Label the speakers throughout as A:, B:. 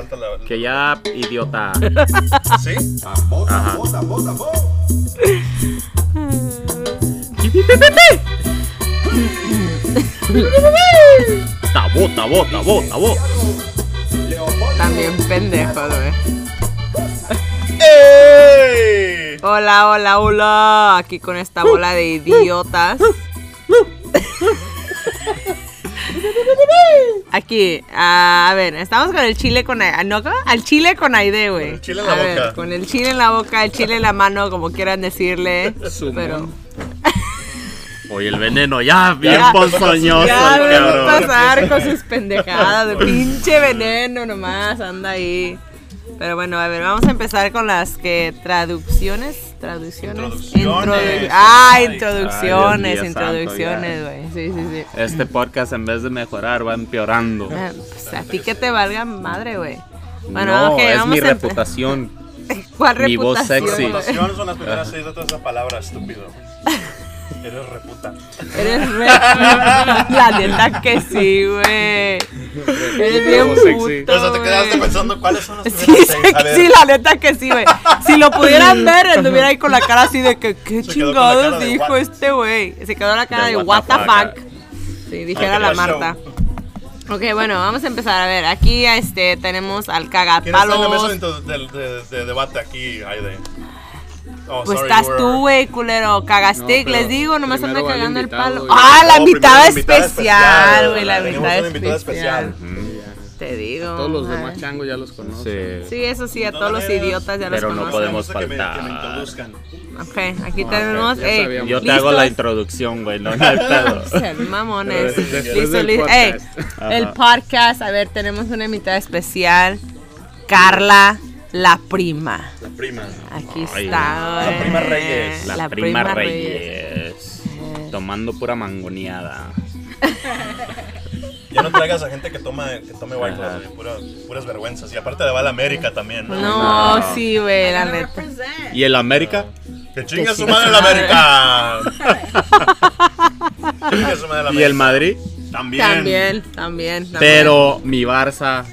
A: Alta la- la-
B: Que ya, idiota.
A: ¿Sí?
B: Ajá. Tabó, tabó, tabó, tabó.
C: También pendejo, güey.
A: ¡Ey!
C: Hola, hola, hola. Aquí con esta bola de idiotas. Aquí, ah, a ver, estamos con el chile con Aide. ¿No? ¿Cómo? Al chile con Aide, güey.
A: Con el chile en la
C: A ver,
A: boca.
C: con el chile en la boca, el chile en la mano, como quieran decirle.
B: Su
C: Pero.
B: Oye, el veneno ya, bien
C: Ya.
B: ponzoñoso,
C: Ya me va a
B: cabrón.
C: pasar con sus pendejadas de pinche veneno nomás, anda ahí. Pero bueno, a ver, vamos a empezar con las que traducciones, traducciones,
A: Introducciones.
C: Introdu- ah,
B: Ay,
C: introducciones,
B: Dios mío santo,
C: introducciones, güey. Sí, sí, sí.
B: Este podcast en vez de mejorar va empeorando.
C: Ah, Pues a ti que te valga madre, güey. Bueno,
B: no,
C: ok,
B: es
C: vamos
B: mi
C: a empe-
B: reputación.
C: ¿Cuál
B: mi voz
C: reputación,
B: sexy.
C: güey?
A: Reputación son las primeras seis letras de esa palabra, estúpido. Eres reputa.
C: Eres re. La neta que sí, güey. Eres
B: Voz
C: bien
B: sexy.
C: puto.
A: O sea, te quedaste
C: güey.
A: pensando cuáles son las
C: Sí,
A: primeras
C: sí,
A: seis. A ver,
C: sí, la neta que sí, güey. Si lo pudieran ver, estuviera ahí con la cara así de que, ¿qué
A: Se quedó con la cara
C: chingados
A: de
C: dijo
A: what?
C: este güey? Se quedó la cara
B: De
C: de,
B: what
C: what
B: the
C: the fuck.
A: ah.
C: Sí, dijera la
A: Ok, show.
C: Marta. Ok, bueno, vamos a empezar. A ver, aquí este, tenemos al
A: ¿Quién está en la mesa
C: cagapalo.
A: de, de- de- de debate aquí, Aide? Oh,
C: Pues
A: sorry,
C: estás
A: we're-
C: tú, güey, culero. Cagastic,
D: No, pero
C: les digo, nomás anda
D: primero va el
C: cagando el
D: invitado,
C: palo.
D: güey.
C: ¡Ah, la
A: No, Oh, primero
C: invitada
A: la invitada
C: especial, güey! La
A: Tenemos
C: invitada
A: una invitada
C: especial.
A: especial.
C: Te digo.
D: Todos los
C: madre.
D: demás changos ya los conozco.
B: Sí.
C: Sí, eso sí, a
A: De
C: todos los
A: todas
C: idiotas ya los
B: Pero no
C: conocen.
B: podemos
A: Gusta que me-
B: faltar.
A: que me introduzcan.
C: Ok, aquí tenemos.
D: ya
C: ey,
D: sabíamos.
B: Yo te
C: ¿listos?
B: hago la introducción, güey, no no hay pedo.
C: Sean Mamones.
D: Después del
C: Listo, listo. Ey,
D: podcast.
C: el podcast. A ver, tenemos una invitada especial. Carla, la prima.
A: La prima.
C: Aquí
B: Ay,
C: está.
A: la prima
C: eh,
A: Reyes.
B: La, prima, Reyes. Tomando pura mangoneada.
A: Ya no traigas a gente que toma, que tome white
B: Ajá.
A: güey, pura- puras vergüenzas. Y aparte le va a la América también.
C: No,
B: No.
C: sí, güey, la neta.
B: ¿Y el América?
A: Que chinga
C: Que
A: su
C: chinga
A: madre
C: su
A: la América. chinga su madre la América.
B: ¿Y el Madrid?
A: También.
C: También, también. también.
B: Pero mi Barça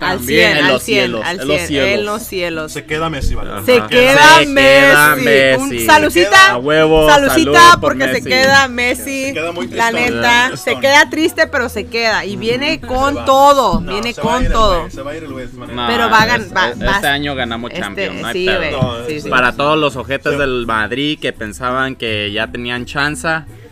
C: al
B: también
C: 100,
B: en
C: al
B: los
C: 100,
B: cielos,
C: al
B: en los
C: 100,
B: cielos.
C: En los cielos.
A: Se queda Messi, ¿vale?
C: Se
B: Ajá.
C: queda,
B: Se queda
C: Messi.
B: Messi. ah,
C: Un salucita.
B: A huevo,
C: Salucita
B: salud por
C: porque
B: Messi.
C: se queda Messi.
A: Se queda muy
C: la
A: tristón,
C: neta.
A: tristón.
C: Se queda triste, pero se queda.
B: Mm.
C: Y viene
A: Se
C: con
A: va.
C: todo.
A: No,
C: viene
A: se va a ir
C: con
A: el
C: todo.
A: güey, Se va a ir el güey. de manera.
B: No,
C: Pero va a gan-
B: es-
C: va-
B: Este
C: vas-
B: año ganamos
C: Este,
B: Champions, no hay
C: sí,
B: pedo.
C: güey.
A: No,
C: sí,
A: es-
C: sí.
B: Para todos los ojetes
A: Sí.
B: del Madrid que pensaban que ya tenían chance,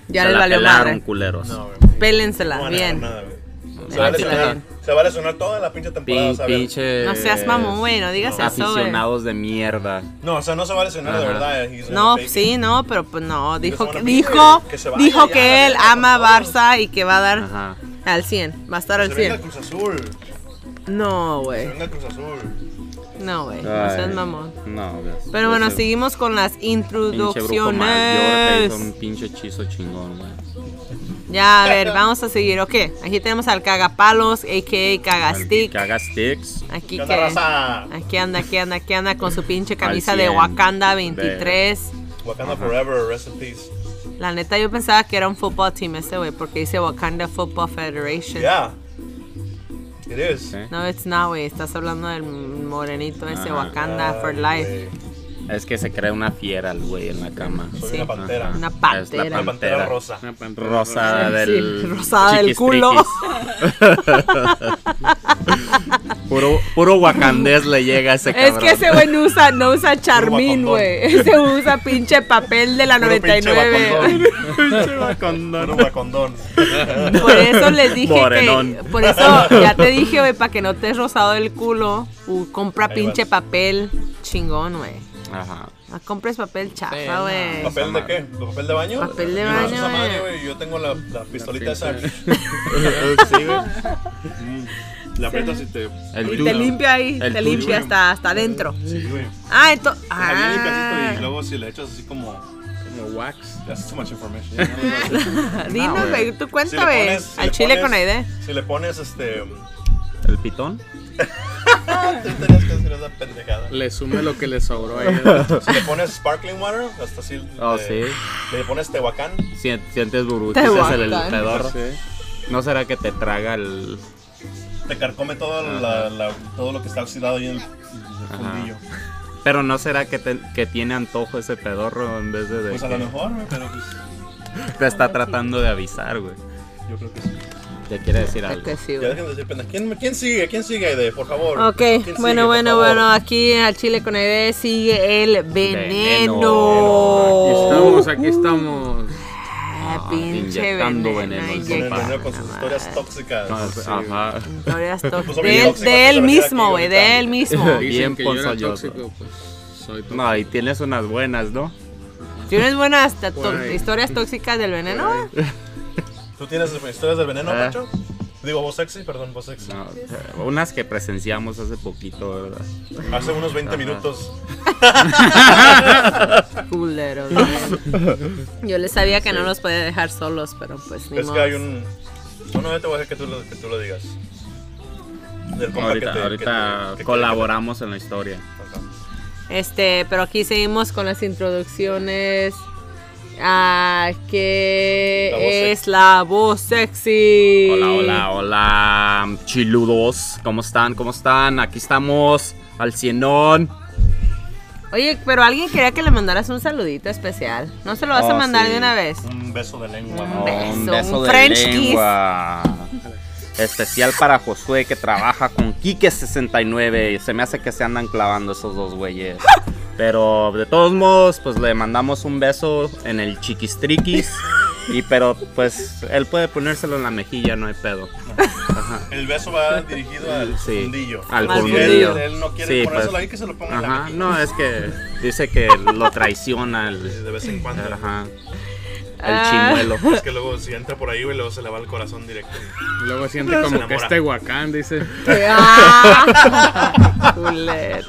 C: Ya
B: se
C: les
B: la
C: valió
B: pelaron
C: madre.
B: culeros.
A: No, güey.
C: Pélensela,
A: No van a ganar
C: bien.
A: nada, güey. Se va
C: Bien,
A: a
C: bien.
A: lesionar. Se va a lesionar toda la pinche temporada.
B: Pin-
A: vas a ver.
B: pinche
C: No seas mamón, güey, no digas eso, güey.
B: Aficionados de mierda.
A: No, o sea, no se va a lesionar de
B: Ajá.
A: verdad. eh, he's gonna
C: No,
A: fake it.
C: sí, no, pero pues no. Dijo
A: van a
C: que,
A: pedir
C: dijo,
A: que se vaya
C: dijo
A: ya,
C: que
A: la
C: él
A: neta,
C: ama
A: por favor.
C: Barça y que va a dar
B: Ajá.
C: al 100. Va a estar
A: Que
C: al
A: Se venga
C: 100.
A: el Cruz Azul. Que
C: No,
A: Se
C: güey.
A: venga el Cruz Azul.
C: No, güey. No seas
B: Ay,
C: mamón.
B: No, güey.
C: Pero bueno,
B: Ese
C: seguimos con las
B: Pinche brujo mayor te hizo un
C: introducciones.
B: pinche hechizo chingón, güey.
C: Ya, a ver, vamos a seguir. Ok, aquí tenemos al cagapalos, a.k.a.
B: Al Que
C: cagastick.
B: haga sticks.
A: ¿Qué
C: Aquí que...
A: onda, raza?
C: Aquí anda, aquí anda, aquí anda con su pinche camisa
B: Al
C: de
B: 100,
C: Wakanda
B: de-
C: 23.
A: Wakanda Forever, rest in peace.
C: La neta, yo pensaba que era un football team ese, güey, porque dice Wakanda Football Federation.
A: Yeah. It is.
B: Sí.
C: No, it's not, güey. Estás hablando del morenito ese,
B: Ajá.
C: Wakanda for
A: Ay,
C: life.
A: Ah, güey.
B: Es que se crea una fiera el güey en la cama.
A: Soy
C: Sí.
A: una pantera.
C: Una
B: Es la
C: pantera.
A: Una pantera
B: pantera.
A: rosa.
B: Rosada del.
C: Sí, rosada del
B: chiquis
C: culo.
B: triquis. puro, puro wakandés le llega a ese
C: Es
B: cabrón.
C: que ese güey no usa, no usa charmín,
A: Puro
C: güey. Ese usa pinche papel de la
A: Puro pinche
C: 99.
B: Pinche wakandón.
A: Puro Wakandón.
C: Por eso les dije
B: Morenón.
C: que. Por eso ya te dije, güey, para que no te rosado el culo. u- compra
A: Ahí
C: pinche
A: vas.
C: papel chingón, güey.
B: Ajá.
C: No compres papel
D: Sí,
C: chafa,
D: no.
C: güey.
A: ¿Papel de qué? ¿De papel de baño?
C: Papel de
A: Yo no uso
C: baño, eh.
A: esa madre,
C: güey.
A: güey, Yo tengo la, la pistolita esa. Mm.
B: Sí, güey.
A: La aprietas y te.
B: El
C: Y
B: tuyo.
C: te limpia ahí,
B: El
C: te
B: tuyo.
C: limpia hasta, hasta adentro.
A: Sí, güey.
C: Ah, entonces.
A: Está bien limpiecito y
C: Ah,
A: luego si le echas así como.
D: Como wax.
A: That's too much information. ya no lo-
C: dinos,
B: güey.
C: güey, tú
A: Si
C: cuenta,
A: le
C: güey.
A: pones- si
C: Al
A: le
C: chile
A: pones-
C: con Aide.
A: Si le pones este.
B: ¿El pitón?
A: Tú tenías que hacer esa pendejada.
D: Le sume lo que le sobró a ella.
A: Si le pones sparkling water, hasta así.
B: Oh,
A: le,
B: sí.
A: Le pones tehuacán.
B: Sien- Sientes
C: Te
B: burbujitas en el
C: guacan.
B: pedorro.
D: Sí.
B: ¿No será que te traga el,
A: Te carcome todo, la- la- todo lo que está oxidado ahí en el, en el fundillo.
B: Pero no será que, te- que tiene antojo ese pedorro en vez de. de
A: Pues a
B: que
A: lo mejor, güey, pero pues
B: Te está tratando de avisar, güey.
A: yo creo que sí.
B: Te quiere decir algo.
C: Este sí,
A: Ya
C: güey.
A: dejen de decir pendejas. ¿Quién, ¿Quién sigue? ¿Quién sigue, Aide? Por favor.
C: Ok,
A: ¿Quién sigue,
C: bueno,
A: por
C: bueno,
A: favor?
C: bueno, aquí al Chile con Aide sigue el veneno.
B: Veneno.
D: Aquí estamos, aquí estamos.
C: Ah,
B: Ah,
C: pinche
B: inyectando
C: veneno.
B: veneno en
A: Con el
B: papá.
C: inyecta-
A: veneno con sus historias tóxicas.
B: No,
A: Sí.
B: Ah, ajá.
C: Historias tóxicas.
A: Pues, oye,
C: Del,
A: tóxico,
C: del
A: pues,
C: mismo,
A: aquí,
C: güey,
A: ahorita.
C: del mismo.
B: Bien
D: Dicen que yo era
B: ponzoñoso.
D: tóxico, pues soy tóxico.
B: No, y tienes unas buenas, ¿no?
C: ¿Tienes buenas ta- to-
D: Por ahí.
C: historias tóxicas del veneno?
A: ¿Tú tienes historias del veneno,
B: Ah.
A: Pacho? Digo, vos sexy, perdón, vos sexy.
B: No, eh, unas que presenciamos hace poquito, ¿verdad?
A: Hace unos 20 minutos.
C: Culero. güey. Yo les sabía que no los podía dejar solos, pero pues ni
A: Es
C: modo.
A: que hay un. No, no, yo te voy a dejar que tú lo, que tú lo digas. Del compa que
B: Ahorita,
A: te-
B: ahorita
A: que te- que-
B: colaboramos en la historia.
A: Ajá.
C: Este, pero aquí seguimos con las introducciones. Ah, ¿Qué
A: La voz
C: es la voz sexy?
B: Hola, hola, hola, chiludos. ¿Cómo están? ¿Cómo están? Aquí estamos al cienón.
C: Oye, pero alguien quería que le mandaras un saludito especial. ¿No se lo vas a
A: Ah,
B: Oh,
C: mandar
B: sí.
C: de una vez?
A: Un beso de lengua,
C: Un
A: mamá.
C: beso, un French kiss.
B: Especial para Josué que trabaja con Quique69. Se me hace que se andan clavando esos dos güeyes. Pero de todos modos, pues le mandamos un beso en el chiquistriquis. Y pero pues él puede ponérselo en la mejilla, no hay pedo.
A: El beso va dirigido al
B: Sí,
A: fundillo.
B: al
A: Si él-
B: fundillo.
A: Él, no quiere
B: Sí,
A: ponérselo
B: pues.
A: ahí, que se lo ponga en la
B: Ajá,
A: mejilla.
B: no, es que dice que lo traiciona el,
A: De vez en cuando.
B: ajá, el
C: Ah.
B: chimuelo.
A: Es que luego si entra por ahí, güey, luego se le va el corazón directo.
D: Y Luego siente
A: Se
D: como que
A: enamora.
D: es Tehuacán, dice.
C: Ah, culero.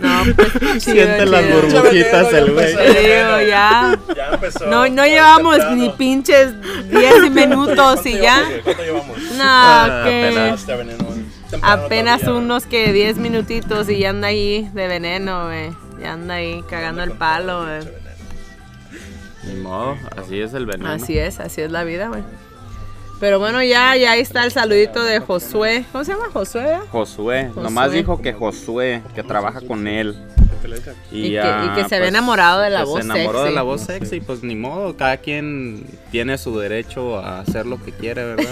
C: No, pues chido,
B: Siente las
C: chido.
A: burbujas.
B: burbujitas el güey.
C: Te digo, ya.
A: Ya empezó.
C: No, no
A: Tan
C: llevamos ni
A: temprano.
C: pinches 10 minutos
A: ¿Cuánto
C: y
A: llevamos,
C: ya.
A: güey? ¿Cuánto llevamos?
C: No, que
B: Ah, apenas.
A: Hasta veneno, güey. Temprano
C: apenas
A: todavía,
C: unos que 10 minutitos y ya anda ahí de veneno, güey. Ya anda ahí cagando el palo, güey.
A: güey.
B: Ni modo, así es el veneno.
C: Así es, así es la vida, güey. Pero bueno, ya, ya ahí está el saludito de Josué. ¿Cómo se llama Josué? ¿eh?
B: Josué,
C: Josué.
B: nomás dijo que Josué, que trabaja con él.
C: Y que-
B: ah,
C: y que se había enamorado de la
B: que
C: voz
B: pues, Se enamoró de
C: sexy.
B: la voz sexy, pues ni modo, cada quien tiene su derecho a hacer lo que quiere, ¿verdad?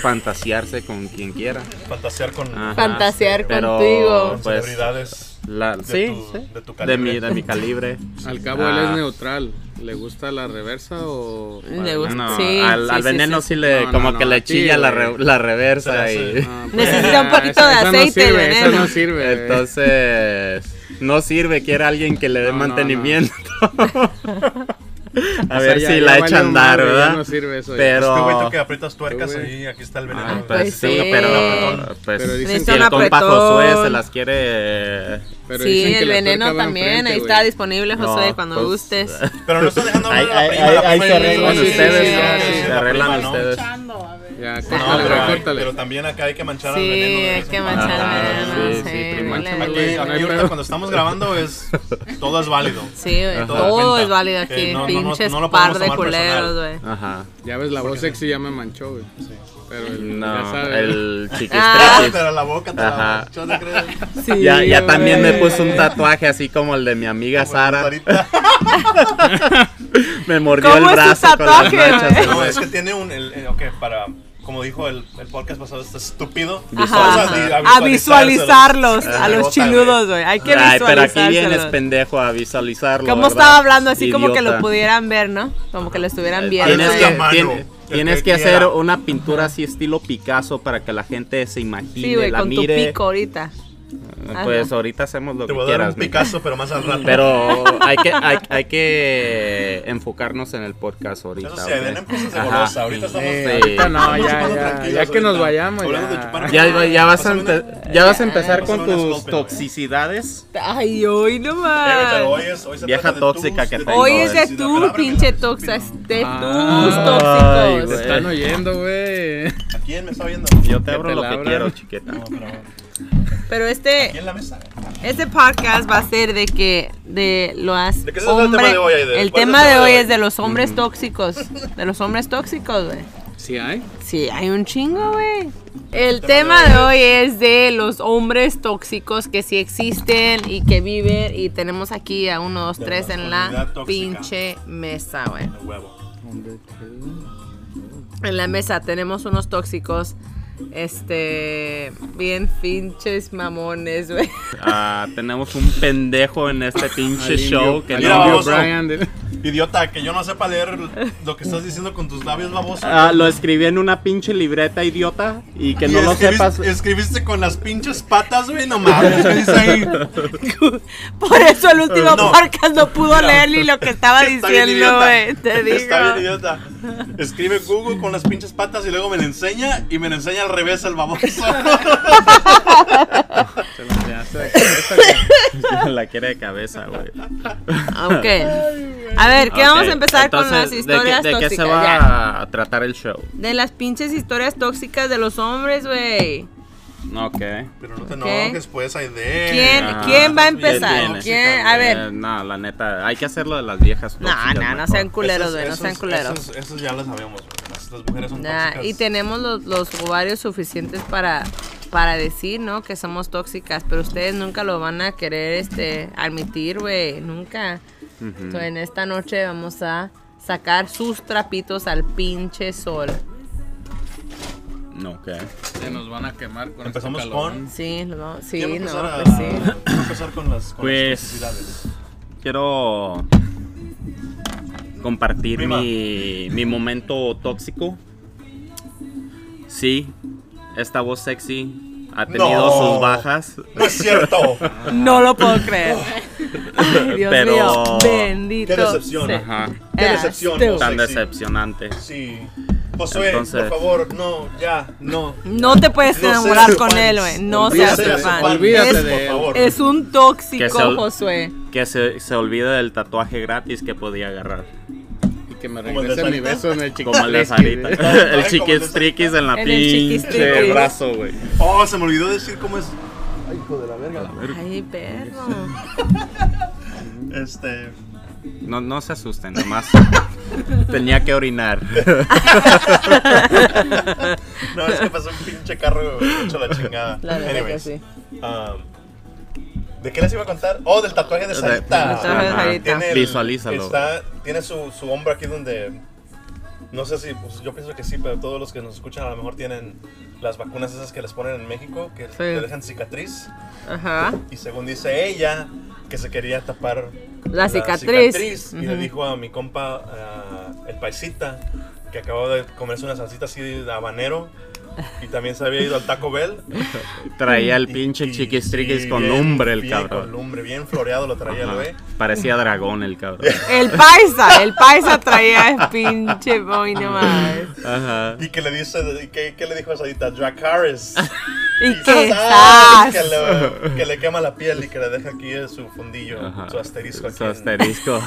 B: Fantasearse con quien quiera.
A: Fantasear con
B: Ajá.
C: Fantasear
B: Pero-
C: contigo.
B: Pues-
A: celebridades.
B: La,
A: De
B: sí,
A: tu-
B: sí,
A: de tu
B: de
A: calibre.
B: mi, de mi calibre.
D: Al cabo él
B: Ah.
D: es neutral. ¿Le gusta la reversa o.?
C: Le gusta-
B: No,
C: Sí,
B: al,
C: sí,
B: al
C: sí,
B: veneno
C: sí.
B: sí, le,
D: No,
B: como
D: no,
B: que
D: no,
B: le
D: a ti,
B: chilla la,
D: güey.
B: re- la reversa
A: Se le
B: y...
A: hace-
D: Ah,
C: Necesita un
D: ah,
C: poquito
D: esa-
C: de
D: esa no
C: aceite,
D: sirve,
C: veneno.
D: Esa no sirve.
B: Entonces, no sirve, quiere alguien que le dé
D: No, no, no.
B: mantenimiento. a
D: O sea,
B: ver
D: ya-
B: si
D: ya
B: la
D: valió
B: echa a andar,
D: madre, ya
B: ¿verdad?
D: no sirve eso ya.
B: Pero-
A: Este güey tú que aprietas tuercas
D: Sí, güey.
A: ahí, aquí está el veneno.
B: Ah,
A: güey.
B: pues sí,
C: Pues sí.
B: pero, pues,
D: Pero dicen
B: si
D: que-
B: el
C: Necesita un
B: compa Josué
C: apretón.
B: se las quiere... eh,
D: Pero dicen
C: sí,
D: que
C: el
D: la tuerca
C: veneno
D: va
C: también.
D: enfrente,
C: ahí
D: güey.
C: está disponible, Josué,
B: no,
C: cuando
B: pues,
C: gustes.
A: Pero no está dejando hablar a la
B: Ahí-
A: prima. la
B: ahí- ahí
A: prima
B: se
A: ya-
B: arreglan
A: sí,
B: ustedes,
A: sí,
B: ya,
A: sí,
B: sí,
A: sí,
B: se
A: la
B: arreglan
A: prima, ¿no?
B: ustedes.
D: Ya,
A: No,
D: córtale,
A: pero,
D: güey,
A: hay-
D: córtale.
A: pero también acá hay que manchar al
C: Sí,
A: veneno. de
C: hay
A: vez
C: que
A: en
C: manchar
A: cuando.
B: Ajá,
C: el veneno.
B: sí,
C: sí,
B: sí,
C: dale.
D: primánchame,
A: Aquí,
D: güey.
A: aquí
D: hay
A: ahorita
D: pedo.
A: cuando estamos grabando es todo es válido.
C: Sí, güey,
A: Todo
C: todo
A: cuenta.
C: es válido
A: Que
C: aquí.
A: no- no-
C: Pinches
A: no lo
C: par
A: podemos
C: de
A: tomar
C: culeros,
A: personal.
C: güey.
B: Ajá.
D: Ya ves, la voz sexy ya me manchó, güey. Pero el, ya
B: No,
D: sabes.
B: el
C: Ah.
B: chiquistriquis.
A: Pero la boca te la
B: Ajá.
A: yo te creo.
C: Sí,
B: ya ya
C: güey.
B: también me puso un tatuaje así como el de mi amiga Sara.
A: Ahorita-
B: Me mordió el
C: ¿Cómo es tu
B: brazo con las
C: tatuaje,
B: manchas.
C: güey?
B: el
A: No, es
B: brazo.
A: que tiene un. El, el- ok, para. Como dijo el, el podcast pasado, está estúpido.
C: Ajá,
A: Vamos
C: ajá.
A: a-
C: a visualizarlos, a los
A: Rebota,
C: chiludos, güey. Hay que
B: Ay, pero aquí vienes
C: visualizarlos.
B: pendejo a visualizarlo.
C: Como
B: ¿verdad?
C: estaba hablando, así como que lo
B: Idiota. Eh,
C: pudieran ver, ¿no? Como que lo estuvieran viendo.
B: Tienes
A: Alza
B: que,
A: la mano,
B: tien-
A: el que
B: tienes que
A: quiera.
B: hacer una pintura así estilo Picasso para que la gente se imagine,
C: Sí, güey,
B: la
C: con tu
B: mire.
C: pico ahorita.
B: Pues
C: Hazlo.
B: ahorita hacemos lo
A: Te
B: que
A: voy a dar
B: quieras.
A: un
B: mi-
A: Picasso, pero más al rato.
B: Pero hay que, hay, hay que enfocarnos en el podcast ahorita.
A: Eso sí,
B: ¿ok?
A: Adrián empieza
B: Ajá.
A: segorosa. Ahorita estamos.
D: Eh,
B: Sí.
D: ahorita no,
A: Estamos
D: ya,
A: chupando
D: ya,
A: tranquilos
D: ya que nos
A: ahorita.
D: vayamos.
A: Hablando de
D: Ya.
A: chupar-
B: Ya, ya vas, a
A: Pásame
B: empe-
A: una-
B: ya vas a empezar
A: Pásame
B: con
A: una
B: tus
A: Skullpen, güey.
B: toxicidades.
C: Ay, hoy no
A: Eh, pero hoy
C: más.
A: es- hoy se
B: Vieja
A: trata de
B: tóxica
A: tus-
B: que
A: de-
B: tengo,
C: Hoy es de
A: Sí, no, pero
C: tú,
A: ábreme
C: pinche
A: la-
C: toxas, de
D: Ah,
C: tus
B: güey.
D: Te
C: tóxicos.
D: están oyendo, güey.
A: ¿A quién me está viendo?
B: Yo te
D: Que
B: abro
D: te
B: lo
D: la
B: que
D: abran.
B: quiero, chiqueta.
A: No, pero
C: Pero este,
A: aquí en la mesa.
C: este podcast va a ser de que de lo has
A: ¿De qué se trata el
C: hombre,
A: tema de hoy, Mm. Aide?
C: el
A: ¿Cuál es
C: tema de hoy es de los hombres tóxicos, de los hombres tóxicos, güey.
D: ¿Sí hay?
C: Sí, hay un chingo, güey. El tema de hoy es de los hombres tóxicos que sí existen y que viven. Y tenemos aquí a uno, dos,
A: De
C: tres
A: la
C: en
A: comunidad
C: la
A: tóxica.
C: pinche mesa, güey.
A: El huevo.
C: En la mesa tenemos unos tóxicos, este, bien pinches mamones, güey.
B: Ah, tenemos un pendejo en este pinche
D: Al indio-
B: show que
D: al
A: Mira,
B: no.
D: indio
A: baboso.
D: Brian del-
A: Idiota, que yo no sepa leer lo que estás diciendo con tus labios, baboso.
B: Ah, lo escribí en una pinche libreta idiota y que
A: Y
B: no lo
A: escribis-
B: sepas.
A: Escribiste con las pinches patas, güey, no mames. ¿Qué dice ahí?
C: Por eso el último
A: No.
C: podcast no pudo
A: Mira.
C: leer ni lo que estaba
A: Está bien
C: diciendo,
A: idiota.
C: güey. Te
A: Está bien
C: digo.
A: idiota. Escribe Google con las pinches patas y luego me lo enseña y me lo enseña al revés el baboso.
D: Se lo enseñaste de cabeza, güey.
B: la quiere de cabeza, güey.
C: Ah, Ok. A ver, ¿qué vamos a
B: Ok,
C: empezar con las
B: entonces,
C: historias
B: ¿De, qué, de qué
C: tóxicas?
B: se va
C: Ya.
B: a tratar el show?
C: De las pinches historias tóxicas de los hombres, güey.
B: Ok.
A: Pero no te enojes, pues, Aide.
C: ¿Quién-
B: Ah,
C: quién va a
B: ya
C: empezar?
B: tienes.
C: ¿Quién? A ver.
B: Eh, no, la neta, hay que hacerlo de las viejas.
C: No,
B: tóxicas
C: no, no
B: mejor.
C: sean culeros, güey. No
A: Esos-
C: sean culeros.
A: Esos, esos ya lo sabemos, güey. Las, las mujeres son
C: Nah,
A: tóxicas.
C: y tenemos los, los ovarios suficientes para, para decir, ¿no? Que somos tóxicas, pero ustedes nunca lo van a querer este, admitir, güey, nunca.
B: Ujú.
C: So, en esta noche vamos a sacar sus trapitos al pinche sol.
B: No, ok.
D: Se nos van a quemar con este
A: Empezamos
D: calor.
A: con-
C: Sí, lo vamos-
A: Quiero
C: sí, no,
A: empezar a-
C: pues sí.
A: quiero empezar con las, con
B: Pues-
A: las toxicidades.
B: Quiero compartir
A: Prima.
B: mi, mi momento tóxico. Sí, esta voz sexy ha tenido
A: No.
B: sus bajas.
A: ¡No es cierto!
C: No lo puedo creer. Ay, Dios
B: Pero-
C: mío, bendito.
A: ¡Qué decepción!
C: sea.
B: Ajá.
A: ¡Qué
C: Eras
A: decepción!
C: tú.
A: no
B: Tan
A: sexy.
B: decepcionante.
A: Sí. Josué,
B: Entonces-
A: por favor, no, ya, no.
C: No te puedes
A: No
C: enamorar
A: seas
C: con
A: fans.
C: él, güey. No
A: Olvídate
C: seas
A: de
C: tu
A: eso,
C: fan.
D: Olvídate
C: es,
D: de
A: por favor.
C: es un tóxico,
B: Que se-
C: Josué.
B: Que se, se olvide del tatuaje gratis que podía agarrar.
D: Y que me
A: Como el de
D: regrese mi
A: Sarita.
D: beso en el chico.
B: Como el de Sarita. el chiquistriquis en la
C: En el
B: pinche
C: chiquistriquis.
B: brazo, güey.
A: Oh, se me olvidó decir cómo es.
C: Ay, perro.
A: Este.
B: No, no se asusten, nomás tenía que orinar.
A: No, es que pasó un pinche carro hecho la chingada.
C: La verdad
A: Anyways,
C: que sí.
A: um, ¿De qué les iba a contar? Oh, del tatuaje de Sarita.
C: del tatuaje de
B: Ajá.
C: Sarita.
A: Tiene el-
B: Visualízalo.
A: Está, tiene su, su hombro aquí donde. No sé si. pues, yo pienso que sí, pero todos los que nos escuchan a lo mejor tienen las vacunas esas que les ponen en México, que
C: Sí.
A: te dejan cicatriz.
C: Ajá.
A: Y según dice ella, que se quería tapar
C: La cicatriz.
A: Y le
C: Ujú.
A: dijo a mi compa, ah, el paisita, que acababa de comerse una salsita así de habanero. Y también se había ido al Taco Bell.
B: Traía el
A: Y-
B: pinche
A: y-
B: chiquistriquis
A: y
B: con
A: bien-
B: lumbre el
A: bien Con
B: cabrón.
A: lumbre, bien floreado lo traía el
B: Ajá.
A: güey.
B: Parecía dragón el cabrón.
C: El paisa, el paisa traía el pinche boy nomás.
B: Ajá.
A: Y que le dice, y que, que le dijo a Sadita, Jack Harris.
C: Y que
A: ¡zas!
C: estás.
A: Que, le, que le quema la piel y que le deja aquí en su fundillo,
B: Ajá.
A: su asterisco. aquí
B: Su
A: en-
B: asterisco.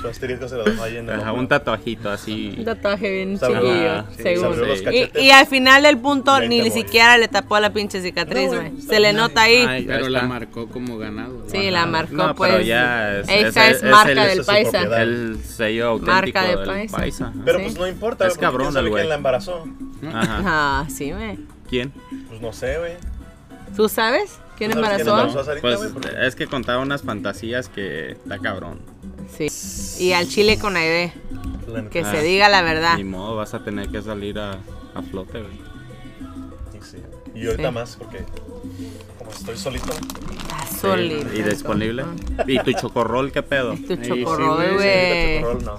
A: su asterisco se lo deja ahí en el
B: Ajá, un
A: hombro.
B: tatuajito así.
C: Un tatuaje bien
A: Sabrá-
C: chiquillo,
B: sí,
C: seguro.
A: sabrá los
B: Sí.
C: Y,
A: Ah, cachetes.
C: y al final del punto
A: Y ahí
C: ni
A: te
C: le
A: voy.
C: siquiera le tapó la pinche cicatriz,
A: No,
C: güey.
A: güey,
C: Se le nota ahí.
B: Ay,
D: Pero
B: ahí
D: la
B: está.
D: marcó como ganado.
C: sí,
D: Ajá.
C: la marcó
B: No,
C: pues.
B: pero ya es-
C: Esa
B: es-
C: es,
B: es
C: marca
B: el-
C: del
A: esa es su
C: paisa.
A: propiedad.
B: El sello auténtico
C: Marca de
B: del
C: paisa.
B: paisa. ajá.
A: Pero
C: Sí.
A: pues no importa,
B: Es
A: güey, porque
B: cabrón
A: quién sabe
B: el güey.
A: quién la embarazó.
B: Ajá.
C: Ah, sí, güey.
B: ¿Quién?
A: Pues no sé, güey.
C: ¿Tú sabes
A: ¿Sabes quién
C: quién
A: embarazó
C: embarazó?
A: a Sarita, güey?
B: Pues
A: Porque-
B: es que contaba unas fantasías que está cabrón.
C: Sí. Y al chile con Aide.
A: La neta.
C: Que
B: Ah.
C: se diga la verdad.
B: Ni modo, vas a tener que salir a, a flote, güey.
A: Y sí. Y ahorita
C: Sí.
A: más, porque como estoy solito,
C: Está solito.
B: Y disponible. ¿Y tu chocorrol qué pedo?
C: Tu
D: sí,
C: chocorrol,
D: güey, sí,
A: de
C: güey.
A: chocorrol no.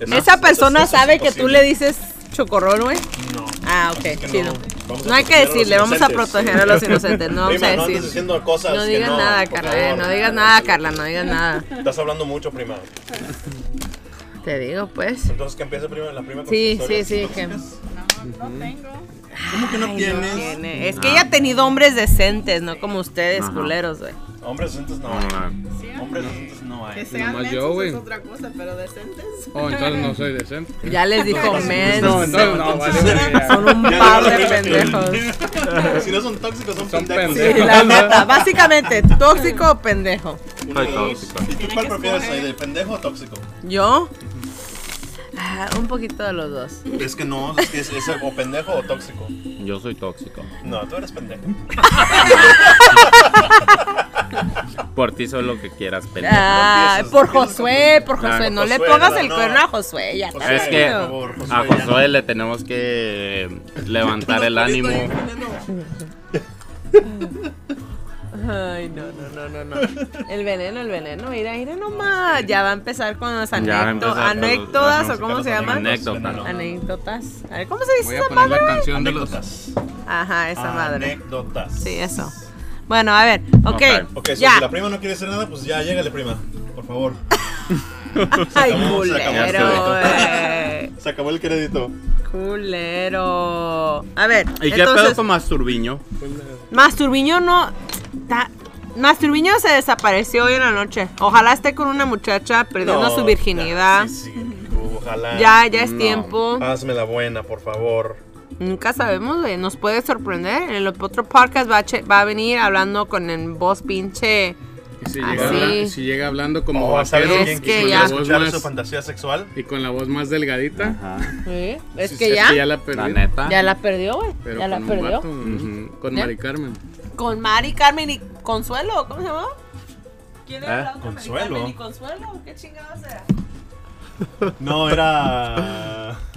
A: Eso-
C: Esa
A: eso-
C: persona
A: eso es
C: sabe que tú
A: imposible.
C: le dices chocorrol, güey.
A: No.
C: Ah,
A: Así
C: ok,
A: que
C: chido.
A: no. Vamos a
C: No hay que
A: proteger a los
C: decirle, vamos a
A: inocentes.
C: proteger a los inocentes, no vamos
A: Prima,
C: a
A: no andes
C: decir.
A: diciendo cosas
C: No
A: que
C: digas nada,
A: por
C: Carla,
A: favor.
C: eh, no digas nada, Carla, no digas nada.
A: Estás hablando mucho, prima.
C: Te digo, pues.
A: Entonces que empiece prima, la prima con
C: Sí,
A: sus
C: sí,
A: historias
C: sí, que-
A: tóxicas.
C: ¿Cómo que no
A: tienes?
C: tiene. Es
A: Ah,
C: que ella ha tenido hombres decentes, no como ustedes,
B: Ajá.
C: culeros, güey.
A: Hombres decentes no hay.
B: Ah,
A: Hombres decentes no hay.
D: sean Nomás yo, mensos güey. es
E: otra cosa, pero decentes.
D: Oh, entonces no soy decente.
C: Ya les dijo
D: No,
C: men.
D: entonces no, vale. verga.
C: Son un
A: Ya
C: par de
A: dijo prima
C: pendejos.
A: que- Si no son tóxicos, son,
D: Son
A: pendejos.
C: Sí,
D: pendejos.
C: la neta. Básicamente, tóxico o pendejo.
A: Uno
B: Soy
A: de dos.
B: tóxico.
A: eh, ¿Y tú cuál prefieres ahí, de pendejo o tóxico?
C: ¿Yo? Ah, Ah, un poquito de los dos.
A: Es que no, es que es, es o pendejo o tóxico.
B: Yo soy tóxico.
A: No, tú eres pendejo.
B: Por ti soy lo que quieras, pendejo.
C: Ah,
A: empiezas-
C: por
A: empiezas
C: Josué, por
B: Claro,
C: Josué. no le
A: Josué,
C: pongas
A: ¿verdad?
C: el
A: No.
C: cuerno a Josué, ya está.
A: Josué,
B: Es que
A: por favor, Josué,
B: a
A: ya
B: Josué le tenemos que levantar el ánimo.
C: Ay, no, no, no, no, no. El veneno, el veneno. Mira, mira nomás. Ya va a empezar con las
B: Ya
C: anécdotas.
B: empezó-
C: Anécdotas
A: no,
C: o cómo
A: Carlos,
C: se llaman?
B: Anécdotas.
A: Veneno.
C: Anécdotas. A ver, ¿cómo se dice
D: Voy a
C: esa
D: poner
C: madre?
D: la canción de los.
A: Anécdotas.
C: Ajá, esa madre.
A: Anécdotas.
C: Sí, eso. Bueno, a ver, ok.
B: Ok.
A: Ah, Ok, so
C: ya.
A: si la prima no quiere hacer nada, pues ya, llégale, prima. Por favor.
C: Ay,
A: acabó, se acabó.
C: culero.
B: Ya
C: eh,
A: Se acabó el crédito.
C: Culero. A ver,
B: ¿Y qué
C: entonces,
B: pedo con Masturbiño?
C: Masturbiño no. ta- Masturbiño se desapareció hoy en la noche. Ojalá esté con una muchacha perdiendo
A: No,
C: su virginidad.
A: ya, Sí, sí, ojalá.
C: Ya, ya es
B: No.
C: tiempo.
A: Hazme la buena, por favor.
C: Nunca sabemos, güey, Nos puede sorprender. El otro podcast va a, che- va a venir hablando con el voz pinche.
D: Y si,
C: Ah,
D: llega,
C: sí.
D: habla- si llega hablando como
A: Oh, ¿sabes
D: vaquero,
A: quién
C: Es que
A: quiso
C: ya.
A: escuchar
D: Más-
A: su fantasía sexual?
D: y con la voz más delgadita.
B: Ajá.
C: Es
D: Sí,
C: que ya, ya,
D: la
B: La
D: perdí.
B: neta.
C: la perdió, güey.
D: Pero
C: Ya la
D: con un
C: perdió.
D: vato, ¿no?
B: Ujú.
D: Con
C: ¿Ya?
D: Mari Carmen.
C: Con Mari, Carmen y Consuelo. ¿Cómo se llama? ¿Quién
B: era ¿Eh? la
C: otra?
A: Mari Consuelo. Carmen y
C: Consuelo? ¿Qué chingados era?
A: No, era.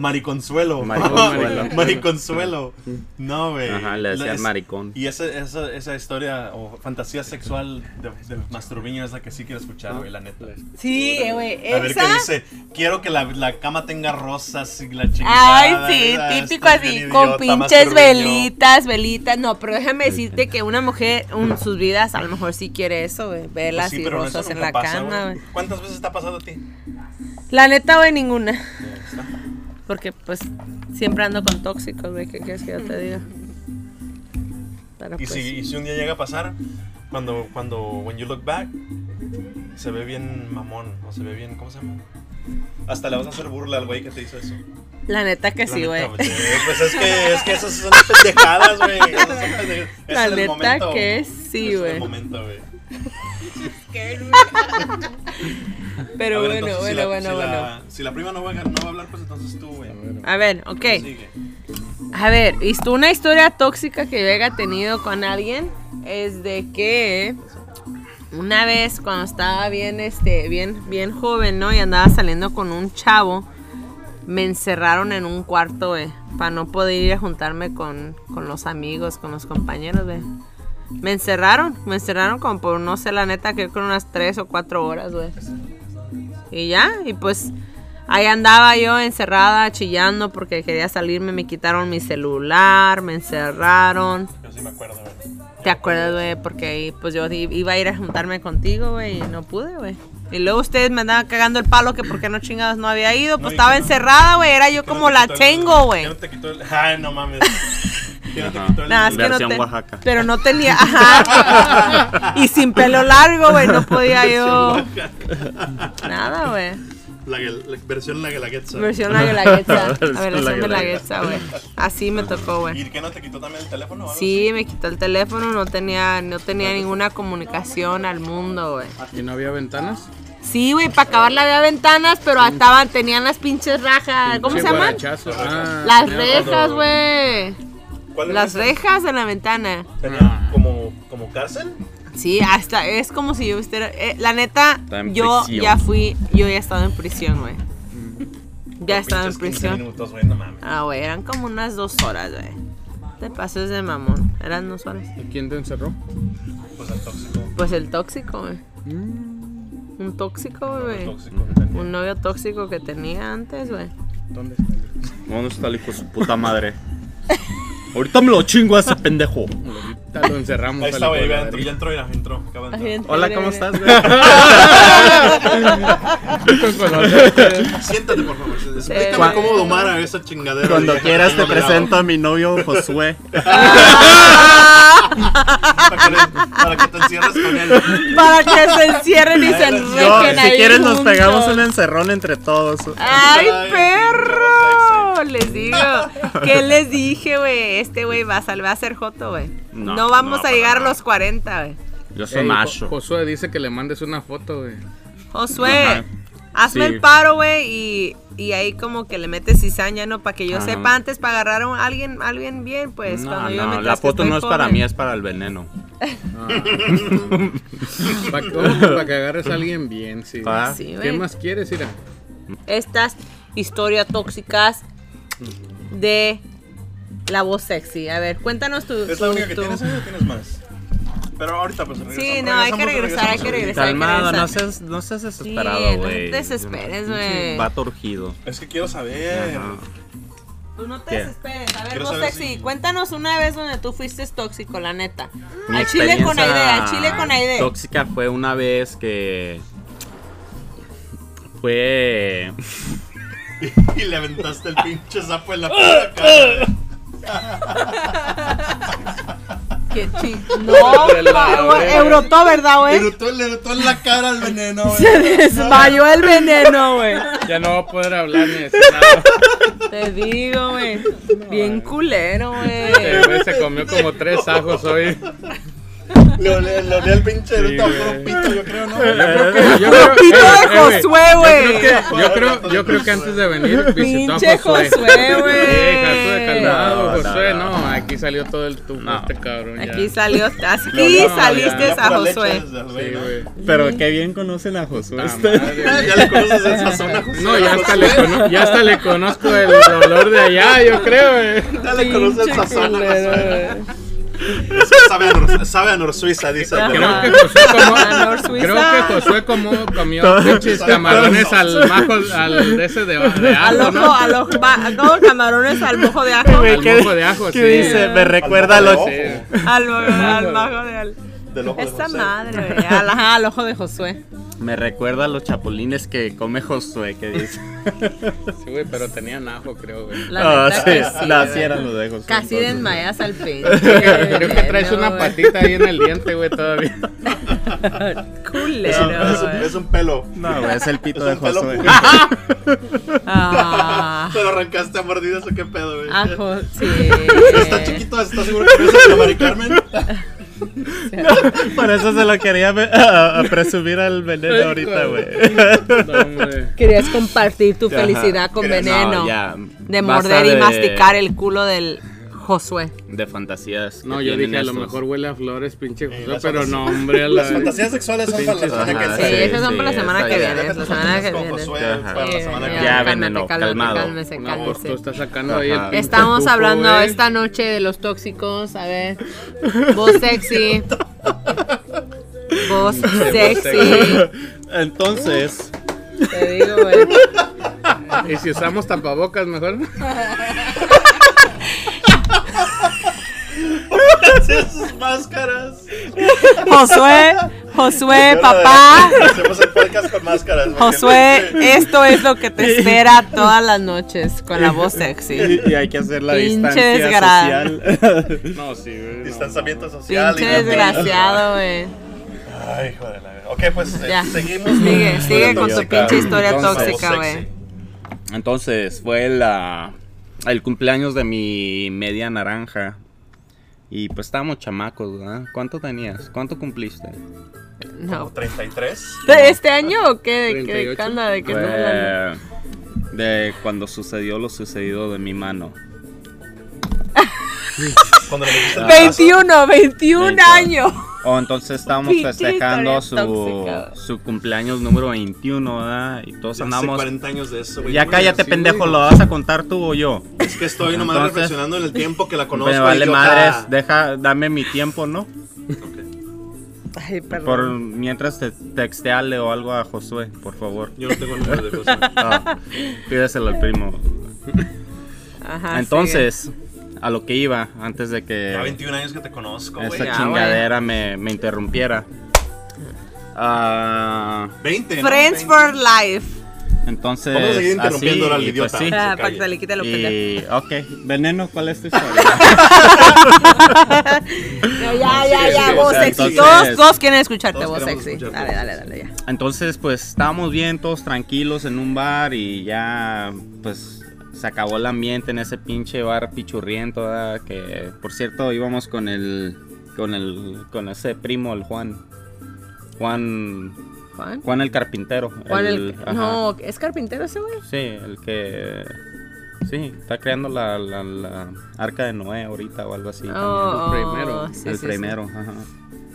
A: Mariconsuelo.
B: Mariconsuelo.
A: Mariconsuelo. No, güey.
B: Ajá, le decían
A: La- es-
B: maricón.
A: Y esa, esa, esa historia o fantasía sexual de, de Masturbiño es la que sí quiero escuchar, güey, la neta.
C: Sí, eh, güey.
A: A ver qué
C: esa-
A: dice. Quiero que la, la cama tenga rosas y la chingada.
C: Ay, sí,
A: ¿verdad?
C: típico
A: Estás bien
C: así,
A: idiota,
C: con pinches
A: Masturbiño.
C: velitas, velitas. No, pero déjame decirte que una mujer, en sus vidas, a lo mejor sí quiere eso, güey.
A: Pues
C: Velas
A: sí,
C: y
A: pero
C: rosas
A: eso
C: en
A: nunca
C: la
A: pasa,
C: cama, güey.
A: ¿Cuántas veces te ha pasado a ti?
C: La neta, güey, ninguna. Porque, pues, siempre ando con tóxicos, güey. ¿Qué quieres que yo te diga? Pero,
A: Y
C: pues,
A: si, y si un día llega a pasar, cuando, cuando, when you look back, se ve bien mamón, o se ve bien, ¿cómo se llama? Hasta le vas a hacer burla al güey que te hizo eso.
C: La neta que
A: La
C: sí,
A: neta,
C: güey.
A: Pues eh, pues es que, es que esas son pendejadas, güey. esas son pendejadas. Es
C: La
A: el
C: neta
A: momento.
C: que sí,
A: Es el
C: güey.
A: momento, güey.
C: Pero
A: A ver,
C: bueno,
A: entonces, si
C: bueno,
A: la-
C: bueno,
A: si
C: bueno.
A: la- si la prima no va, a, no va a hablar, pues entonces tú, güey.
C: A ver, ok.
A: Sigue.
C: A ver, ¿viste una historia tóxica que yo haya tenido con alguien? Es de que una vez cuando estaba bien, este, bien, bien joven, ¿no? Y andaba saliendo con un chavo, me encerraron en un cuarto, güey, para no poder ir a juntarme con, con los amigos, con los compañeros, güey. Me encerraron, me encerraron como por, no sé, la neta, creo que unas tres o cuatro horas, güey. Y ya, y pues ahí andaba yo encerrada, chillando porque quería salirme, me quitaron mi celular, me encerraron.
A: Yo sí me acuerdo, güey.
C: ¿Te acuerdas, güey? Porque ahí, pues yo di- iba a ir a juntarme contigo, güey, y no pude, güey. Y luego ustedes me andaban cagando el palo que porque no chingados no había ido,
A: No,
C: pues
A: ¿y
C: estaba
A: qué no?
C: encerrada, güey, era yo
A: ¿Quién
C: como
A: no te
C: la
A: quitó el-
C: tengo, güey.
A: ¿Quién no te quitó el- Ay, no mames. ¿Quién no te
B: Ajá.
A: quitó el-
C: Nada, es que no
B: Versión
C: te-
B: Oaxaca.
C: Pero no tenía. Ajá. y sin pelo largo, güey. No podía yo. Nada, güey.
A: La, la versión la guelaguetza.
C: Versión la guelaguetza.
B: Versión
C: A ver, versión de la
B: Guelaguetza.
C: guelaguetza, güey. Así me tocó, güey.
A: ¿Y que no te quitó también el teléfono? o algo
C: Sí, me quitó el teléfono, no tenía, no tenía ninguna comunicación al mundo, güey.
D: ¿Y no había ventanas?
C: Sí, güey, para acabarla había ventanas, pero estaban, tenían las pinches rajas. Ah, ¿Cómo se
D: Pinche
C: llaman?
D: guarachazos. Ah,
C: Las
D: ya,
C: rejas,
D: todo.
C: güey.
A: así? ¿Cuál
C: Las Ah.
A: redes
C: rejas de la ventana.
A: como, como cárcel?
C: Sí, hasta es como si yo estuviera. eh, la neta,
B: Está en
C: yo
B: prisión.
C: ya fui, yo ya he estado en prisión, güey. Ya he estado en
A: Mm. Pinches 15
C: prisión.
A: minutos, güey, no mames.
C: Ah, güey, eran como unas dos horas, güey. Te pases de mamón. Eran dos horas.
D: ¿Y quién te encerró?
A: Pues al tóxico.
C: Pues el tóxico, güey.
B: Mm.
C: Un tóxico,
A: al
C: güey.
A: tóxico que tenía.
C: Un novio tóxico que tenía antes, güey.
D: ¿Dónde está?
B: ¿Dónde está el hijo de su puta madre? Ahorita me lo chingo a ese pendejo.
D: Ahorita lo encerramos.
A: Ahí está,
D: al hijo
A: güey,
D: de
A: ya
D: la
A: entró, ya
D: verga.
A: entró, mira, entró, acaba de entrar.
B: Hola, ¿cómo
C: Mira, mira,
B: estás, güey?
A: Siéntate, por favor. Explícame
C: Cuan-
A: cómo domar a esa chingadera.
B: Cuando
A: güey,
B: quieras te
A: no le hago.
B: presento a mi novio Josué.
A: Para que, para que te encierres con él.
C: mira. Para que se encierren y se
B: Yo,
C: enrequen
B: si
C: ahí
B: quieres nos
C: juntos. Ah.
B: pegamos un encerrón entre todos.
C: ¡Ay,
A: Ay,
C: perro! Les digo. ¿Qué les dije, güey? Este güey va a, sal- va a ser joto, güey. No,
B: No,
C: vamos
B: no,
C: a
B: para
C: llegar a
B: nada.
C: los 40, güey.
B: Yo
D: Ey,
B: soy macho.
D: Jo- Josué dice que le mandes una foto, güey.
C: Josué,
B: Ajá.
C: Hazme
B: Sí.
C: el paro, güey, y, y ahí como que le metes cizaña, ¿no? Para que yo
B: Ajá.
C: sepa antes para agarrar a un- alguien, alguien bien, pues.
B: no,
C: cuando yo
B: no,
C: mientras
B: la
C: que
B: foto
C: estoy
B: no es para
C: joven.
B: mí, es para el veneno.
D: Para Ah. pa que agarres a alguien bien, sí.
B: Ah,
C: Sí,
D: ¿Qué
C: güey.
D: más quieres, Ira?
C: Estas historias tóxicas de la voz sexy. A ver, cuéntanos tu...
A: ¿Es la
C: tu-
A: única que
C: tu-
A: tienes ¿eh? ahí o tienes más? Pero ahorita pues
C: Sí,
A: regresamos-
C: no, hay
A: regresamos,
C: que regresar, hay que
A: regresamos.
C: regresar.
B: Calmado,
C: que
B: no
C: regresar.
B: seas, no seas
C: ah. Sí,
B: desesperado,
C: no te
B: güey.
C: desesperes, güey.
B: Vato urgido.
A: Es que quiero saber.
B: Ajá.
C: Tú no te
B: ¿Qué?
C: desesperes. A ver,
A: Quiero
C: voz
A: saber
C: sexy,
A: si-
C: cuéntanos una vez donde tú fuiste tóxico, la neta.
B: Mi
C: Al chile con
B: experiencia
C: idea, al chile con idea.
B: Tóxica fue una vez que. Fue.
A: Y le aventaste el pinche sapo en la puta cara.
C: Qué chido. No, güey, Eurotó, ¿verdad,
A: Le
C: güey?
A: erutó, le erutó en la cara el veneno, güey.
C: Se desmayó el veneno, güey.
D: Ya no va a poder hablar ni decir nada.
C: Te digo, güey. Bien culero,
D: Este
C: güey.
D: güey se comió como tres ajos hoy.
A: Le olé, le olé el pinche eruto por
D: Sí,
A: un
D: güey.
A: pito, yo creo, ¿no?
D: Yo creo que- yo creo-
C: Pito
D: eh,
C: de
D: eh, güey,
C: Josué, güey.
D: Yo creo, yo creo que antes de venir visitó
C: Pinche
D: a Josué.
C: Josué, güey.
D: Eh, Josué,
B: No,
D: calmado,
B: no,
D: Josué.
B: no.
D: No, aquí salió todo el tubo
B: No.
D: este cabrón. ya.
C: Aquí salió,
A: Le
C: aquí
A: olía- le
C: saliste
A: olía
C: a
A: pura leche
C: Josué.
A: desde el
D: Sí,
A: veneno.
D: güey.
B: Pero qué bien conocen a Josué. Este
D: Ah, madre, güey.
A: Ya le conoces el sazón a Josué.
D: No, ya hasta, le cono- ya hasta le conozco el olor de allá, yo creo, güey.
A: Ya le conoces el sazón a Josué. Es que sabe a Nor- Sabe a Nor Suiza, dice.
C: Ajá.
D: Creo que Josué
C: Ah, Nor
D: comió,
C: Suiza.
D: creo que Josué comió, comió pinches camarones al majo, al de ese de, de
C: Al
D: ajo,
C: ojo,
D: ¿no?
C: al ojo, va- no, camarones al mojo de ajo.
D: Al mojo de ajo, sí.
B: Me
A: recuerda
B: los
A: los-
D: Sí.
C: Al, al mojo de al-
A: Del ojo de
C: Esta
A: Josué.
C: madre, güey. Al, ajá, al ojo de Josué.
B: Me recuerda a los chapulines que come Josué, que dice.
D: Sí, güey, pero tenían ajo, creo, güey.
C: La
B: Ah,
C: neta
B: sí,
C: que sí,
B: no,
C: güey.
B: sí eran los de Josué.
C: Casi
B: entonces.
C: desmayas al pinche.
D: Creo que traes
C: veneno,
D: una
C: güey.
D: patita ahí en el diente, güey, todavía.
A: Es
C: Culero.
A: un- es un-
C: güey.
A: Es un pelo.
B: No, güey, es el
A: Es
B: pito de
A: un pelo
B: Josué.
A: público.
C: Ah,
A: Se lo arrancaste a mordidas o qué pedo, güey.
C: ajo, sí.
A: Está chiquito, ¿estás seguro que no es el de Mari Carmen?
B: Por eso se lo quería ve- a- a presumir al veneno ahorita, güey.
D: No, güey.
C: Querías compartir tu felicidad
B: Ajá.
C: con
B: No,
C: veneno.
B: ya,
C: De
B: basta
C: morder y
B: de-
C: masticar el culo del Josué.
B: De fantasías.
D: No,
B: que
D: yo
B: tienen
D: dije a lo
B: estos.
D: mejor huele a flores, pinche Josué,
A: las
D: pero
A: fantasías-
D: no, hombre, a la...
A: Las fantasías sexuales son para la
D: Pinches
A: semana
B: ajá,
A: que
C: Sí,
A: viene.
C: esas son
B: Ah, sí,
C: para la semana
B: está
C: que
B: bien.
C: viene. La semana que
A: Con
C: viene.
A: Josué,
B: Ajá.
A: para la
C: Sí,
A: semana que
B: ya,
A: viene.
B: ya,
C: cálmate,
B: veneno,
C: cálmate,
B: calmado.
C: cálmese,
D: No,
C: cálmese.
D: pues, tú estás sacando ahí
B: Ajá.
D: el pinche
C: Estamos
D: tufo,
C: hablando
B: ¿eh?
D: güey.
C: esta noche de los tóxicos, a ver. Voz sexy. Voz sexy.
B: Entonces,
C: Te digo, güey.
D: Y si usamos tapabocas, mejor.
A: Esas máscaras.
C: Eh, Josué, Josué, papá.
A: Hacemos el podcast con máscaras. porque
C: Josué,
A: no sé.
C: esto es lo que te espera todas las noches con la voz sexy.
B: y, y hay que hacer la
C: Pinche
B: distancia
C: desgraciado.
B: social.
D: No, sí, güey.
A: Distanciamiento social.
C: Pinche
A: y-
C: desgraciado, güey.
A: Ay, hijo de la verga. Ok, pues eh,
C: Ya.
A: seguimos.
C: Sigue, sigue con tu
B: tóxica.
C: pinche historia
A: Entonces,
C: tóxica,
A: sexy.
C: güey.
B: Entonces, fue la, el cumpleaños de mi media naranja. Y pues estábamos chamacos, ¿verdad? ¿Cuánto tenías? ¿Cuánto cumpliste?
C: No.
A: 33.
C: ¿De este año o qué? ¿De qué
D: 38?
C: canda? ¿De qué
B: Fue
C: estás hablando?
B: de cuando sucedió lo sucedido de mi mano.
A: Cuando le metiste el brazo.
C: 21, 21
B: Veinte.
C: años.
B: O entonces estábamos
C: Pinche
B: festejando
C: historia
B: su,
C: tóxica.
B: su cumpleaños número 21, ¿verdad? Y todos
A: Hace
B: andamos.
A: 40 años de eso, güey.
B: Ya
A: No,
B: cállate,
D: sí,
B: pendejo,
D: güey.
B: ¿lo vas a contar tú o yo?
A: Es que estoy nomás
B: Entonces-
A: reflexionando en el tiempo que la conozco. ah,
B: Me vale
A: idiota.
B: madres, deja, dame mi tiempo, ¿no?
C: Ay,
B: Por
C: perdón.
B: mientras te texteale o algo a Josué, por favor.
A: Yo no tengo el número de cosas.
B: Ah, pídeselo al primo.
C: Ajá,
B: Entonces, a lo que iba, antes de
A: Ya
B: que
A: 21 años que te conozco, güey.
B: esa
C: Ya,
B: chingadera me, me interrumpiera. Ah,
A: 20,
C: sigue.
A: ¿no? 20.
C: Friends for life.
B: entonces,
A: Vamos a seguir interrumpiendo
B: así,
A: al
B: y pues
A: idiota.
B: sí.
C: Ah,
A: calle.
C: para que se le quite lo pendejo.
B: Y, ok, Veneno, ¿cuál es tu historia?
C: No, Ya, ya,
A: sí,
C: ya,
A: sí,
C: vos
A: o sea,
C: sexy.
B: entonces-
C: Todos, todos quieren escucharte,
A: Todos
C: vos
A: queremos
C: sexy.
A: escucharte,
C: Dale,
A: vos
C: dale, dale, ya.
B: Entonces, pues estábamos bien, todos tranquilos en un bar y ya, pues se acabó el ambiente en ese pinche bar pichurriento, ¿verdad? que por cierto íbamos con el, con el, con ese primo, el Juan, Juan,
C: Juan.
B: Juan el carpintero.
C: Juan el.
B: ajá.
C: No, ¿es carpintero ese güey?
B: Sí, el que. Sí, está creando la, la- la arca de Noé ahorita o algo así.
C: Oh,
D: el primero,
C: oh, sí,
B: también. el
C: sí, sí.
B: primero, ajá.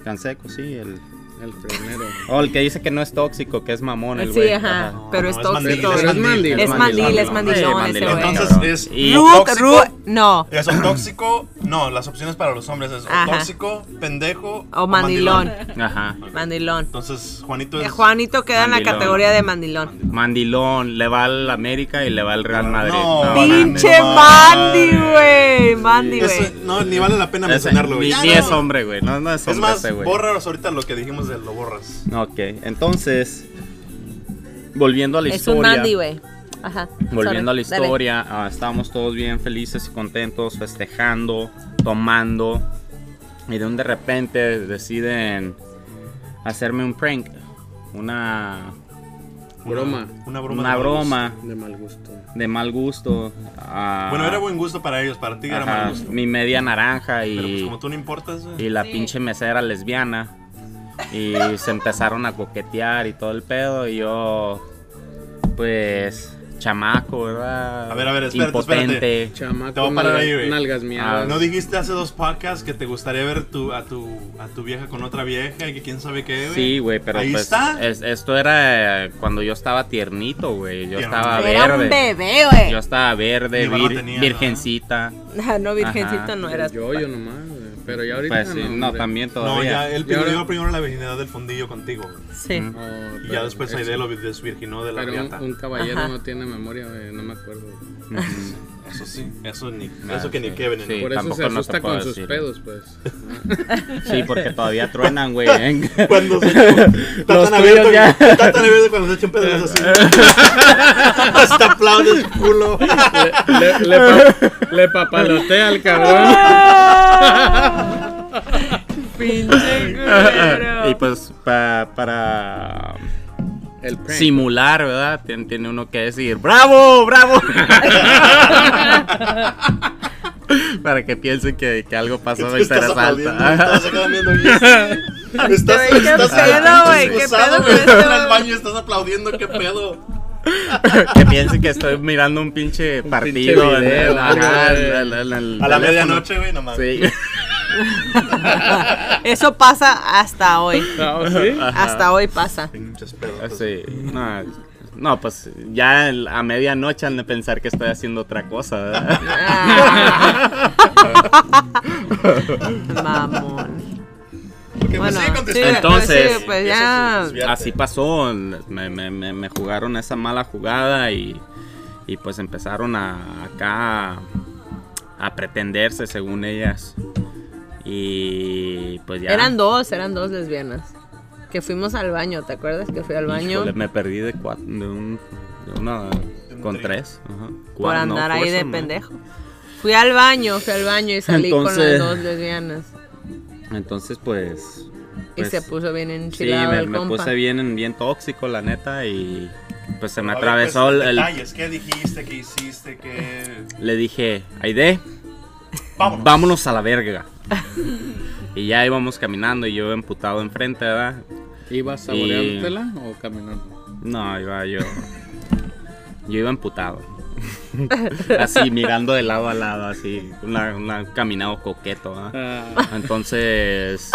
B: Canseco, sí, el.
D: El primero.
B: Oh, el que dice que no es tóxico, que es mamón el
C: Sí,
B: güey.
C: ajá.
A: No,
C: pero
A: no,
C: es tóxico.
D: mandil,
C: güey.
D: es mandil,
C: Es mandil, es mandilón ese güey.
A: Entonces es
B: Y-
A: no
C: Ruc,
A: tóxico.
C: ruc, no.
A: Eso, tóxico, no, las opciones para los hombres es o
C: Ajá.
A: tóxico, pendejo
C: O mandilón.
B: Ajá.
C: Mandilón.
A: Entonces, Juanito
C: Eh,
A: es.
C: Juanito queda en la
B: Mandilón.
C: categoría de mandilón.
B: Mandilón, le va al América y le va al Real
A: No,
B: Madrid.
A: no,
C: Pinche
A: no,
C: Mandy,
A: madre.
C: güey. Mandy,
A: Eso-
C: güey.
A: no, ni vale la pena
B: Ese-
A: mencionarlo, güey.
B: ni,
A: Ya
B: ni
A: no.
B: es hombre, güey. No, no es
A: Es
B: hombre
A: más,
B: ese, güey.
A: bórranos ahorita lo que dijimos de lo borras.
B: Ok, entonces, volviendo a la
C: Es un
B: historia.
C: Mandy, güey. Ajá.
B: Volviendo a la
C: sorry, dale.
B: historia, ah, estábamos todos bien felices y contentos, festejando, tomando. Y de un de repente deciden hacerme un prank. Una,
D: Broma.
A: Una broma.
B: una
A: de malos.
B: broma
D: De mal gusto.
B: de mal gusto. ah,
A: Bueno, era buen gusto para ellos, para ti era
B: ajá,
A: mal gusto.
B: Mi media naranja y.
A: Pero pues como tú no importas, güey.
B: Y la pinche mesera lesbiana. Y se empezaron a coquetear y todo el pedo. Y yo, pues, chamaco, ¿verdad?
A: A ver, a ver, espérate,
B: Impotente.
D: Chamaco.
A: Te voy a parar
D: nalga-
A: ahí, güey. Ah,
D: Nalgas miadas.
A: No dijiste hace dos podcasts que te gustaría ver tu, a, tu, a tu vieja con otra vieja y que quién sabe qué, güey.
B: Sí, güey, pero
A: Ahí
B: pues,
A: está.
B: es- esto era eh, cuando yo estaba tiernito, güey. Yo
A: Tierno.
B: estaba
C: Era un
B: verde.
C: bebé,
B: Yo
C: güey.
B: estaba verde,
A: Ni barba
B: vir-
A: tenía, ¿no?
B: virgencita.
C: Ah, No, virgencito
B: Ajá.
C: no
D: Era
C: eras.
D: yo, yo nomás, güey. Pero ya ahorita
B: Pues sí, no,
D: hombre.
B: también
A: No, ya
B: todavía.
A: él
D: Y
A: pidió
D: ahora-
A: primero la virginidad del fondillo contigo. güey.
C: Sí.
B: Mm.
D: Oh,
A: Y ya
D: pero
A: después
D: eso-
A: Aide lo desvirginó de la
D: Pero un,
A: riata.
D: un caballero
C: Ajá.
D: no tiene memoria, güey. No me acuerdo.
B: Ujú.
A: Eso sí, eso, ni,
B: Ah,
A: eso que ni
B: sí.
A: Kevin. ¿no?
B: Sí.
D: Por eso
B: tampoco
D: se
B: no te
D: asusta
B: puedo
D: con sus
B: decir.
D: pedos, pues.
B: Sí, porque todavía truenan, güey. ¿eh?
A: Cuando se, está
B: Los
A: tan abierto,
B: tuyos ya.
A: está tan abierto cuando se echa un pedo es así. Hasta aplaude su culo.
D: le, le, pa- le papalotea al cabrón.
C: Pinche culero.
B: y pues pa- para
D: El prank.
B: simular, ¿verdad? Tien- tiene uno que decir, ¡bravo, bravo! para que piensen que, que algo
A: Que
B: pasó
A: tú
B: en
A: estás
B: Teresa
A: aplaudiendo,
B: Alta.
A: todos se quedan viendo bien. Estás,
C: Güey, qué
A: estás
C: pedo, güey, qué
A: excusado,
C: pedo
A: güey,
C: con esto,
A: en el
C: güey.
A: baño estás aplaudiendo, qué pedo.
B: que piensen que estoy mirando un pinche partido en- en-
D: video,
B: ajá,
D: güey.
B: en- en- en el
A: A la
B: teléfono.
A: medianoche, güey, nomás.
B: Sí.
C: Eso pasa hasta hoy.
D: No, Ah, ¿oh, ¿sí?
C: Hasta hoy pasa.
A: Pinches pedos.
B: Ah, Sí, No, no, pues ya el- a medianoche han de pensar que estoy haciendo otra cosa, ¿verdad?
C: Ah. Mamón.
A: Porque
C: Bueno,
A: me sigue contestando.
C: sí,
B: Entonces,
C: pues sí, pues ya.
A: Fíjate.
B: Así pasó, me, me- me- me jugaron esa mala jugada y, y pues empezaron a acá a, pretenderse según ellas. Y pues ya.
C: Eran dos, eran dos lesbianas. Que fuimos al baño, ¿te acuerdas que fui al baño?
B: Híjole, me perdí de, cuat- de, un, de una
A: un
B: con
A: trío.
B: tres. ajá.
C: por
B: Cuatro, no,
C: andar ahí de
B: foursome, ¿no?
C: pendejo. Fui al baño, fui al baño y salí
B: Entonces-
C: con las dos lesbianas.
B: Entonces pues.
C: Y
B: pues,
C: se puso bien
B: Sí,
C: enchilado
B: me,
C: el
B: me
C: compa.
B: puse bien, bien tóxico, la neta, y pues se me
A: A ver,
B: atravesó
A: pues,
B: el- el,
A: Detalles, ¿qué dijiste? ¿Qué hiciste? ¿Qué...?
B: le dije, Aide,
A: Vámonos.
B: a la verga. y ya íbamos caminando y yo emputado enfrente, ¿verdad?
D: ¿Ibas saboreándotela o caminando?
B: No, iba yo. Yo iba emputado. así, mirando de lado a lado, así, una- una- un caminado coqueto, ¿verdad?
D: Ah,
B: Entonces,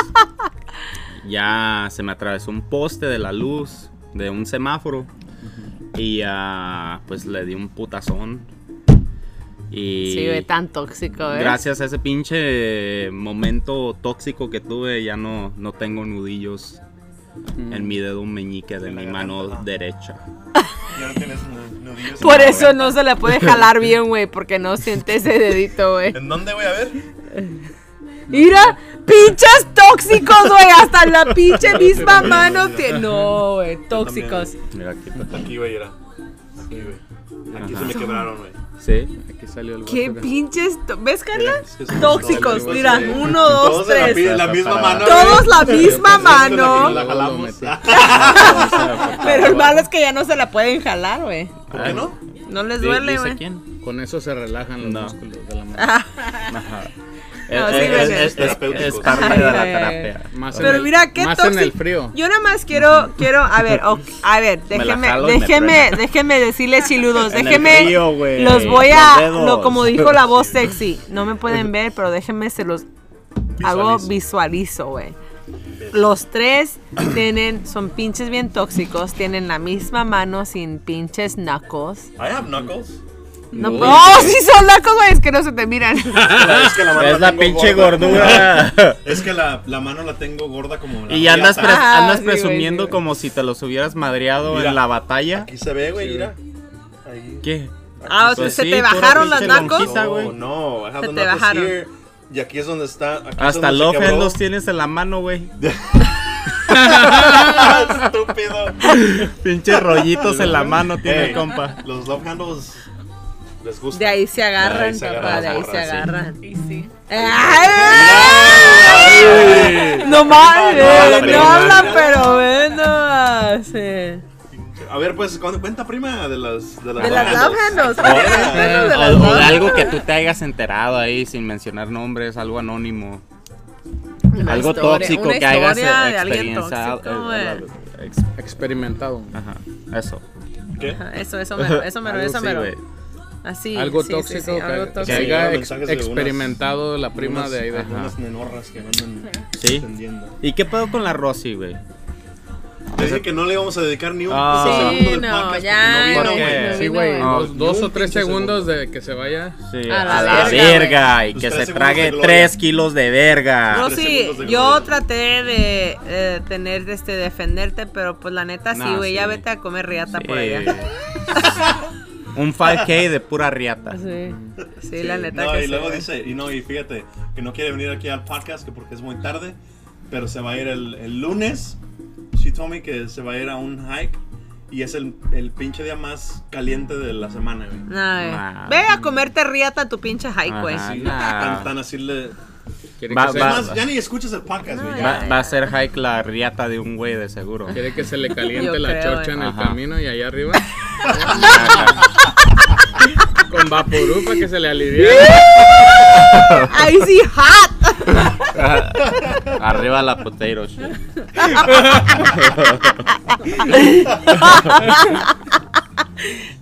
B: ya se me atravesó un poste de la luz de un semáforo y ah, pues le di un putazón. Y
C: Sí, güey, tan tóxico, ¿eh?
B: Gracias a ese pinche momento tóxico que tuve, ya no, no tengo nudillos
C: Mm.
D: Mm,
B: en mi dedo meñique de
A: En la
B: mi
A: garganta,
B: mano
A: ajá.
B: derecha.
A: Ya no tienes nu- nudillos. en
C: Por
A: la
C: eso
A: boca.
C: no se la puede jalar bien, güey, porque no siente ese dedito, güey.
A: ¿En dónde voy a ver?
C: Mira, pinches tóxicos, güey, hasta la pinche misma mano tiene. No, güey, tóxicos.
B: Mira aquí.
A: Aquí, güey, era. Aquí, güey. Aquí se
B: Ajá.
A: me quebraron, güey.
B: Sí.
D: Aquí salió el
C: ¿Qué
D: guapo.
C: pinches? tó- ¿Ves, Carla?
A: Es que son
C: Tóxicos,
A: todos,
C: mira,
A: güey.
C: uno, dos,
A: Todos de la pi-
C: tres.
A: La, misma
B: Para-
A: mano.
C: Todos la misma
A: güey.
C: mano.
A: La jalamos. Ah,
C: Pero el malo es que ya no se la pueden jalar, güey.
A: ¿Por qué no?
C: No les
B: Di-
C: duele,
B: dice
C: güey.
B: quién.
D: Con eso se relajan los
B: No.
D: músculos de la mano.
B: Ajá.
C: No, sí,
B: es,
C: bueno.
B: es- es-
A: Terapéuticos.
B: es parte de la
C: Ay, ay, ay.
B: terapia.
D: Más en
C: Pero
D: el-
C: mira, qué
D: Más
C: tóxico.
D: en el frío.
C: Yo nada más quiero, quiero, a ver, ok, a ver,
B: Me la
C: déjeme,
B: jalo y me
C: déjeme,
B: truena.
C: déjeme decirles chiludos,
B: En el
C: déjeme,
B: frío, güey,
C: los voy
B: los
C: a,
B: dedos.
C: lo- como dijo la voz sexy, no me pueden ver, pero déjenme se los hago visualizo, güey. Los tres tienen, son pinches bien tóxicos, tienen la misma mano sin pinches nacos.
A: I have knuckles.
C: No,
D: Uy.
C: ¡Oh, sí son nacos, güey, es que no se te miran.
A: Es que la mano
B: Es la
A: tengo
B: pinche
A: gorda.
B: gordura.
A: Es que la, la mano la tengo gorda como la
B: Y andas,
A: riata.
B: pre-
C: Ah,
B: andas
C: sí, güey,
B: presumiendo
C: sí, güey.
B: como si te los hubieras madreado
A: Mira.
B: en la batalla.
A: Aquí se ve, güey, mira. Ahí.
B: ¿Qué?
C: Ah,
B: Pues
C: ¿se
B: sí,
C: te
B: pura
C: bajaron las
B: pinche
C: nacos?
B: lonjita, güey.
A: No, no, I have the
C: Se te
A: knuckles
C: bajaron.
A: here. Y aquí es donde está. aquí es donde
B: Hasta
A: se
B: Love
A: quebró.
B: los tienes en la mano, güey.
A: ¡Ah, Estúpido.
B: Pinches rollitos en la mano tiene,
A: Ey,
B: compa.
A: Eh, Los love handles les gusta.
C: De ahí se agarran,
A: se
C: papá,
A: agarran
C: de ahí
A: las
C: se
A: morras, sí.
C: agarran.
E: Y sí.
C: ¡Ay! No mames,
A: No
C: no
A: habla,
C: hablan, pero bueno. sí.
A: A ver, pues, ¿cu- cuenta prima de las. De las,
C: De las
A: love
C: love
A: handles?
C: handles.
B: O, eh,
C: cuéntanos de las
B: o- o
C: love
B: de algo que
C: handles.
B: tú te hayas enterado ahí sin mencionar nombres, algo anónimo.
C: Una
B: algo
C: historia-
B: tóxico
C: una
B: que hayas
C: historia de alguien
B: experienciado.
C: tóxico,
B: eh,
C: güey.
B: eh, ex-
D: Experimentado.
B: Ajá, eso.
A: ¿Qué?
C: Ajá, Eso, eso mero, eso mero,
B: Algo
C: eso
B: sí,
C: mero.
B: güey.
C: Así.
D: algo
C: sí, sí,
D: tóxico,
C: sí,
D: que,
C: algo
D: que
C: tóxico.
D: haya
A: Sí,
D: ex-
A: mensajes de unas-
D: experimentado la prima
A: unas-
D: de ahí de
B: ajá.
A: Unas nenorras que andan
B: Sí.
A: entendiendo.
B: ¿Y qué pedo con la Rosy, güey?
A: Te dije que no le íbamos a dedicar ni un
B: Ah.
A: puto
B: Sí,
A: segundo del
C: no,
A: podcast
C: ya,
A: porque no
B: no,
A: vino, güey.
B: no.
D: Sí, güey.
B: No,
D: dos
A: ni
D: dos
A: un
D: o tres
A: pinche
D: segundos de que se vaya.
B: Sí,
C: A
B: a
C: la
B: la,
C: verga,
B: verga,
A: güey.
B: y
A: Tus
B: que
A: tres
B: se
A: segundos de
B: trague
A: gloria.
B: 3 kilos de verga.
A: Tres
C: Rosy,
A: segundos de
C: yo
A: gloria.
C: traté de eh, tener, este, defenderte, pero pues la neta sí,
B: Nah,
C: güey, ya
B: sí.
C: vete a comer riata
B: Sí.
C: por allá.
B: Un 5K de pura riata.
C: Sí, sí, la neta
A: No,
C: que
A: y
C: sí,
A: luego
C: güey.
A: dice, y no, y fíjate, que no quiere venir aquí al podcast que porque es muy tarde, pero se va a ir el, el lunes. She told me que se va a ir a un hike y es el, el pinche día más caliente de la semana, güey.
C: No, güey.
B: Nah.
C: Ve a comerte riata tu pinche pues. hike, güey.
B: Ajá.
A: Sí,
B: nah.
A: tan, tan así le...
D: Quiere,
B: Va-
D: que
A: Es
D: se,
B: va-
A: más, ya ni escuchas el podcast, güey. ya.
B: Va, va a ser hike la riata de un güey de seguro.
D: quiere que se le
C: Yo
D: caliente la
C: creo,
D: chorcha en
B: eh.
D: el
B: Ajá.
D: camino y allá arriba. Con vaporú para que se le alivie.
C: Ahí sí, hot.
B: Arriba la potato shit.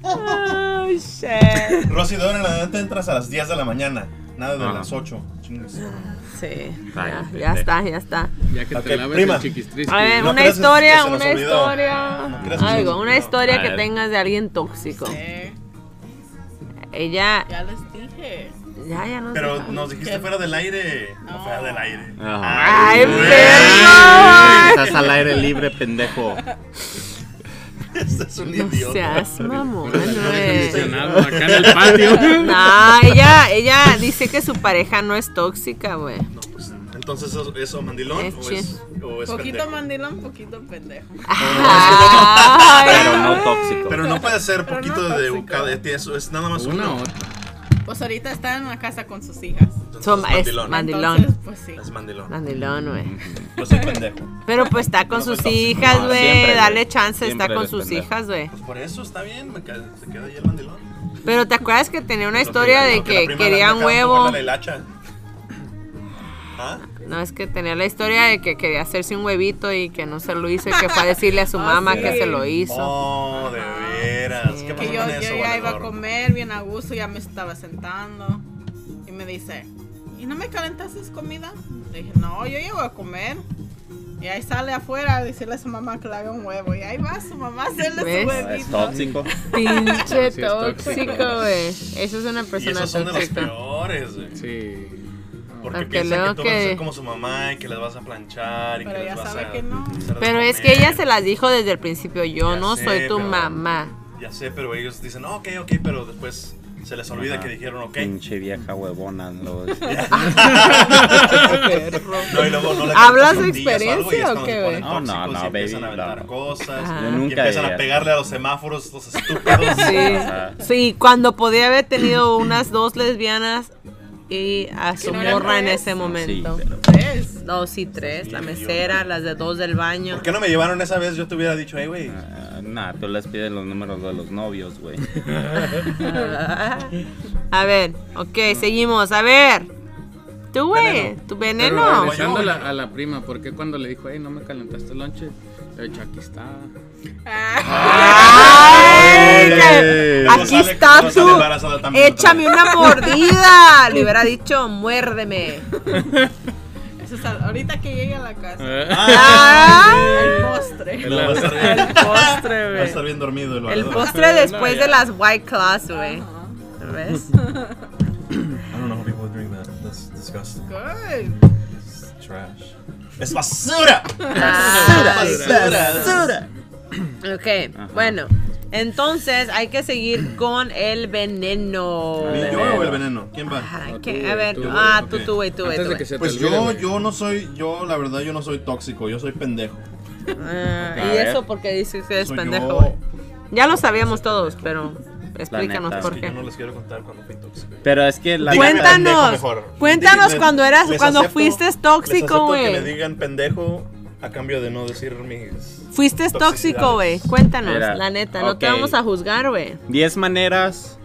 C: Oh, shit.
A: Rosy de ahora en adelante entras a las 10 de la mañana, nada de
B: Ajá.
A: las 8. Chingues.
C: Ah, Sí,
B: Ay,
C: ya,
B: pendejo.
C: ya está, ya está.
D: Ya que
A: Ok,
D: te laves
A: prima.
D: el chiquistrisqui.
C: A ver,
A: no
C: una
A: crees que
C: historia,
A: se nos
C: una
A: olvidó. No crees que se
C: historia.
A: nos
C: Algo, una
A: olvidó.
C: historia
B: A
C: que
B: ver.
C: tengas de alguien tóxico.
E: Eh,
C: Ella,
E: ya les dije.
C: ya, ya no
A: Pero
C: sé.
A: nos dijiste fuera del aire. No, fuera del aire.
B: Ajá.
C: ¡Ay,
A: güey.
C: perro!
B: Estás al aire libre, pendejo.
A: Este es un
C: No
A: idiota.
C: seas mamón, güey.
D: Acondicionado acá en el patio.
C: Nah, ella, ella dice que su pareja no es tóxica, güey.
A: No, pues, entonces, ¿eso, eso mandilón
C: Es
A: o es, o es
E: Poquito
A: pendejo?
E: mandilón, poquito pendejo.
C: Ay,
B: Pero no tóxico.
A: Pero no puede ser
E: Pero no
A: poquito de
E: tóxico.
A: cada eso es nada más
D: Una
A: uno.
D: otra.
E: Pues ahorita está en la casa con sus hijas.
A: Entonces,
C: Son-
A: es
C: es
A: mandilón. ¿eh?
C: Mandilón.
E: Entonces, pues sí.
A: Es mandilón.
C: Mandilón, güey.
A: Yo soy pendejo.
C: Pero pues está con
A: No,
C: sus
A: no,
C: hijas,
B: no,
C: güey.
B: siempre, güey.
C: Dale chance, está
B: Siempre
C: con
B: eres
C: sus
B: pendejo.
C: hijas, güey.
A: Pues por eso está bien, me queda- se queda ahí el mandilón.
C: Pero te acuerdas que tenía una historia de
A: Lo Pues, la
C: que
A: prima
C: quería
A: anda
C: un
A: acá
C: huevo.
A: tocándole el hacha. ¿Ah?
C: No, es que tenía la historia de que quería hacerse un huevito y que no se lo hizo y que fue a decirle a su
E: Ah,
C: mamá
E: sí.
C: que se lo hizo.
A: Oh,
C: Ah,
A: de veras. ¿Qué
E: Que
A: pasó
E: yo,
A: con
E: yo
A: eso,
E: ya iba a
A: valedor?
E: comer bien a gusto, ya me estaba sentando. Y me dice, ¿y no me calentaste comida? Le dije, no, yo llego a comer. Y ahí sale afuera a decirle a su mamá que le haga un huevo. Y ahí va su mamá a hacerle
C: ¿Ves?
E: su
B: Ah, Es
E: huevito.
B: tóxico.
C: Pinche
D: Sí, es tóxico.
C: tóxico, güey. Eso es una
A: Y
C: persona
A: esos son de los
C: tóxica.
A: peores, güey.
D: Sí.
A: Porque
C: Aunque
A: piensan
C: luego
A: que tú vas a
C: que-
A: ser como su mamá y que les vas a planchar y
E: Pero
A: que les
E: ya
A: vas
E: sabe
A: a.
E: que no.
A: hacer de
C: Pero es que
A: comer.
C: ella se las dijo desde el principio, yo
A: Ya
C: no
A: sé,
C: soy tu
A: pero-
C: mamá.
A: Ya sé, pero ellos dicen, "No, ok, ok, pero después se les olvida
B: Ajá.
A: que dijeron, ok.
B: Pinche vieja huevona. lo-
A: No, y luego no le
C: ¿Hablas
A: cuentas
C: de
A: tortillas algo y es
C: experiencia o
A: cuando
C: qué,
A: se ponen
C: güey?
B: No, no,
A: tóxicos y empiezan
B: no, baby,
A: a aventar
B: no.
A: cosas.
C: Ajá.
B: Yo
A: y
B: nunca
A: empiezan a
B: diría.
A: pegarle a los semáforos, estos estúpidos.
C: Sí.
B: Ajá.
C: Sí, cuando podía haber tenido unas dos lesbianas y a su
E: no eran
C: morra en
E: tres.
C: ese
B: Sí,
C: momento.
B: pero-
E: Tres.
C: Dos y tres, la
A: Sí,
C: mesera, las de dos del baño.
A: ¿Por qué no me llevaron esa vez? Yo te hubiera dicho, hey, güey.
B: Ah, Nah, tú les pides los números de los novios, güey.
C: A ver, ok, seguimos. A ver, tú, güey.
A: Veneno.
C: Tu
D: Pero
C: veneno.
D: regresando a la, a la prima, ¿por qué cuando le dijo, hey, no me calentaste el lonche? Le dijo, aquí está.
E: Ah,
C: Ay,
A: Ay,
C: que-
A: no
C: Aquí
A: sale-
C: está
A: no sale
C: tú.
A: embarazada también otra
C: Échame
A: vez.
C: una mordida. Le hubiera dicho, muérdeme.
E: Eso es al- ahorita que llegue a la casa.
C: Ah,
E: El postre.
A: Él va a estar bien,
C: el postre,
A: va a
C: güey.
A: estar bien dormido el
C: El
A: valedor.
C: postre después
D: No,
C: de
D: ya.
C: las White Claws, güey. ¿Ves?
A: I don't know how people drink that. That's disgusting.
E: Good.
A: It's trash. Es basura.
C: Ah,
A: Basura.
C: ok, bueno. Entonces hay que seguir con el veneno.
A: ¿Y yo o el veneno? ¿Quién va?
C: Ajá,
D: No,
C: que-
D: tú,
C: a ver,
D: tú,
C: ah,
A: ok.
C: tú, tú, güey, tú, güey.
D: Antes
C: tú,
D: de
C: güey.
D: que se te
A: Pues
D: olvide,
A: yo,
D: güey.
A: yo no soy, yo la verdad yo no soy tóxico, yo soy pendejo.
C: Ah,
B: A
C: y
B: ver.
C: eso porque dices que eres
A: Soy
C: pendejo,
A: yo-
C: güey. Ya lo sabíamos todos, pero explícanos
B: neta,
C: por
B: es
A: Que yo
C: qué.
A: no les quiero contar cuando fui tóxico.
B: Pero es que la
A: Díganme
C: Cuéntanos,
A: pendejo mejor.
C: cuéntanos
A: Díganme-
C: cuando eras-
A: les
C: cuando
A: acepto-
C: fuiste
A: les
C: tóxico,
A: acepto
C: güey.
A: Que me digan pendejo a cambio de no decir mis.
C: Fuiste tóxico,
A: Toxicidades.
C: güey. Cuéntanos,
B: Mira,
C: la neta. No te
B: ok.
C: vamos a juzgar, güey.
B: 10 maneras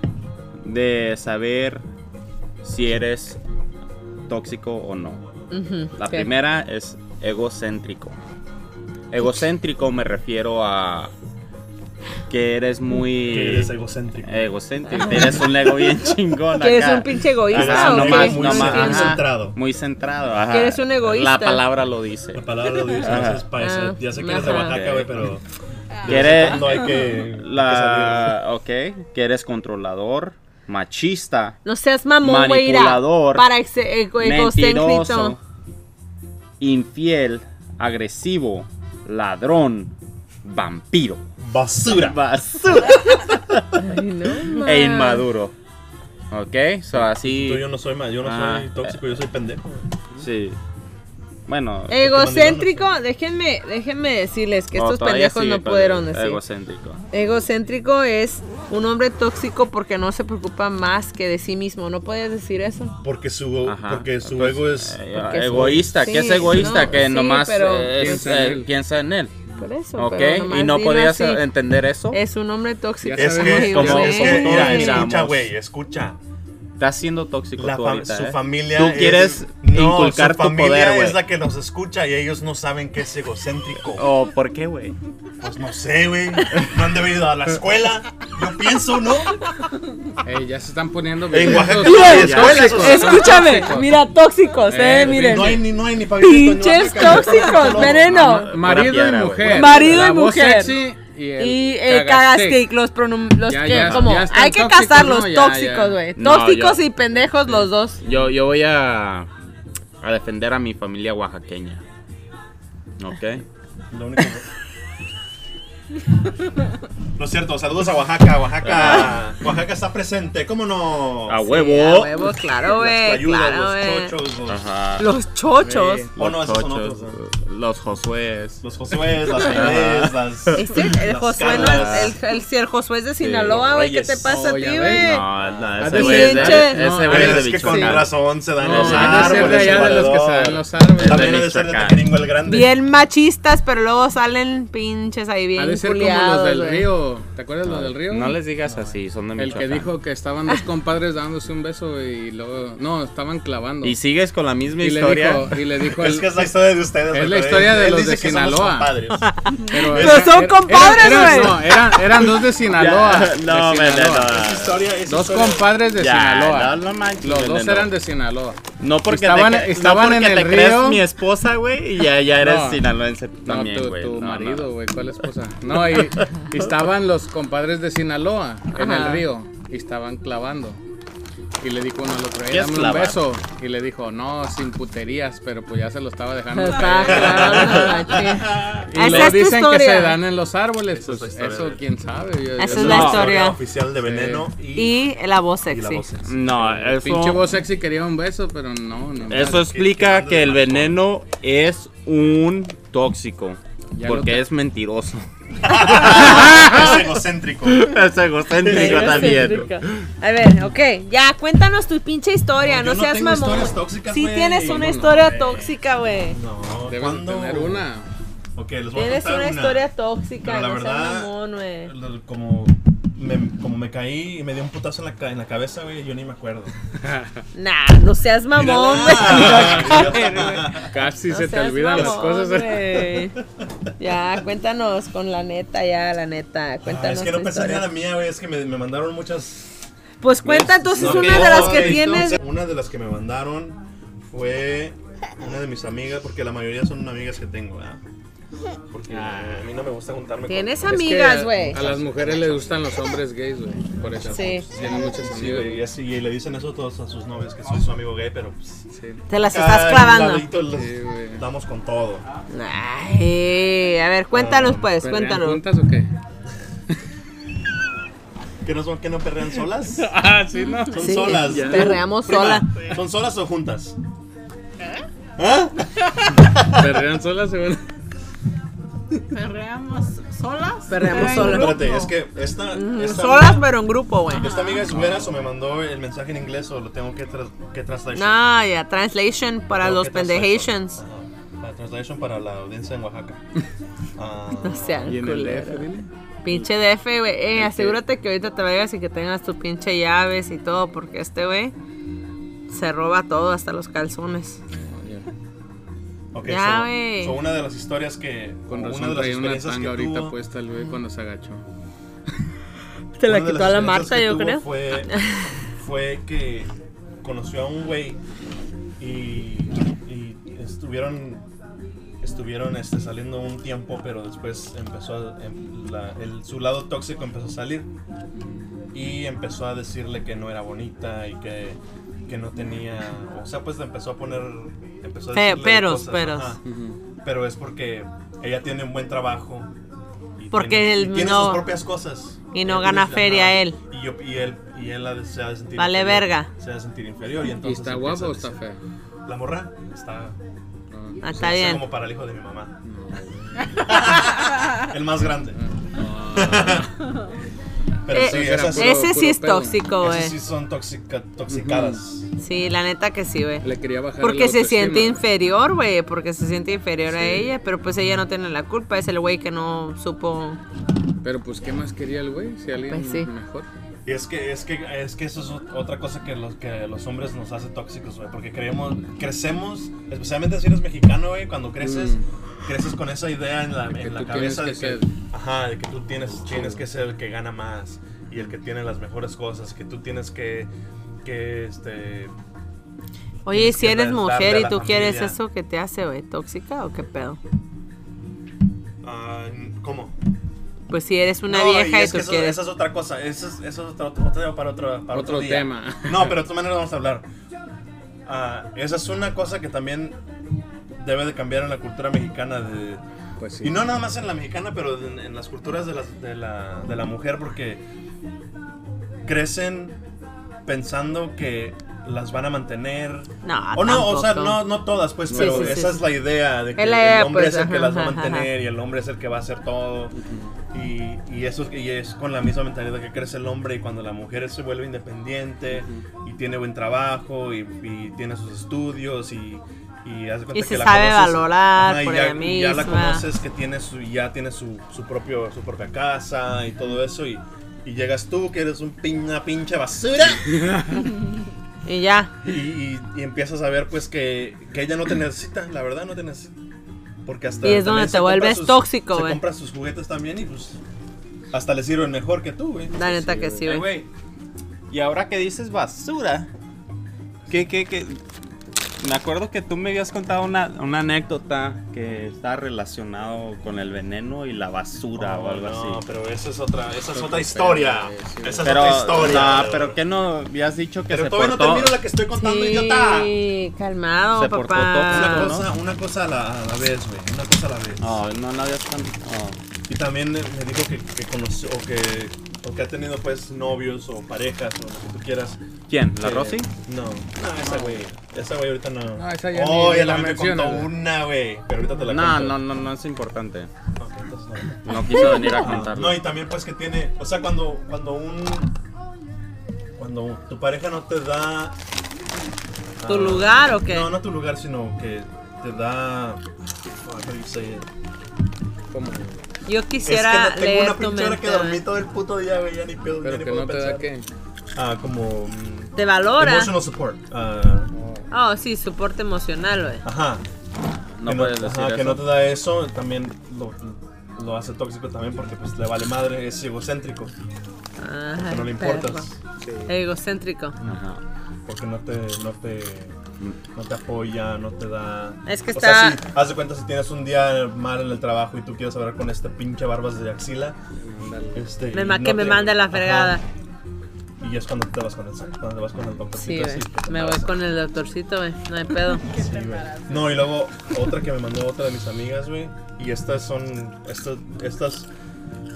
B: de saber si eres tóxico o no.
C: Ujú,
B: La
C: ok.
B: primera es egocéntrico. Egocéntrico me refiero a que eres muy
A: Que eres egocéntrico.
B: egocéntrico, eres un ego bien chingón
C: ¿Que eres
B: acá.
C: un pinche
B: Ajá,
C: egoísta o
B: no
C: qué?
B: más,
A: Muy
B: no más,
A: bien
B: ajá.
A: centrado.
B: Muy centrado, ajá.
C: Que eres un egoísta.
B: La palabra lo dice.
A: La palabra lo dice,
B: Ajá.
A: entonces para eso. Ya sé que eres de
C: Ah, Ajá.
A: Oaxaca, güey, pero.
C: Ah.
B: Que eres
A: No hay que.
B: la ok, que eres controlador, machista,
C: No seas mamón, güey. ira.
B: Manipulador.
C: Para ex- ego- egocéntrico.
B: mentiroso, infiel, agresivo, ladrón, vampiro,
A: que salir. Basura.
B: basura
C: Ay, no,
B: e
C: ma.
B: inmaduro. Ok, so
A: Tú,
B: así.
A: yo no soy más, yo no soy
B: Ah.
A: tóxico, yo soy pendejo.
B: Sí. Bueno,
C: E Egocéntrico, déjenme, déjenme decirles Eh, que
B: no,
C: estos
B: todavía
C: pendejos
B: sigue,
C: no
B: pero
C: pudieron decir.
B: Egocéntrico.
C: Egocéntrico es un hombre tóxico porque no se preocupa más que de sí mismo. No puedes decir eso.
A: Porque su,
B: Ajá.
A: porque su
B: Entonces,
A: ego es.
B: eh,
C: Porque es-
B: egoísta, que es
C: sí,
B: egoísta,
C: no,
B: que
C: sí,
B: nomás
C: pero-
B: eh, es,
D: Piensa en
B: eh,
D: él.
B: piensa en él.
C: Por eso.
B: Ok,
C: pero
B: y
C: nomás
B: no
C: dilo
B: podías
C: así.
B: entender eso.
C: Es un hombre tóxico.
D: Ya
A: Es que,
D: sabemos
B: cómo-
A: como, es que,
B: cómo
A: mira,
B: todos
A: escucha,
B: miramos.
A: güey, escucha.
B: Estás siendo tóxico
A: La
B: tú
A: fam-
B: ahorita,
A: su
B: eh.
A: familia.
B: Tú
A: es-
B: quieres
A: no,
B: inculcar
A: su
B: tu
A: familia
B: poder, güey.
A: es la que nos escucha y ellos no saben que es egocéntrico.
B: Oh, ¿por qué, güey?
A: Pues no sé, güey. No han debido a la escuela. Yo pienso, ¿no?
D: Ey, ya se están poniendo
A: En Oaxaca
D: violentos.
A: no hay
D: Ya,
A: escuelas,
D: tóxicos.
A: o sea,
C: Escúchame, mira, tóxicos, eh,
D: Eh,
C: miren.
A: No hay ni, no hay ni pavimento en
C: Pinches
A: Oaxaca.
C: tóxicos, veneno.
D: Ma- Marido
B: Pura piedra,
D: y
B: güey.
D: mujer.
C: Marido y
D: La voz
C: mujer.
D: sexy y el,
C: Y eh,
D: cagaste.
C: cagaste, los pronom- los
D: Ya,
C: que,
D: ya,
C: como,
D: ya están
C: hay que
D: tóxicos,
C: casar
D: ¿no?
C: los
D: Ya,
C: tóxicos,
D: ya.
C: güey.
B: No,
C: tóxicos
B: yo-
C: y pendejos los dos.
B: Yo, yo voy a, a defender a mi familia oaxaqueña. ¿Ok?
A: Lo único que- No es cierto, saludos a Oaxaca,
D: Ah.
A: Oaxaca. Oaxaca está presente, ¿cómo no?
B: A
C: Oh, A
B: huevo.
C: huevos, claro,
A: Las
C: güey.
A: playudas,
C: claro, güey.
A: los chochos, los,
B: Ajá.
C: Los chochos.
A: Sí. Oh, no, esos son
B: chochos,
A: otros,
B: Los Josués.
A: los Josué, las Jairés, las.
C: Este, el
A: las
C: Josué, no,
A: Carlas.
C: el, el, el- si el Josué es de
B: Sí,
C: Sinaloa,
B: los
C: güey, ¿qué te
B: reyes.
C: pasa a
D: Oh,
C: ti,
D: ya
C: güey?
D: ves,
B: No, no,
A: Ah,
D: Ha
B: ese
D: de
B: güey es de,
C: ser-
B: ese
D: no,
B: güey
A: Pero
B: es de
A: es que con
B: Michoacán.
A: razón se dan
D: Ah. No,
A: los
D: ha de ser de
A: árboles.
D: allá de los que se
A: alrededor.
D: dan los árboles.
A: También
B: De
A: ha de ser de
B: Michoacán.
A: Tequeringo el Grande.
C: Bien machistas, pero luego salen pinches ahí bien
D: Ha de ser como
C: culiados,
D: los del
C: güey.
D: río. ¿Te acuerdas los del río?
B: No les digas así, son de
D: El
B: Michoacán.
D: que dijo que estaban dos compadres dándose un beso y luego. No, estaban clavando.
B: Y sigues con la misma
D: Y le
B: historia.
D: dijo. Y le dijo
A: Es
D: el-
A: que es la historia de ustedes.
D: Es la
A: güey,
D: historia
A: él-
D: de
A: él
D: los
A: dice
D: de
A: que somos
D: Sinaloa.
A: compadres.
D: pero
C: Pero son compadres,
D: eran-
C: güey.
D: no, eran, eran dos de Sinaloa.
B: Ya, no,
D: de
B: me-
D: Sinaloa.
B: no, no.
A: Esa historia- esa
D: Dos
A: historia-
D: compadres de
B: Ya, no,
D: Sinaloa.
B: no manches,
D: Los dos
B: Belén, no.
D: eran de Sinaloa.
B: No porque
D: Estaban-
B: te, cre- no
D: estaban en
B: porque
D: el
B: te crees
D: río.
B: mi esposa, güey, y ya, ya eres
D: No.
B: sinaloense
D: No,
B: también,
D: tu,
B: güey.
D: tu
B: No,
D: marido,
B: no.
D: güey, ¿cuál esposa? No, y, y estaban los compadres de Sinaloa en el
C: Ajá.
D: río y estaban clavando. Y le dijo uno al otro, "Ey,
B: ¿Qué es
D: dame un
B: clavar?
D: beso. Y le dijo, no, sin puterías, pero pues ya se lo estaba dejando.
C: Está
D: caer.
C: claro, la
D: Y
C: Esa
D: luego
C: es tu
D: dicen que
C: historia.
D: se dan en los árboles.
A: Esa es la
D: pues,
A: historia.
D: eso, quién sabe. Yo-
C: Esa
D: yo
C: es
D: no-
C: la
A: No,
C: historia.
A: oficial de Veneno y,
C: Y la voz
A: y la
C: sexy.
A: voz sexy.
B: No,
D: El
B: eso,
D: pinche voz sexy quería un beso, pero no, no.
B: eso explica que el veneno es un tóxico.
D: Ya lo
B: Porque
D: te-
B: es mentiroso.
A: es egocéntrico.
B: es egocéntrico también.
C: A ver, ok, ya, cuéntanos tu pinche historia,
A: No,
C: no,
A: yo no
C: seas
A: tengo
C: mamón.
A: historias tóxicas,
C: sí
A: güey.
C: tienes
A: No,
C: una
A: no,
C: historia
A: güey.
C: tóxica, güey.
A: No,
D: Deben
A: ¿cuándo?
D: tener una.
A: Ok, les voy a
C: Tienes
A: contar
C: una historia tóxica,
A: Pero la
C: no seas
A: verdad,
C: mamón, güey.
A: Lo- Como me- como me caí y me dio un putazo en la, ca- en la cabeza, güey, yo ni me acuerdo.
C: Nah, no seas mamón, güey.
A: Mírala.
D: Casi
C: No
D: se te
C: seas
D: olvidan las
C: mamón,
D: cosas. ¿eh?
C: güey. Ya, cuéntanos con la neta, ya, la neta.
A: Ah,
C: Cuéntanos.
A: es que no
C: tu
A: pensé en
C: historia.
A: la mía, güey, es que me, me mandaron muchas...
C: Pues cuenta entonces
A: No,
C: una
A: que-
C: de las que
A: no,
C: tienes.
A: Una de las que me mandaron fue una de mis amigas, porque la mayoría son amigas que tengo, ¿verdad? Porque
D: Ah.
A: a mí no me gusta juntarme
C: Tienes
A: con...
D: Es que
C: amigas,
D: a-
C: güey.
D: a, las mujeres les gustan los hombres gays, güey. Por eso.
C: Sí.
D: Tienen muchas
A: Sí,
D: amigas.
A: güey, y, así- y le dicen eso todos a sus novias, que soy su amigo gay, pero pues...
D: Sí.
C: Te las
A: cada
C: estás clavando.
A: ladito los-
D: Sí, güey.
A: damos con todo.
C: Ay, a ver, cuéntanos pues,
D: ¿Perrean
C: cuéntanos.
D: juntas o qué?
A: ¿Que no, son, que no perrean solas?
D: Ah, sí, no.
A: Son
C: Sí,
A: solas.
C: ya. perreamos
A: Prima,
C: sola.
A: ¿Son solas o juntas? ¿Ah?
D: Perrean solas, según.
E: Perreamos solas.
C: Perreamos
E: Ay,
C: solas.
E: grupo.
A: Espérate, es que esta, esta
C: Mm, Solas,
A: amiga,
C: pero en grupo, güey.
A: esta amiga es veras o me mandó el mensaje en inglés o lo tengo que, tras- que translation.
C: No, ya, translation para
A: Tengo
C: los
A: que translation.
C: pendejations.
A: Ajá, La translation para la audiencia en Oaxaca. Ah,
C: O sea,
D: Y en el F, dile.
C: pinche DF, güey. Eh, asegúrate que ahorita te vayas y que tengas tus pinche llaves y todo, porque este güey se roba todo, hasta los calzones.
A: ok,
C: Ya,
A: so-
C: güey.
A: so una de las historias que
D: Con
A: una de
D: razón
A: las
D: traía una
A: experiencias
D: tanga
A: que
D: ahorita pues.
A: tuvo,
D: puesta el güey cuando se agachó.
C: Te la
A: una de
C: quitó a
A: las experiencias
C: la Marta,
A: que
C: yo
A: tuvo
C: creo.
A: Fue, fue que conoció a un güey y, y estuvieron, estuvieron este, saliendo un tiempo, pero después empezó a- em- la- el- su lado tóxico empezó a salir y empezó a decirle que no era bonita y que, que no tenía, o sea, pues le empezó a poner, empezó a
C: Pe-
A: decirle
C: peros,
A: cosas,
C: peros.
A: ajá. Pero es porque ella tiene un buen trabajo. y
C: Porque
A: tiene, y
C: él
A: tiene
C: no-
A: sus propias cosas.
C: y no
A: Ella
C: gana
A: tiene-
C: feria
A: ajá,
C: él.
A: Y, yo- y él, y él ha de- se ha de sentir
C: Vale
A: inferior,
C: verga.
A: Se ha de sentir inferior. Y,
D: ¿Y
A: entonces
D: está
A: empieza
D: guapo
A: a
D: o está
A: decir-
D: feo?
A: La morra está,
D: No.
C: Ah,
A: está
C: está bien.
A: como para el hijo de mi mamá. el más grande. Pero
C: Eh,
A: sí,
D: entonces era
A: esas,
D: puro-
C: Ese sí es eh.
D: pedo.
C: tóxico,
A: esas
C: güey.
A: sí son toxica- toxicadas.
C: Sí, la neta que sí, güey.
D: Le quería bajar
C: Porque
D: el
C: se siente
D: autoestima, güey.
C: inferior, güey, porque se siente inferior a ella, pero pues ella no tiene la culpa, es el güey que no supo.
D: Pero pues, ¿qué más quería el güey? Si alguien
C: Pues sí.
D: mejor.
A: Y es que, es que, es que eso es ot- otra cosa que los, que los hombres nos hace tóxicos, güey. Porque creemos, crecemos, especialmente si eres mexicano, güey, cuando creces, creces con esa idea en la,
D: Mm. que
A: en la
D: tú
A: cabeza de
D: tienes
A: que,
D: que
A: ajá, de que tú tienes, tienes que ser el que gana más y el que tiene las mejores cosas, que tú tienes que, que este,
C: Oye,
A: Tienes
C: si
A: que
C: eres
A: darle
C: mujer
A: a
C: y
A: la
C: tú quieres
A: familia.
C: eso, ¿qué te hace, güey? ¿Tóxica o qué pedo?
A: ah, ¿cómo?
C: Pues si eres una
A: No,
C: vieja y,
A: es
C: tú
A: que eso,
C: quieres.
A: esa es otra cosa, eso es, eso es otro, otro tema para otro, para otro,
D: Otro
A: día.
D: tema.
A: No, pero de todas maneras vamos a hablar. Ah, esa es una cosa que también debe de cambiar en la cultura mexicana de...
D: Pues
A: Y
D: sí.
A: no nada más en la mexicana, pero en, en las culturas de, las- de la, de la mujer, porque crecen pensando que las van a mantener.
C: No,
A: o no, o sea,
C: tampoco.
A: no, no todas, pues,
C: Sí,
A: pero
C: sí, sí,
A: esa
C: sí.
A: es la idea de que
C: Es la idea,
A: el hombre
C: pues,
A: es el que
C: ajá,
A: las va a
C: ajá, ajá.
A: mantener y el hombre es el que va a hacer todo. Y, y eso y es con la misma mentalidad que crece el hombre y cuando la mujer se vuelve independiente y tiene buen trabajo y, y tiene sus estudios y, y hace cuenta
C: Y
A: que
C: se
A: la
C: sabe
A: conoces-
C: valorar
A: y
C: por
A: ya,
C: ella
A: y ya la
C: misma.
A: conoces que tiene su, ya tiene su, su propio, su propia casa y todo eso y, y llegas tú que eres un pin- una pinche basura
C: Y ya.
A: y, y- y empiezas a ver pues que, que ella no te necesita, la verdad no te necesita. Porque hasta
C: Y es donde
A: también
C: te
A: se compra
C: vuelves
A: sus-
C: tóxico,
A: Se
C: güey.
A: compra sus juguetes también y pues hasta le sirven mejor que tú, güey.
C: La neta que sí,
B: Eh,
C: güey.
B: güey, y ahora que dices basura, que, que, que. Me acuerdo que tú me habías contado una, una anécdota que está relacionado con el veneno y la basura o algo
A: Oh, no,
B: así.
A: pero esa es otra, esa es otra historia.
D: sí.
A: Esa es
B: Pero,
A: otra historia.
B: no, pero que no habías dicho que
A: Pero
B: se
A: todavía
B: portó.
A: no termino la que estoy contando, idiota.
C: Sí, calmado,
B: Se portó
A: Una
C: papá.
B: tóxico,
A: cosa, una cosa a la, a la vez, güey. Una cosa a la vez.
B: No, no, no habías tan- oh.
A: Y también me dijo que, que conoció o que, o que ha tenido pues novios o parejas o lo que tú quieras.
B: ¿Quién? ¿La
C: Eh,
A: Que-
B: Rosy?
A: No, no, esa güey. Esa güey ahorita no.
D: No, esa ya ni-
A: oh,
D: ni
A: ella
D: la
A: también me
D: menciona,
A: contó
D: güey.
A: una, güey. Pero ahorita te la
B: No,
A: cuento.
B: no, no, no es importante.
A: Ok, entonces no.
B: No quiso venir a
A: Ah,
B: contarlo.
A: No, y también pues que tiene, o sea, cuando cuando un cuando tu pareja no te da
C: ¿Tu
A: ah,
C: lugar o qué?
A: ah, No, no tu lugar, sino que te da oh, how do you say it?
D: como.
C: Yo quisiera
A: es que tengo
C: leer
A: una
C: tu
A: pinche hora que
C: mente,
A: dormí
C: güey.
A: todo el puto día, güey, ya ni pedo, ya
D: Pero
A: ni
D: que
A: puedo
D: no te
A: pensar.
D: da que.
A: Ah, como... mm,
C: Te valora.
A: Emotional support. ah,
C: Oh, sí, soporte emocional, güey.
A: ajá.
B: No
A: que
B: puedes
A: ajá,
B: decir
A: que no
B: eso.
A: te da eso, también lo, lo hace tóxico también porque pues le vale madre, es egocéntrico.
C: Ajá,
A: que no le
C: perro.
A: importas.
C: Egocéntrico.
B: Ajá.
A: Porque no te, no te, no te apoya, no te da...
C: Es que
A: o sea,
C: está-
A: si, haz de cuenta si tienes un día mal en el trabajo y tú quieres hablar con este pinche barbas de axila, este,
C: Me
A: y
C: ma-
A: no
C: que me
A: te-
C: mande a la
A: ajá.
C: fregada.
A: Y es cuando te vas con el, cuando te vas con el
C: Sí,
A: doctorcito.
C: güey.
A: así, que pues, te
C: Me voy
A: embarazas.
C: con el doctorcito, güey. No hay pedo.
A: Sí, güey. No, y luego otra que me mandó otra de mis amigas, güey. Y estas son. Estas. estas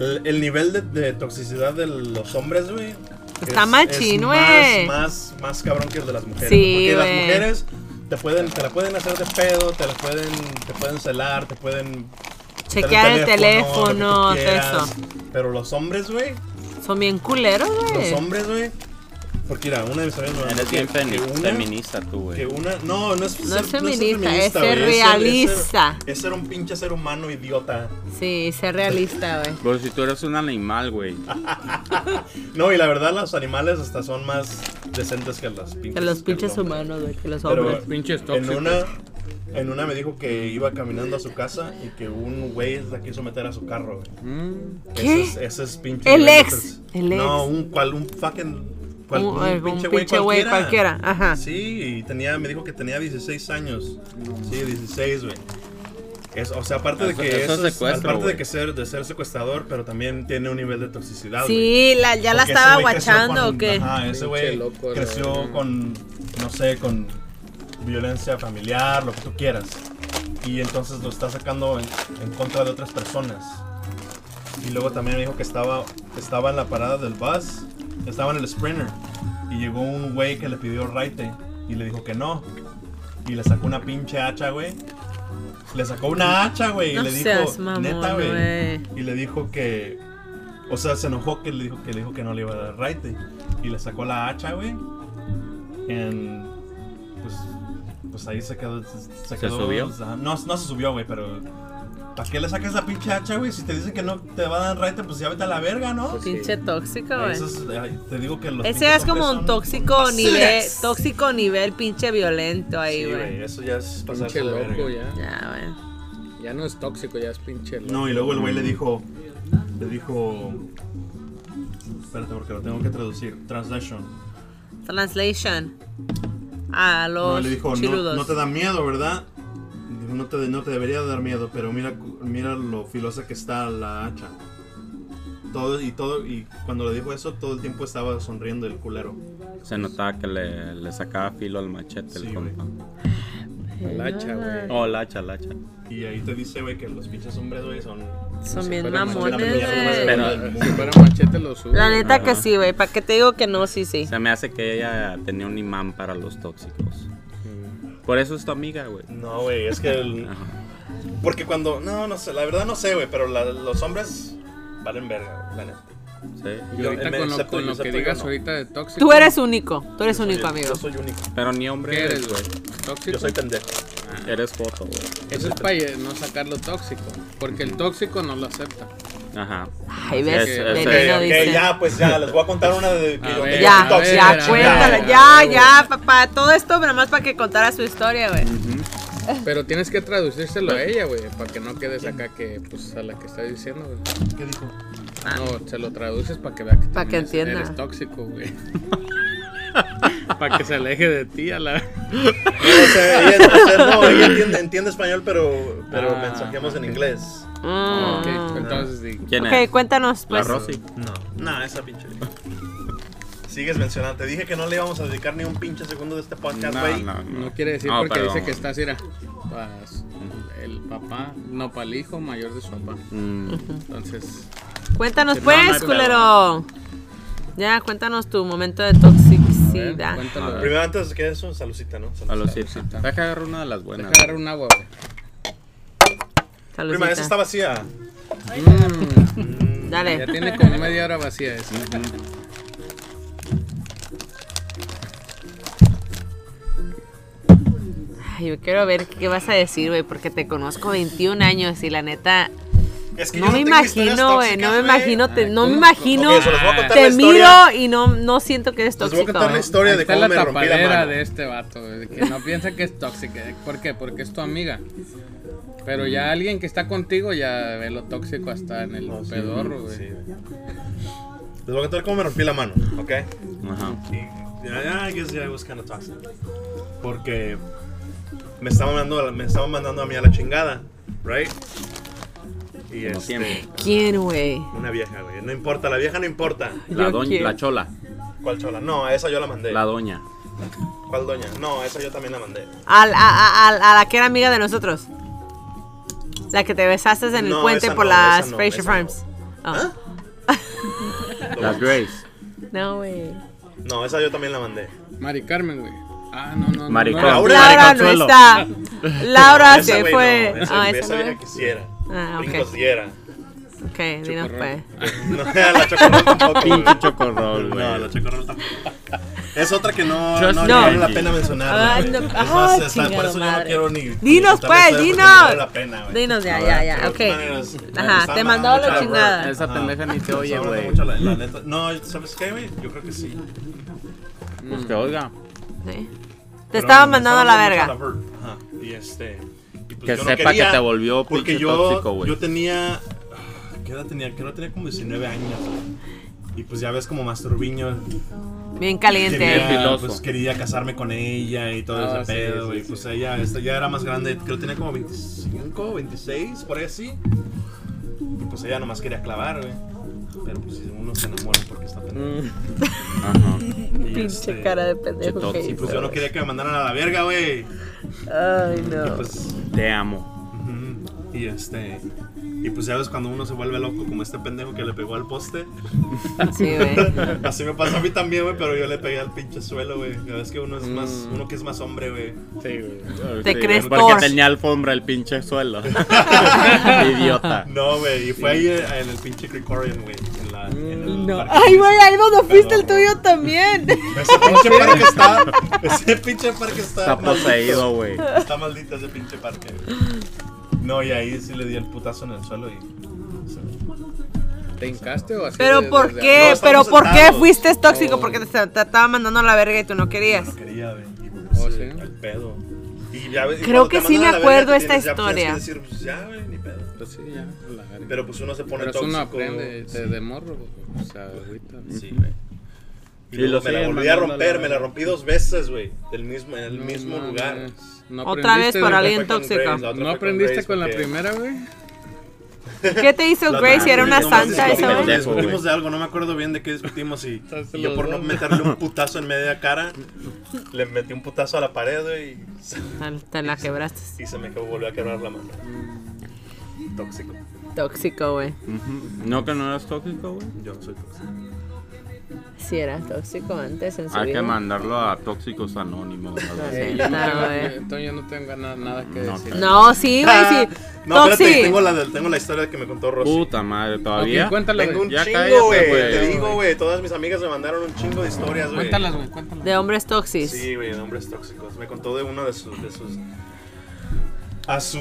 A: el, el nivel de, de toxicidad de los hombres, güey.
C: Está machín, güey.
A: Más, más, más cabrón que el de las mujeres.
C: Sí,
A: güey, porque
C: güey.
A: las mujeres te, pueden, te la pueden hacer de pedo, te la pueden, te pueden celar, te pueden. quitar
C: Chequear el
A: lo
C: teléfono,
A: que tú
C: todo
A: quieras.
C: eso.
A: Pero los hombres, güey.
C: Son bien culeros,
A: Los
C: güey.
A: hombres, güey. Porque mira, una de mis amigas me mandó
B: Eres
A: que-
B: bien
A: que
B: femi-
A: una-
B: feminista tú,
A: que
B: güey.
A: una. No, no es,
C: No
A: ser-
C: es
A: ser
C: feminista, es ser
A: güey,
C: realista.
A: Es ser, un pinche ser humano idiota.
C: Sí, ser realista, güey.
B: Pero si tú eres un animal, güey.
A: No, y la verdad, los animales hasta son más decentes que las pinches.
C: Que los pinches
A: que el hombre.
C: humanos, güey. Que los
A: Pero
C: hombres.
D: Pinches
A: en
D: tóxicos.
A: una, en una me dijo que iba caminando a su casa y que un güey la quiso meter a su carro. güey.
D: Mm,
C: ¿Qué?
A: Ese es, ese es pinche.
C: El
A: nivel de
C: ex,
A: tox-
C: el ex.
A: No, un, cual, un fucking. cual-
C: Un-
A: un
C: algún pinche güey cualquiera, ajá.
A: Sí, y tenía, me dijo que tenía 16 años. Sí, 16, güey. Es- o sea, aparte de
B: Eso-
A: que
B: eso es
A: eso, es-
B: secuestro,
A: aparte
B: güey.
A: de que ser de ser secuestrador, pero también tiene un nivel de toxicidad. güey.
C: Sí, la, ya la
A: Porque ese
C: estaba
A: güey creció
C: guachando,
A: con-
C: ¿o qué?
A: Ajá, ese
D: Pinche
A: güey
D: loco, la
A: creció
D: verdad.
A: con no sé, con violencia familiar, lo que tú quieras. Y entonces lo está sacando en, en contra de otras personas. Y luego también me dijo que estaba estaba en la parada del bus, estaba en el Sprinter y llegó un güey que le pidió raite y le dijo que no. Y le sacó una pinche hacha, güey. Le sacó una hacha, güey.
C: No
A: y le
C: seas
A: dijo,
C: mamón,
A: neta,
C: güey.
A: güey. Y le dijo que. O sea, se enojó que le dijo que, le dijo que no le iba a dar raite. Y le sacó la hacha, güey. En. Pues. Pues ahí se quedó. ¿Se, quedó-
B: subió?
A: ajá. No, no se subió, güey, pero. ¿Para qué le sacas la pinche hacha, güey? Si te dicen que no te va a dar raite, pues ya vete a la verga, ¿no?
D: Pues sí.
C: Pinche tóxico,
A: Ahí
C: güey.
A: eso es- ay, te digo que los
C: Ese
A: pinches
C: es como
A: hombres
C: un
A: son-
C: tóxico nivel,
E: basuras.
C: tóxico nivel pinche violento ahí,
A: Sí,
C: güey.
A: güey, eso ya es pasarse
D: pinche
A: de
D: loco
A: verga.
D: ya.
C: Ya, güey.
D: Ya no es tóxico, ya es pinche loco.
A: No, y luego el güey le dijo. Le dijo. Espérate, porque lo tengo que traducir. Translation.
C: Translation. A los
A: No, le dijo, no,
C: chiludos.
A: no te da miedo, ¿verdad? Dijo, no te, no te debería dar miedo, pero mira, cu- mira lo filosa que está la hacha. Todo, y todo, y cuando le dijo eso, todo el tiempo estaba sonriendo el culero.
B: Se notaba que le, le sacaba filo al machete
A: Sí,
B: el
A: güey.
B: compa.
D: El hacha, güey.
B: Oh, lacha, lacha.
A: Y ahí te dice, güey, que los pinches hombres, güey, son...
C: Son
D: Si
C: bien
D: fuera machete,
C: mamones,
A: la mayoría
C: güey.
A: de
B: Pero-
D: Si fuera machete lo sube.
C: La neta
B: Ajá.
C: que sí, güey. ¿Para qué te digo que no? Sí, sí.
B: Se me hace que ella tenía un imán para los tóxicos. Por eso es tu amiga, güey.
A: No, güey, es que... el- Porque cuando... No, no sé, la verdad no sé, güey, pero la- los hombres valen verga, güey, la neta.
B: Sí.
D: Y
A: Yo-
D: ahorita
A: me-
D: con lo,
A: excepto-
D: con lo que
A: excepto yo
D: digas
A: no.
D: ahorita de tóxico.
C: Tú eres único. Tú eres
A: Yo soy-
C: único, amigo.
A: Yo soy único.
B: Pero ni hombre
D: ¿Qué
B: eres,
D: eres,
B: güey.
D: güey? Tóxico.
A: Yo soy pendejo.
B: Eres foto, güey.
D: Eso es para no sacar lo tóxico. Porque el tóxico no lo acepta.
B: Ajá.
C: Ay,
B: Es-
C: ves,
D: es-
A: Ok,
C: veneno
A: ok,
C: dice.
A: ya, pues ya, les voy a contar una de que
D: A
A: yo
D: ver,
A: tengo
D: a
A: un
C: Ya,
A: tóxico,
C: ya,
D: ver, a
C: cuéntala,
D: ver.
C: ya, ya, papá. Todo esto nada más para que contara su historia, güey. Ah.
D: Pero tienes que traducírselo a ella, güey. Para que no quedes acá que, pues, a la que estás diciendo, güey.
A: ¿Qué dijo?
D: No, se lo traduces para que vea que,
C: Ah. Pa' que
D: tienes-
C: entienda.
D: eres tóxico, güey. para que se aleje de ti a la.
A: O sea, ella, o sea, no, ella entiende, entiende español, pero, pero
D: Ah,
A: mensajeamos en inglés.
C: Mm.
D: Ok, entonces sí.
B: ¿Quién
C: Ok,
B: es?
C: cuéntanos,
B: La
C: pues.
B: Rosy.
A: No, no, esa pinche. vieja. Sigues mencionando. Te dije que no le íbamos a dedicar ni un pinche segundo de este podcast, güey.
D: No quiere decir
B: No,
D: porque
B: perdón,
D: dice que
B: güey.
D: estás, mira, para el papá, no para el hijo mayor de su papá.
B: Mm,
D: Entonces,
C: Cuéntanos,
D: No, no hay
C: pues,
D: pedo.
C: culero. Ya, cuéntanos tu momento de
D: a ver,
C: toxicidad.
B: A
D: cuéntalo.
B: ver.
A: Primero, antes que eso, salucita, ¿no? Salucita.
B: a los Deja agarrar una de las
D: Deja
B: buenas.
D: agarrar un agua, güey.
A: Prima, esa ah,
C: Saludita.
A: está vacía.
D: Mm, ya
C: Dale.
D: tiene como media hora vacía esa.
C: Ay, yo quiero ver qué vas a decir, güey, porque te conozco 21 años y la neta
A: Es que yo
C: No me
A: tengo historias
C: imagino, güey.
A: tóxicas,
C: No me imagino, te-
D: Ay,
C: no me
D: ¿cómo?
C: imagino.
A: Ok, se los voy a contar la
C: Te miro
A: historia.
C: y no, no siento que eres
A: Les voy a
C: tóxico. ¿eh?
A: contar la
C: güey.
A: historia
D: Ahí
A: de
D: está
A: cómo
D: la
A: me rompí la
D: tapadera
A: mano.
D: de este vato, güey, que no piensa que es tóxica. ¿Por qué? Porque es tu amiga. Pero ya alguien que está contigo ya ve lo tóxico hasta en el
A: No, Ah, sí,
D: pedorro, güey.
A: sí, güey. Les voy a contar cómo me rompí la mano, ¿ok?
B: Ajá.
A: Yeah, I guess yeah, it was kind of toxic. Porque me estaban mandando, me estaban mandando a mí a la chingada, right? Y
B: Como siempre.
A: este,
C: ¿Quién, güey?
A: una vieja, güey. No importa, la vieja no importa.
B: La,
C: Yo
B: doña,
C: quiero.
B: la chola,
A: ¿Cuál chola? No, a esa yo la mandé.
B: la doña.
A: ¿Cuál doña? No, a esa yo también la mandé.
C: Al- a, a- a- a la que era amiga de nosotros. La que te besaste en el
A: No,
C: puente
A: esa
C: por
A: no,
C: las
A: esa no,
C: Fraser
A: esa no. ¿Ah?
C: Farms. Oh.
B: La Grace.
C: No, güey.
A: No, esa yo también la mandé.
D: Mari Carmen, güey. Ah, no, no. no,
B: Mari
D: no.
B: Carmen.
A: Laura
C: Laura no
B: Consuelo.
C: está. Laura
A: Esa,
C: se
A: güey,
C: fue.
A: No, esa,
C: Ah,
A: esa
C: esa no.
A: vieja quisiera.
C: Ah, ok.
A: Brincos diera.
C: Ok, dinos pues.
A: No,
D: Chocorrol.
A: la chocorrol tampoco. güey.
B: Pinche chocorrol, güey.
A: No, la chocorrol tampoco. Es otra que no,
B: Just
A: no,
C: no.
A: vale la pena mencionar.
C: Ah,
A: güey.
C: no.
A: Es
C: Ah,
A: más, hasta
C: chingado
A: por eso yo no
C: madre.
A: quiero ni.
C: Dinos,
A: ni
C: pues,
A: contarles, porque
C: dinos.
A: no vale la pena, güey.
C: Dinos ya,
A: No,
C: ya,
A: de
C: ya,
A: todas
C: ok.
A: maneras, me
C: Ajá,
A: están
C: te mandó a la
A: mucho
C: chingada.
A: verga.
B: Esa
A: Ajá.
B: pendeja ni te oye,
A: Me está
B: güey.
A: mandando mucho la- la neta. No, ¿sabes qué, güey? Yo creo que sí.
D: Mm.
B: Pues que oiga.
C: Sí. Te estaba mandando a la verga.
A: Ajá. Y este. y pues
B: Que
A: yo no
B: sepa
A: quería,
B: que te volvió
A: Porque
B: pinche
A: yo,
B: tóxico, güey.
A: yo tenía. ah, ¿Qué edad tenía? Creo que tenía como 19 años, güey. Y pues ya ves como masturbiño.
C: Bien caliente.
B: Bien.
A: Quería,
B: Filoso.
A: pues, quería casarme con ella y todo
D: Ah,
A: ese
D: sí,
A: pedo,
D: sí,
A: güey.
D: sí.
A: Pues ella esta, ya era más grande, creo que tenía como 25, 26, por ahí así. Y pues ella nomás quería clavar, güey. Pero pues uno se enamora porque está pendejo.
B: Ajá.
A: Y, este,
C: Mm, Pinche cara de pendejo que
B: tóxico.
A: Y pues
C: hizo.
A: yo no quería que me mandaran a la verga, güey.
C: Ay,
A: Y
C: no.
A: pues.
B: Te amo.
A: ujú, Y este. Y pues ya ves cuando uno se vuelve loco, como este pendejo que le pegó al poste.
C: Sí, güey.
A: Así me pasó a mí también, güey, pero yo le pegué al pinche suelo, güey. La ves que uno es más, uno que es más hombre, güey.
D: Sí, güey.
C: Te
B: Sí,
C: crees
B: Porque
C: Thor.
B: tenía alfombra el pinche suelo. Idiota.
A: No, güey, y fue ahí eh, en el pinche Cricorian, güey. En la. En el
C: No.
A: parque
C: Ay,
A: ese.
C: güey, ahí no fuiste el
A: Perdón,
C: tuyo también.
A: güey. Ese pinche parque está. Ese pinche parque está.
B: Está
A: maldito.
B: poseído, güey.
A: Está maldito ese pinche parque. güey. No, y ahí sí le di el putazo en el suelo y. se me-
D: ¿Te hincaste o así?
C: Pero
D: de-
C: ¿por
D: desde
C: qué?
A: No,
C: ¿Pero
A: estamos
C: por qué
A: sentados.
C: fuiste tóxico? Porque te, te estaba mandando a la verga y tú no querías.
A: No quería, güey. Y me
D: Oh,
A: puse
D: ¿sí?
A: al pedo. Y ya, güey, y
C: Creo
A: cuando
C: que
A: te
C: sí
A: mandan
C: me
A: a la
C: acuerdo
A: verga,
C: esta
A: tienes ya, pues,
C: historia.
A: que decir, pues ya, güey, ni pedo.
D: Pues sí, ya. la verga.
A: Pero pues uno se pone
D: Pero eso
A: tóxico.
D: uno aprende desde de morro, güey. O sea, ahorita.
A: Sí, güey. Y,
B: Y
A: luego
B: lo
A: me la
B: siguen
A: volví a
D: mandando a la
A: romper, me la
D: verga.
A: rompí dos veces, güey. Del mismo, en el
D: No
A: mismo
D: mames.
A: lugar.
D: No
C: Otra vez
D: aprendiste
C: por
D: de-
C: alguien
A: fue con
C: tóxico.
A: Grace, la otra
D: ¿No
A: fue con
D: aprendiste
A: Grace,
D: con la
A: porque-
D: primera, güey?
C: ¿Qué te hizo
A: La
C: Grace?
A: otra
C: ¿Y era
A: vez
C: una
A: discutimos-
C: santa esa,
B: pendejo.
C: güey?
A: Discutimos de algo, no me acuerdo bien de qué discutimos. Y,
D: Estás
A: y yo
D: los
A: por no
D: dos.
A: meterle un putazo en media cara, le metí un putazo a la pared, güey. Y, se-
C: Te la quebraste.
A: y se me quedó- volvió a quebrar la mano. Tóxico.
C: Tóxico, güey.
B: Ujú. No que no eras tóxico, güey.
A: Yo no soy tóxico.
C: Sí, era tóxico antes
A: Ah,
C: en su
B: Hay que
C: vida.
B: mandarlo a Tóxicos Anónimos.
C: No
B: güey.
C: sé.
D: Eh, yo no
C: Claro,
D: tengo-
C: güey.
D: Entonces yo no tengo na- nada que
B: No,
D: decir.
C: No, sí, güey, sí.
A: Ah, No, espérate,
C: Toxi.
A: tengo la, del- tengo la historia que me contó Rosy.
B: Puta madre, todavía.
D: Ok, cuéntala,
A: Tengo
D: güey.
A: un
B: Ya cállate,
A: chingo, güey.
B: güey.
A: Te digo, güey. Todas mis amigas me mandaron un chingo de historias, güey.
D: Cuéntalas, güey, cuéntalas.
C: De hombres toxis.
A: Sí, güey, de hombres tóxicos. Me contó de uno de sus. De sus a su,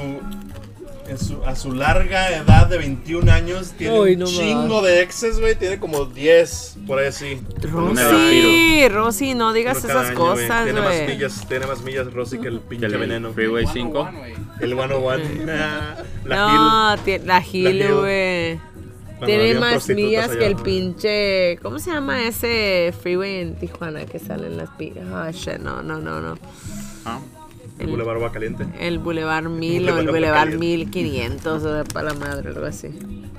A: en su. A su larga edad de 21 años, tiene
C: Ay,
A: un
C: no más.
A: chingo de exes, güey. Tiene como 10, por ahí sí.
B: Me vampiro.
C: Rosy, Rosy, no digas
A: Uno cada
C: esas
A: año, güey.
C: cosas,
A: Tiene más
C: güey.
A: millas, tiene más millas Rosy que el pinche
B: Del
A: veneno.
B: Freeway 5.
D: 101, güey.
A: El 101. Nah, Ah, la
C: No, ti- la Gile,
A: Hill.
C: güey.
A: Cuando
C: Tiene
A: habían
C: más
A: prostitutas
C: millas
A: allá,
C: que el
A: güey.
C: pinche. ¿Cómo se llama ese freeway en Tijuana que salen las piras? Ah, shit, no, no, no, no.
B: Ah,
A: El
C: El,
A: Boulevard Agua Caliente.
C: el Boulevard 1000 o
A: Boulevard
C: el Boulevard
A: Caliente.
C: 1500, o sea, para la madre, algo así.
A: Ah,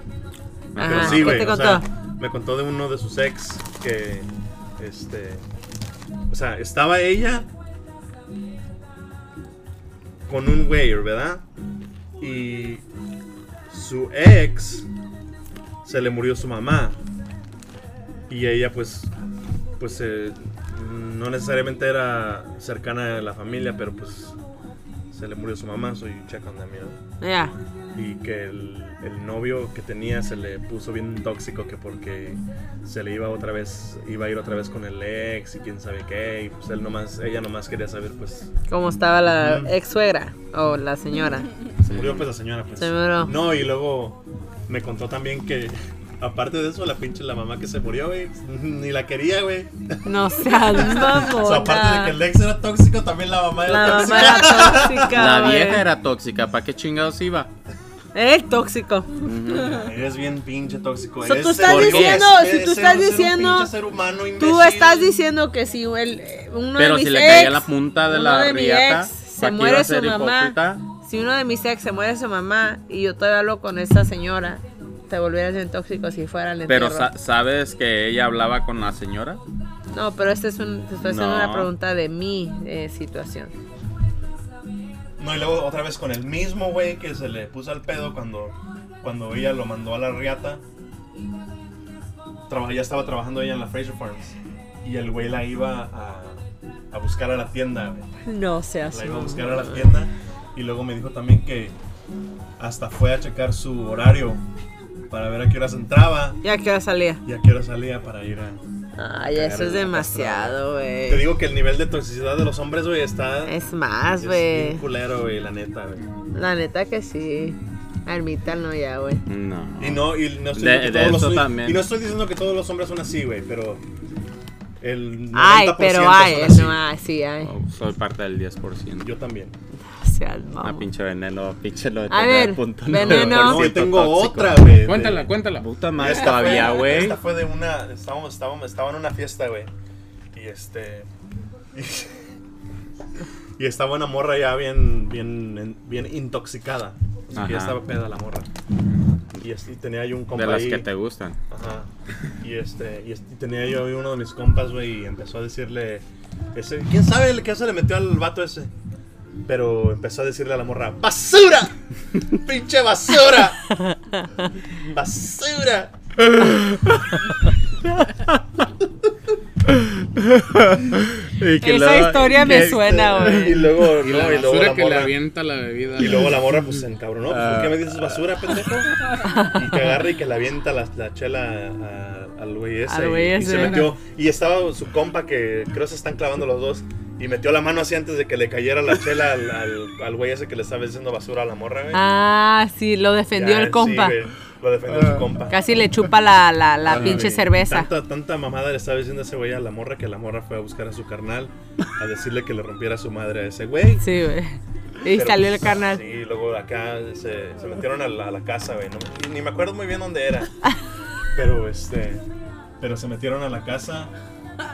A: Pero
C: Ajá,
A: sí,
C: ¿qué
A: güey.
C: te
A: o
C: contó?
A: sea, me contó de uno de sus ex que. Este. O sea, estaba ella. Con un güey, ¿verdad? Y. Su ex. Se le murió su mamá. Y ella, pues. Pues. eh, no necesariamente era cercana a la familia, pero pues. Se le murió su mamá, soy check on them, you know?
C: Ya.
A: y que el, el novio que tenía se le puso bien tóxico que porque se le iba otra vez iba a ir otra vez con el ex y quién sabe qué y pues él nomás ella nomás quería saber pues
C: ¿Cómo estaba la
A: Ujú.
C: ex suegra? O la señora.
A: se murió pues la señora pues
C: Se murió.
A: no y luego me contó también que, aparte de eso, la pinche la mamá que se murió, güey, ni la quería, güey.
C: No seas mamona.
A: O sea, aparte de que el ex era tóxico, también la mamá era
C: La
A: tóxica.
C: mamá era tóxica.
B: La
C: güey.
B: vieja era tóxica, ¿para qué chingados iba?
C: Eres tóxico.
A: Eres bien pinche tóxico.
C: So,
A: eres
C: tú estás
A: ser-
C: diciendo-
A: eres-
C: si tú
A: eres un ser-
C: estás
A: un
C: diciendo-
A: pinche ser humano,
C: Tú
A: imbécil.
C: estás diciendo que si el, eh, uno de
B: Pero
C: mis
B: si le caía
C: ex-
B: la punta de
C: uno
B: la
C: de mi
B: riata,
C: ex se
B: ¿para qué
C: muere
B: iba a
C: su
B: ser hipócrita?
C: mamá. Si uno de mis ex se muere su mamá y yo todavía hablo con esa señora, te volvieras bien tóxico si fuera el
B: Pero
C: entierro.
B: sa- ¿sabes que ella hablaba con la señora?
C: No, pero esta es un, te estoy haciendo
B: No.
C: una pregunta de mi eh, situación.
A: No, y luego otra vez con el mismo güey que se le puso al pedo cuando, cuando ella lo mandó a la riata. Traba- ya estaba trabajando ella en la Fraser Farms. Y el güey la iba a, a buscar a la tienda, güey.
C: No seas
A: La iba a buscar a la tienda. Y luego me dijo también que hasta fue a checar su horario para ver a qué horas entraba
C: Ya que ahora salía.
A: y a qué hora salía para ir a.
C: Ay,
A: Cagar
C: eso es
A: en la
C: demasiado,
A: Te
C: güey.
A: digo que el nivel de toxicidad de los hombres, güey, está.
C: Es más,
A: es
C: güey.
A: bien culero, güey, la neta, güey.
C: La neta que sí. Admítanlo ya, güey.
B: No.
A: Y no, y no estoy
B: De-
A: diciendo que
B: de
A: todos los-
B: eso
A: y-
B: también.
A: y no estoy diciendo que todos los hombres son así, güey, pero el 90%
C: Ay, pero ay,
A: son así.
C: no, ay, sí, ay.
B: Oh, soy parte del 10%.
A: Yo también.
C: No seas
B: Ah,
C: mamón.
B: pinche veneno, pinche lo de
C: A
B: tener
C: ver,
B: el punto
C: veneno.
A: No,
B: 9%
A: yo tengo
B: tóxico.
A: otra, güey. de-
D: Cuéntala, cuéntala.
B: Puta
A: Esta
B: madre
A: fue-
B: todavía, güey.
A: Esta fue de una estábamos estábamos estaba en una fiesta, güey. Y este y, estaba una morra ya bien bien bien intoxicada. O sea, que ya
B: Ajá.
A: estaba peda la morra. Y, este, y tenía yo un compa
B: De las
A: ahí.
B: que te gustan.
A: Ajá. Y este, y este- tenía yo ahí uno de mis compas, güey, y empezó a decirle. Ese, ¿Quién sabe el que se le metió al vato ese? Pero empezó a decirle a la morra: ¡Basura! ¡Pinche basura! ¡Basura!
C: Esa historia me suena, güey.
A: Y luego,
D: Y
A: no,
D: la
A: y luego
D: basura
A: la
D: que le
A: morra.
D: avienta la bebida.
A: Y luego la morra pues se encabronó. pues, ¿Por
B: Ah.
A: qué me dices basura, pendejo? Y que agarra y que le avienta la, la chela a- al güey ese.
C: Al
A: y-
C: güey
A: y,
C: ese.
A: se metió. Y estaba su compa que creo se están clavando los dos. Y metió la mano así antes de que le cayera la chela al, al, al güey ese que le estaba diciendo basura a la morra, güey.
C: Ah, sí, lo defendió
A: Ya,
C: el compa.
A: sí, güey, lo defendió su compa.
C: Casi le chupa la, la, la
A: Ah,
C: pinche
A: güey.
C: cerveza.
A: Tanta, tanta mamada le estaba diciendo a ese güey a la morra que la morra fue a buscar a su carnal a decirle que le rompiera su madre a ese güey.
C: Sí, güey. Y
A: Pero,
C: salió el
A: pues,
C: carnal.
A: Sí, luego acá se, se metieron a la, a la casa, güey. no me- ni me acuerdo muy bien dónde era. Pero este. Pero se metieron a la casa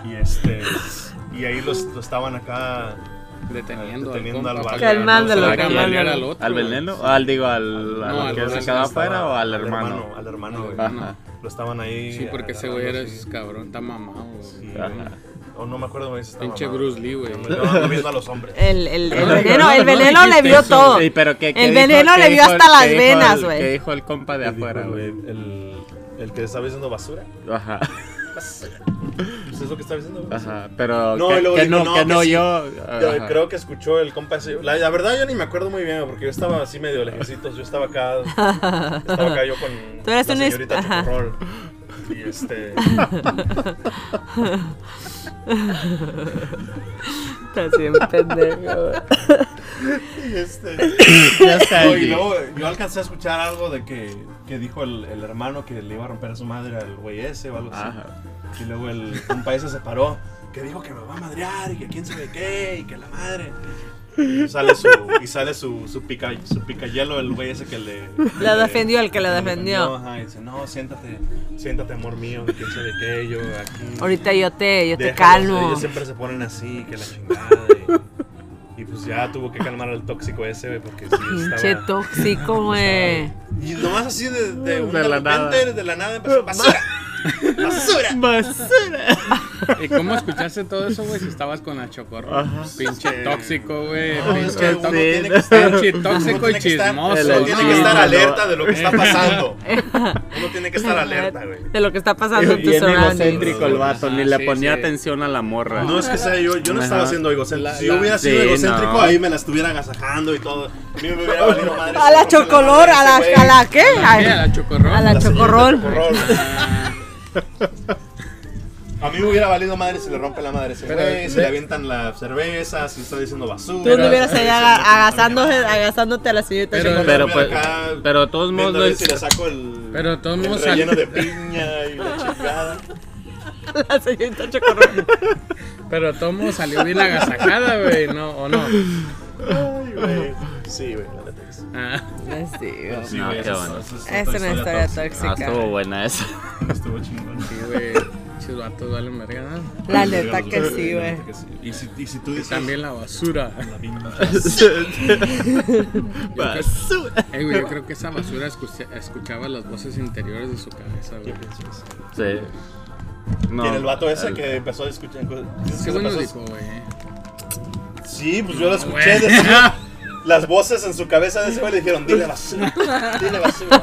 A: y este. Y ahí los, los estaban acá.
D: Deteniendo,
A: Deteniendo al
D: al
A: vato.
D: compa.
C: Calmándolo,
D: Para que
C: calmándolo.
D: valiera al otro,
B: ¿Al
D: güey.
B: veneno? Al, digo, al,
D: No,
B: al
D: al
B: que
D: otro
B: se
D: que
B: quedaba
A: estaba-
B: afuera o al
A: hermano?
B: hermano.
A: Al hermano, güey.
B: Ajá.
A: Lo estaban ahí.
D: Sí, porque ese güey
A: agarrando,
D: era
A: sí.
D: cabrón, está mamado, güey.
A: Sí,
B: Ajá.
A: güey. O no me acuerdo, güey. si estaba
D: Pinche
A: mamado.
D: Bruce Lee, güey.
A: Me estaba viendo a los hombres.
C: El, el, el
D: No,
C: veneno,
D: no,
C: el
D: no
C: veneno le
D: dijiste
C: vio
D: eso,
C: todo.
B: Sí, pero ¿qué- qué
C: El
B: dijo-
C: veneno
B: qué
C: le vio
B: dijo-
C: hasta las
B: qué dijo
C: venas,
B: el-
C: güey.
B: ¿Qué dijo el compa de
A: Y dijo,
B: afuera, güey?
A: El, el, el que estaba diciendo basura.
B: Ajá,
A: Pues es lo que estaba diciendo, güey.
B: ajá. Pero
A: No,
B: que,
A: y luego
B: que
A: dijo,
B: no,
A: no,
B: que
A: que
B: no,
A: sí.
B: yo.
A: Yo
B: ajá.
A: creo que escuchó el compa ese. La, la verdad yo ni me acuerdo muy bien, güey, porque yo estaba así medio lejecitos. Yo estaba acá. Estaba acá yo con
C: Tú eres
A: la
C: un es-
A: señorita
C: ajá.
A: Chocorrol. Y este.
C: Estás bien pendejo.
A: Y este.
B: Ya está
A: No, y
B: allí.
A: luego yo alcancé a escuchar algo de que, que dijo el, el hermano que le iba a romper a su madre al güey ese o algo así.
B: Ajá.
A: Y luego el compa ese se paró. Que dijo que me va a madrear y que quién sabe qué y que la madre. Y sale su, y sale su, su, pica, su picayelo, el güey ese que le. que
C: La
A: le-
C: defendió, el que la
A: le
C: defendió.
A: Ajá, y dice, no, siéntate, siéntate, amor mío, que quién sabe qué, yo aquí.
C: Ahorita yo te, yo te
A: Déjalos,
C: calmo.
A: Ellos siempre se ponen así, que la chingada. Y, y pues ya tuvo que calmar al tóxico ese, güey, porque sí
C: Pinche
A: estaba...
C: tóxico, güey.
A: Y nomás así de, de, un-
B: De
A: de
B: la
A: repente,
B: nada.
A: de la nada empezó, basura, basura.
B: Basura.
D: ¿Y cómo escuchaste todo eso, güey? Si estabas con la chocorro.
B: Ajá.
D: Pinche
A: Sí.
D: tóxico, güey.
A: No, es que
D: pinche
A: uno tiene
D: tóxico.
A: que
B: Sí.
A: estar...
D: Pinche
A: uno
D: tóxico y
A: tiene que estar-
D: chismoso.
A: Uno tiene que
B: Sí,
A: estar
B: no.
A: alerta de lo que está pasando. Uno tiene que estar alerta, güey.
C: De lo que está pasando en tus
B: Bien
C: surroundings.
B: egocéntrico el vato, ni
D: Ah,
B: le
D: sí,
B: ponía
D: sí.
B: atención a la morra.
A: No es que sea yo, yo no
B: Ajá.
A: estaba siendo egocéntrico.
D: La-
A: Si yo
D: la-
A: hubiera sido
B: Sí,
A: egocéntrico,
B: no.
A: ahí me la estuviera agasajando y todo. A mí me hubiera valido madre.
C: A la chocolor, a la, a la qué?
D: Mira,
C: A,
D: la chocorro.
C: a la chocorrol.
A: chocorrol. A mí me hubiera valido madre si le rompe la madre a ese
D: Pero,
A: güey, si
D: ve-
A: le avientan la cerveza, si está diciendo basura.
C: Tú estuvieras
A: si está
C: ahí
A: diciendo
C: aga-
A: que no
C: agazándote-
A: vale madre.
C: agazándote a la señorita.
D: Pero-
C: Chacón.
B: Pero,
A: Mira
B: pues,
A: acá,
B: pero de todos modos
A: viendo a
B: no
A: ver
B: es-
A: si le saco el,
D: Pero de todos
A: el
D: modos
A: relleno
D: al-
A: de piña y la chingada.
C: la señorita Chocorrón.
D: Pero Tomo salió bien agasajada, güey, ¿no? ¿O no?
A: Ay, güey. Sí, güey, la neta que sí.
D: Ah,
C: Les digo.
A: Pero sí,
B: No,
A: güey,
B: qué
A: esa
B: bueno.
A: esa otra
C: Es una historia
B: Ah,
C: tóxica.
B: estuvo buena esa.
A: Estuvo chingón.
D: sí, güey. Chivatos valen verga, ¿no?
C: La neta que
A: Los
C: sí,
A: la
C: güey.
A: neta que sí. Y si, y si tú dices.
D: También la basura.
A: La
B: Basura.
D: Ey, güey, yo creo que esa basura escucha- escuchaba las voces interiores de su cabeza, güey.
B: Sí. No,
A: Y el vato ese
B: el-
A: que empezó a escuchar. dices que
D: Qué bueno
A: empezó a-
D: dijo, güey. eh.
A: Sí, pues
C: Ah,
A: yo la
D: Güey.
A: escuché decir las voces en su cabeza de ese güey le dijeron, dile basura, dile basura.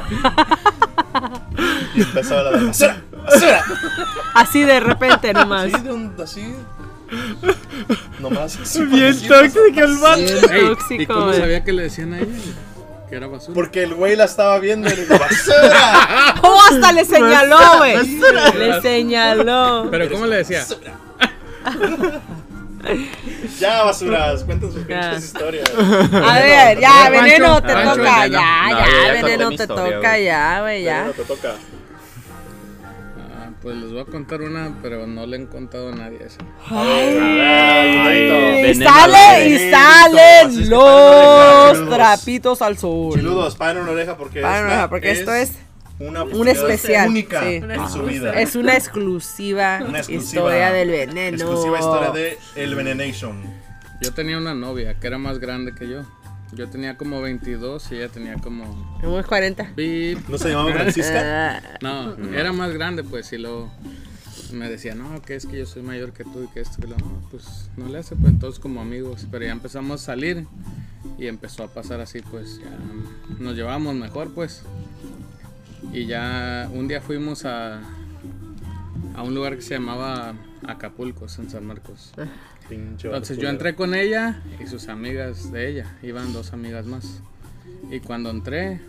A: Y empezaba la de basura, basura.
C: Así de repente nomás.
A: Así de un, así. Nomás. así,
B: Bien
A: porque-
B: tóxico el vato.
C: Bien
D: Ey, ¿Y
C: tóxico,
D: cómo
C: güey.
D: sabía que le decían a ella? Que era basura.
A: Porque el güey la estaba viendo y le dijo, basura.
C: ¡Oh, hasta le señaló, güey! Le señaló.
D: Pero ¿cómo le decía?
A: Ya, basuras, cuenten sus
C: Ya.
A: pinches historias.
C: A ver, ya,
D: Pancho,
C: veneno, te
D: Pancho,
C: toca.
D: veneno.
C: Ya,
B: No, yo ya
C: ya,
B: conté
C: veneno,
B: mi
C: te
B: historia,
C: toca.
B: güey.
C: Ya, güey,
A: Ya.
C: ya.
A: Te toca.
D: Ah, pues les voy a contar una, pero no le han contado a nadie esa.
B: Ay,
C: Y
B: veneno
C: sale,
B: al
C: y
A: veneno. Así es
C: salen
A: que para no
C: los
A: dejarlos.
C: trapitos al sol.
A: Chiludos, paren una oreja porque,
C: Paren una
A: esta
C: oreja, porque esto es
A: una oportunidad
C: especial,
A: única
C: sí. Ah,
A: en su vida.
C: Es una exclusiva,
A: Una exclusiva-
C: historia del veneno.
A: Exclusiva historia de El Venenation.
D: Yo tenía una novia que era más grande que yo. Yo tenía como 22 y ella tenía como...
C: Tenemos 40.
D: Bip.
A: ¿No se llamaba Francisca?
C: Ah,
D: No, era más grande, pues, y luego me decía, no, que es que yo soy mayor que tú y que esto, y lo, no, pues no le hace, pues entonces como amigos, pero ya empezamos a salir y empezó a pasar así, pues ya nos llevamos mejor, pues. Y ya un día fuimos a, a un lugar que se llamaba Acapulco, en San Marcos.
C: Ah.
A: Pinche
D: Entonces yo
A: culero.
D: entré con ella y sus amigas de ella, iban dos amigas más. Y cuando entré,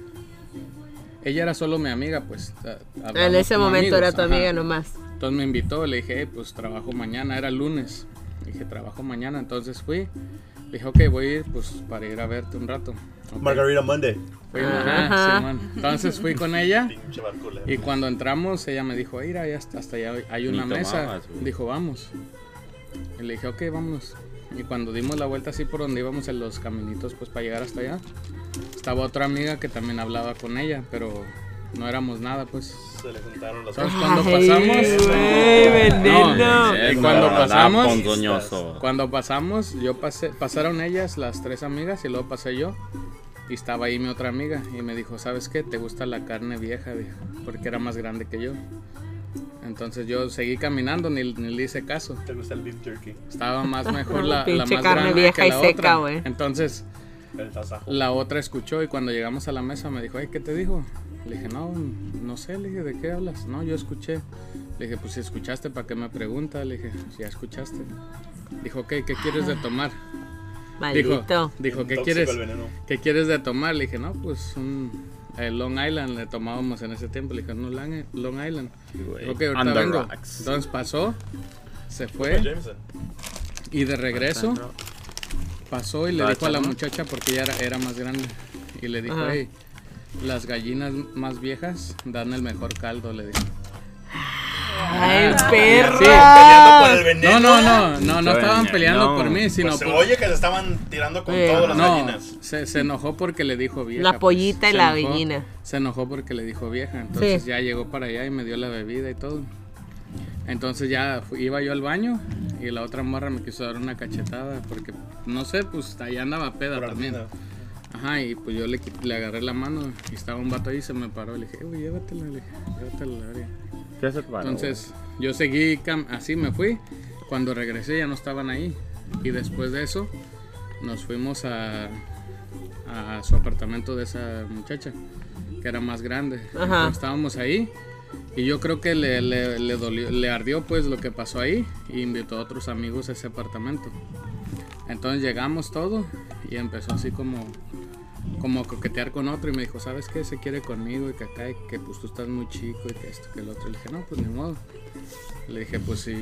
D: ella era solo mi amiga, pues. a-
C: En
D: hablamos
C: ese
D: como
C: momento era
D: amigos,
C: tu amiga
D: ajá.
C: nomás.
D: Entonces me invitó, le dije, "Hey, pues trabajo mañana, era lunes. Le dije, trabajo mañana, entonces fui. Le dije, ok, voy a ir, pues, para ir a verte un rato. Ok,
A: Margarita Monday.
D: fui, ajá,
C: Ajá.
D: Simón. Entonces fui con ella.
A: Pinche barculero.
D: Y cuando entramos, ella me dijo, mira, ya hasta, hasta allá hay una
B: Ni
D: mesa.
B: tomabas, güey.
D: dijo, vamos. Y le dije, ok, vámonos. Y cuando dimos la vuelta así por donde íbamos en los caminitos, pues para llegar hasta allá, estaba otra amiga que también hablaba con ella, pero no éramos nada, pues.
A: Se le juntaron las
D: Entonces
A: cosas.
D: cuando
C: Ay,
D: pasamos...
C: güey, veneno.
D: No, y cuando pasamos...
B: ponzoñoso.
D: Cuando pasamos, yo pasé, pasaron ellas, las tres amigas, y luego pasé yo. Y estaba ahí mi otra amiga y me dijo, ¿sabes qué? ¿Te gusta la carne vieja? Dijo, porque era más grande que yo. Entonces yo seguí caminando, ni, ni le hice caso.
A: ¿Te gusta el beef jerky?
D: Estaba más mejor la, la
C: Pinche
D: más
C: carne
D: grande
C: vieja
D: que
C: y
D: la
C: seca,
D: otra.
C: güey.
D: Entonces
A: El tasajo.
D: la otra escuchó y cuando llegamos a la mesa me dijo, "Ey, ¿qué te dijo? Le dije, no, no sé, le dije, ¿de qué hablas? No, yo escuché. Le dije, pues si escuchaste, ¿para qué me pregunta? Le dije, si ya escuchaste. Dijo, ok, ¿qué quieres de tomar? Dijo,
C: Maldito.
D: dijo ¿qué
A: Tóxico
D: quieres?
A: el veneno.
D: ¿Qué quieres de tomar? Le dije, no, pues un eh, Long Island le tomábamos en ese tiempo. Le dije, no, Lang- Long Island.
B: güey.
D: Ok, ahorita
B: On the
D: vengo.
B: rocks.
D: Entonces pasó, se fue
A: Jameson.
D: y de regreso pasó y le
B: Ah,
D: dijo a la
B: chamo.
D: muchacha porque ella era, era más grande. Y le dijo,
C: Ajá.
D: hey, las gallinas más viejas dan el mejor caldo, le dijo.
C: ¡Ay,
D: Sí,
A: Peleando por el
C: perro!
A: veneno.
D: No, no, no, no, no
B: Veneno.
D: estaban peleando
B: No.
D: por mí, sino
A: Pues se
D: por...
A: oye que se estaban tirando con
C: Eh,
A: todas las
D: No,
A: gallinas.
D: se, se enojó porque le dijo vieja. pues.
C: La pollita y
D: se
C: la
D: enojó-
C: gallina.
D: Se enojó porque le dijo vieja. Entonces ya llegó para allá y me dio la bebida y todo. Entonces ya fu- iba yo al baño y la otra morra me quiso dar una cachetada porque, no sé, pues allá andaba peda
A: Por
D: también.
A: Argentina.
D: Ajá, y pues yo le, quit- le agarré la mano y estaba un vato ahí y se me paró. Le dije, "Uy, llévatela, le dije, llévatela la verga".
B: ¿Qué es el paro,
D: Entonces yo seguí, cam- así me fui. Cuando regresé ya no estaban ahí. Y después de eso nos fuimos a, a su apartamento de esa muchacha, que era más grande.
C: Ajá.
D: Entonces, estábamos ahí y yo creo que le, le- le dolió- le ardió pues lo que pasó ahí y invitó a otros amigos a ese apartamento. Entonces llegamos todo y empezó así como como coquetear con otro y me dijo, ¿sabes qué? Se quiere conmigo y que acá y que pues tú estás muy chico y que esto, que el otro. Le dije, no, pues ni modo. Le dije, pues sí,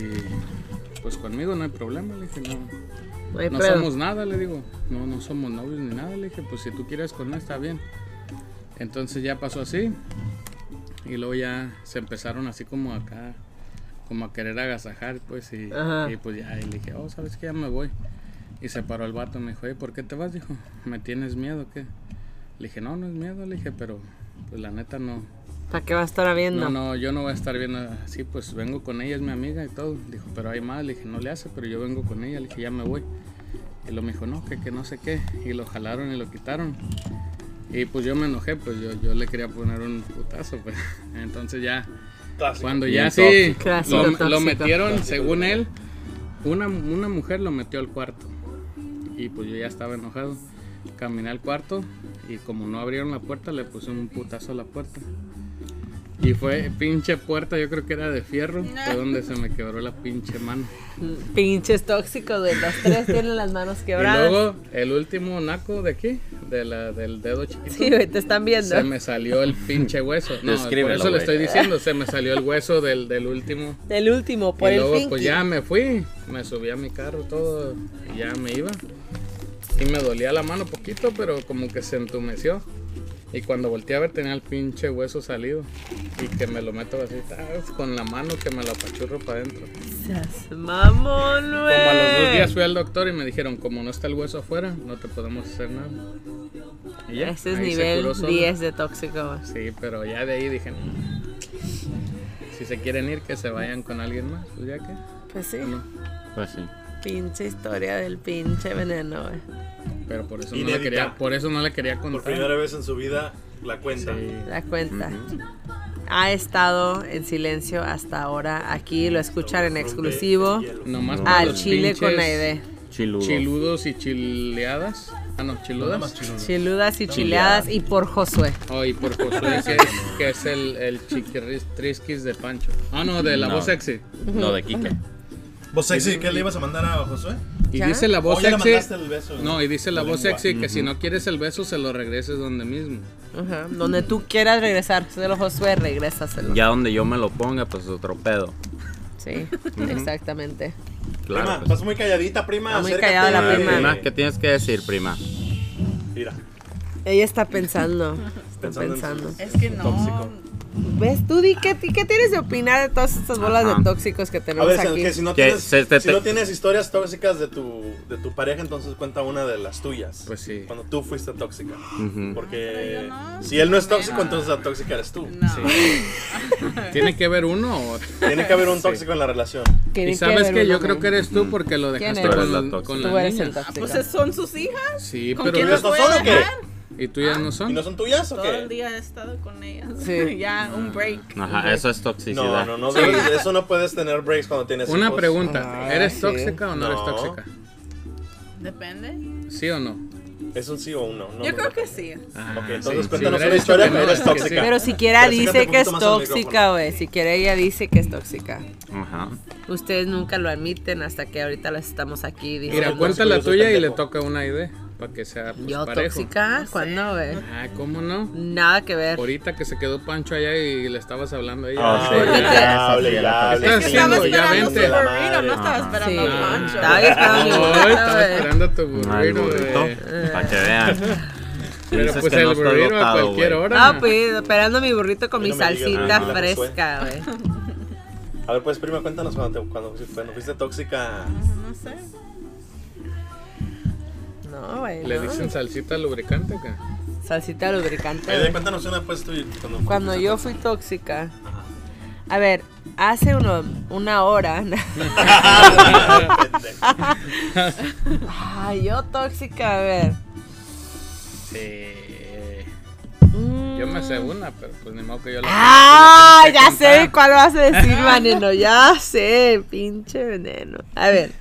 D: pues conmigo no hay problema. Le dije, no,
C: No hay
D: no
C: pedo.
D: somos nada, le digo. No, no somos novios ni nada. Le dije, pues si tú quieres con él, está bien. Entonces ya pasó así. Y luego ya se empezaron así como acá, como a querer agasajar, pues. Y,
C: Ajá.
D: y pues ya y le dije, oh, ¿sabes qué? Ya me voy. Y se paró el vato. Me dijo, "Ey, ¿por qué te vas? Dijo, ¿me tienes miedo? o ¿Qué? Le dije, no, no es miedo. Le dije, pero pues la neta no.
C: ¿Para qué va a estar viendo?
D: No, no, yo no voy a estar viendo así, pues vengo con ella, es mi amiga y todo. Dijo, pero hay más, le dije, no le hace, pero yo vengo con ella, le dije, ya me voy. Y lo me dijo, no, que, que no sé qué. Y lo jalaron y lo quitaron. Y pues yo me enojé, pues yo, yo le quería poner un putazo, pues. Entonces ya,
A: Clásico.
D: cuando
B: Bien
D: ya sí,
B: tóxico.
C: Clásico,
D: lo,
C: tóxico.
D: lo metieron, según él, una, una mujer lo metió al cuarto. Y pues yo ya estaba enojado. Caminé al cuarto y como no abrieron la puerta, le puse un putazo a la puerta. Y fue pinche puerta, yo creo que era de fierro, fue donde se me quebró la pinche mano.
C: Pinches tóxicos, güey. Los tres tienen las manos quebradas.
D: Y luego el último naco de aquí, de la, del dedo chiquito.
C: Sí, güey, te están viendo.
D: Se me salió el pinche hueso. No, por
B: Descríbelo,
D: eso le
B: güey.
D: estoy diciendo, se me salió el hueso del, del último.
C: El último, por
D: y
C: el
D: luego
C: fin.
D: pues ya me fui, me subí a mi carro todo y ya me iba. Y me dolía la mano poquito, pero como que se entumeció. Y cuando volteé a ver tenía el pinche hueso salido y que me lo meto así tas, con la mano que me lo apachurro para adentro.
C: Mamón, güey.
D: Como a los dos días fui al doctor y me dijeron, como no está el hueso afuera, no te podemos hacer nada. Y ya,
C: Ese es
D: ahí se curó
C: nivel
D: solo.
C: 10 de tóxico, güey.
D: Sí, pero ya de ahí dije, "No, si se quieren ir, que se vayan con alguien más, pues ya que.
C: Pues sí.
D: No.
B: Pues sí.
C: Pinche historia del pinche veneno, güey.
D: Pero por eso, no le
A: Inevitable.
D: quería, por eso no le quería
A: Por
D: contar. eh,
A: primera vez en su vida la cuenta.
D: Sí.
C: La cuenta. Ha estado en silencio hasta ahora. Aquí lo escuchan en exclusivo.
D: Nomás por
C: Al
D: los
C: chile con la
D: pinches
C: idea.
B: Chiludo.
D: Chiludos y chileadas. Ah, no, chiludas.
C: Chiludas y chileadas y por Josué.
D: Oh, y por Josué, que es, que es el, el chiquirris de Pancho. Ah, no, de la
B: No.
D: voz sexy.
B: No, de Quique.
A: ¿Vos sexy qué le ibas a mandar a Josué?
D: Y
C: ¿Ya?
D: dice la voz
A: Oye, Oh, le mandaste
D: sexy.
A: el beso.
D: No, y dice la
A: La
D: voz
A: lengua.
D: sexy que si no quieres el beso, se lo regreses donde mismo.
C: Ajá. Donde tú quieras regresar, solo Josué, regrésaselo.
B: Ya donde yo me lo ponga, pues otro pedo.
C: Sí, exactamente.
A: Prima,
B: Claro. pues.
A: estás muy calladita, prima.
C: Está muy
A: acércate.
C: callada la
B: Ah,
C: prima.
B: prima, ¿Qué tienes que decir, prima?
A: Mira,
C: Ella está pensando. Está
A: Pensando en sus-
C: pensando.
E: Es que no.
A: Tóxico.
C: ¿Ves tú? Di, ¿qué, qué tienes de opinar de todas estas bolas
B: Ajá.
C: de tóxicos que
A: a
C: tenemos
A: ver,
C: aquí?
A: que si no
B: Que
A: tienes,
B: se- se-
A: si
B: te-
A: no tienes historias tóxicas de tu, de tu pareja, entonces cuenta una de las tuyas.
D: Pues sí.
A: Cuando tú fuiste tóxica.
B: Ujú.
A: Porque
E: No, pero yo no.
A: si él no es tóxico, entonces la tóxica eres tú.
E: No.
D: ¿Tiene que ver uno o otro?
A: Tiene que haber un tóxico en la relación.
C: Tiene
D: Y sabes
C: haber
D: que yo
C: uno,
D: creo
C: ¿no?
D: que eres tú porque lo
C: ¿Quién
D: dejaste
C: eres?
D: con,
B: Tú eres
D: la-
B: la
D: con
B: tóxica.
C: Tú
D: las
C: eres el
D: niñas.
E: Ah,
C: tóxico.
E: pues es- son sus hijas.
D: Sí,
E: ¿Con
D: pero
E: quién
A: ¿Ellas
E: las
A: no
E: voy
A: son
E: a
A: o qué?
E: dejar?
D: ¿Y tuyas no son?
A: ¿Y no son tuyas o
E: Todo el
A: qué?
E: día he estado con ellas.
C: Sí.
E: ya, un break.
B: Ajá, eso es
A: Ah, No,
B: toxicidad.
A: no, no. de- Eso no puedes tener breaks cuando tienes
D: Una
A: hijos.
D: pregunta,
C: Ah,
D: ¿eres
C: sí.
D: tóxica o no, eres
A: No.
D: tóxica?
E: Depende.
D: ¿Sí o no?
A: ¿Es un sí o un no? No,
E: Yo
A: no,
E: creo
A: no.
E: que sí.
A: Ok,
D: Ah,
A: entonces
D: sí,
A: cuéntanos una
D: sí, hubiera
A: historia
D: dicho que
A: que eres
D: no, es que
A: tóxica.
C: Pero siquiera
A: Acércate
C: dice
A: un
C: que es
A: poquito más al
C: tóxica, güey. Siquiera ella dice que es tóxica.
B: Ajá.
C: Ustedes nunca lo admiten hasta que ahorita las estamos aquí
A: Yo
D: Mira,
C: diciendo. pues,
D: cuenta la
A: soy
D: tuya y le
A: pendejo.
D: toca una idea para que sea pues,
C: ¿Yo
D: parejo.
C: tóxica? ¿Cuándo, güey?
D: Ah, ¿cómo no?
C: Nada que ver.
D: Ahorita que se quedó Pancho allá y le estabas hablando a ella.
B: Ah, sí.
D: Ah, ya.
A: Ya hable, ya hable.
D: Es que
A: Sí,
D: ya
E: Estaba esperando su
D: vente.
E: burrito, no estaba
B: Ajá.
C: Sí,
E: esperando a Pancho.
C: estaba ahí
D: Ah, Ay,
C: esperando mi burrito,
D: estaba
C: güey.
D: esperando a tu
B: Al
D: burrito.
B: burrito.
D: güey.
B: Para que vean.
D: Pero
B: Dices
D: pues
B: que no
D: el
B: estoy
D: burrito a
B: dotado,
D: cualquier
B: güey.
D: hora.
C: Ah, pues esperando mi burrito con
A: A mí
C: mi
A: no me digas
C: salsita
A: nada, Josué.
C: fresca, güey.
A: A ver, pues prima, cuéntanos cuando, te- cuando, cuando fuiste tóxica.
E: No sé.
C: No, güey.
D: ¿Le
C: no.
D: dicen salsita lubricante o qué?
C: Salsita lubricante.
A: Ay, de-
C: güey.
A: cuéntanos una pues tú. y Cuando,
C: Cuando yo fui tóxica. A ver, hace uno, una hora. Ay, yo tóxica, a ver.
D: Sí.
C: Mm.
D: Yo me sé una, pero pues ni modo que yo la.
C: Ah,
D: yo tengo
C: ya
D: que
C: sé
D: contar.
C: cuál vas a decir, veneno. Ya sé, pinche veneno. A ver,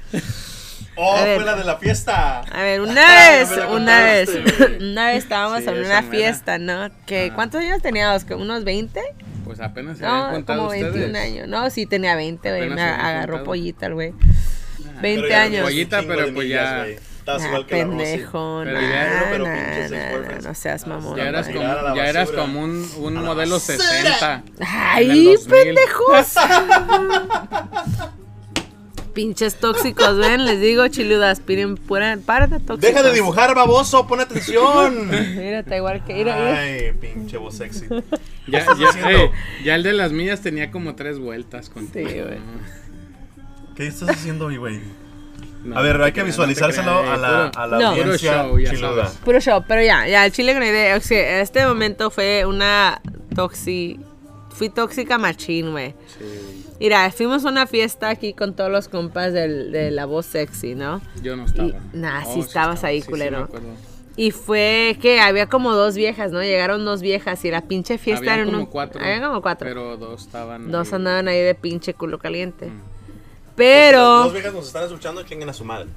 A: ¡Oh,
C: A ver.
A: fue la de la fiesta!
C: a ver, una
A: Ay,
C: vez,
A: no me la
C: una vez,
A: contaste.
C: una vez estábamos
D: Sí,
C: en
D: esa
C: una
D: mera.
C: fiesta, ¿no? Que,
D: Ah.
C: ¿Cuántos años teníamos? ¿Que ¿Unos 20?
D: Pues apenas se habían
C: No,
D: contado
C: como 21
D: ustedes.
C: años. No, sí tenía 20, güey.
D: Apenas
C: Me
D: se habían
C: agarró
D: juntado.
C: pollita el güey.
A: Pero
C: 20
A: ya
C: años.
A: tenemos un
D: Pollita,
A: chingo de
D: pero pues
A: millas,
D: ya-
A: güey. Estabas
C: Ah,
A: igual que
C: pendejo,
A: la
C: no,
A: Rosy.
D: Pero ya-
A: pero
C: no,
A: pinches
C: no, no,
A: ex-boyfriends.
C: no seas mamón.
D: Ya eras
A: Ay,
D: como,
A: a la
D: ya eras
A: basura.
D: como un, un
A: A la
D: modelo
A: basura.
D: 60. en el
C: ¡Ay,
D: 2000.
C: pendejos! Pinches tóxicos, ven, les digo, chiludas, piden pura, para de tóxicos.
A: Deja de dibujar, baboso, pon atención.
C: Mira, está igual que. Mira, mira.
A: Ay, pinche voz sexy.
D: Ya,
A: estás
D: ya-
A: haciendo?
D: eh, ya el de las millas tenía como tres vueltas contigo.
C: Sí, güey.
A: ¿Qué estás haciendo hoy, güey?
D: No,
A: A ver, hay que
D: no te creas, eh, no te
A: visualizárselo
D: creas,
A: a la,
D: puro-
A: a la
C: No.
A: audiencia
D: Puro show, ya
A: chiluda.
D: sabes.
C: Puro show, pero ya, ya, el chile con idea. O sea, este momento fue una toxi. Fui tóxica machín, güey.
D: Sí,
C: Mira, fuimos a una fiesta aquí con todos los compas del- de la voz sexy, ¿no?
D: yo no estaba. Oh,
C: Y- nah, sí
D: sí
C: estabas
D: estaba,
C: ahí,
D: sí, sí,
C: culero.
D: me acuerdo.
C: Y fue que había como dos viejas, ¿no? Llegaron dos viejas y la pinche fiesta
D: Habían
C: era
D: como
C: un-
D: cuatro.
C: Habían como cuatro.
D: Pero dos estaban.
C: Dos
D: ahí.
C: andaban ahí de pinche culo caliente.
D: Mm.
A: Las
C: Pero.
A: dos viejas nos están escuchando, chinguen a su madre.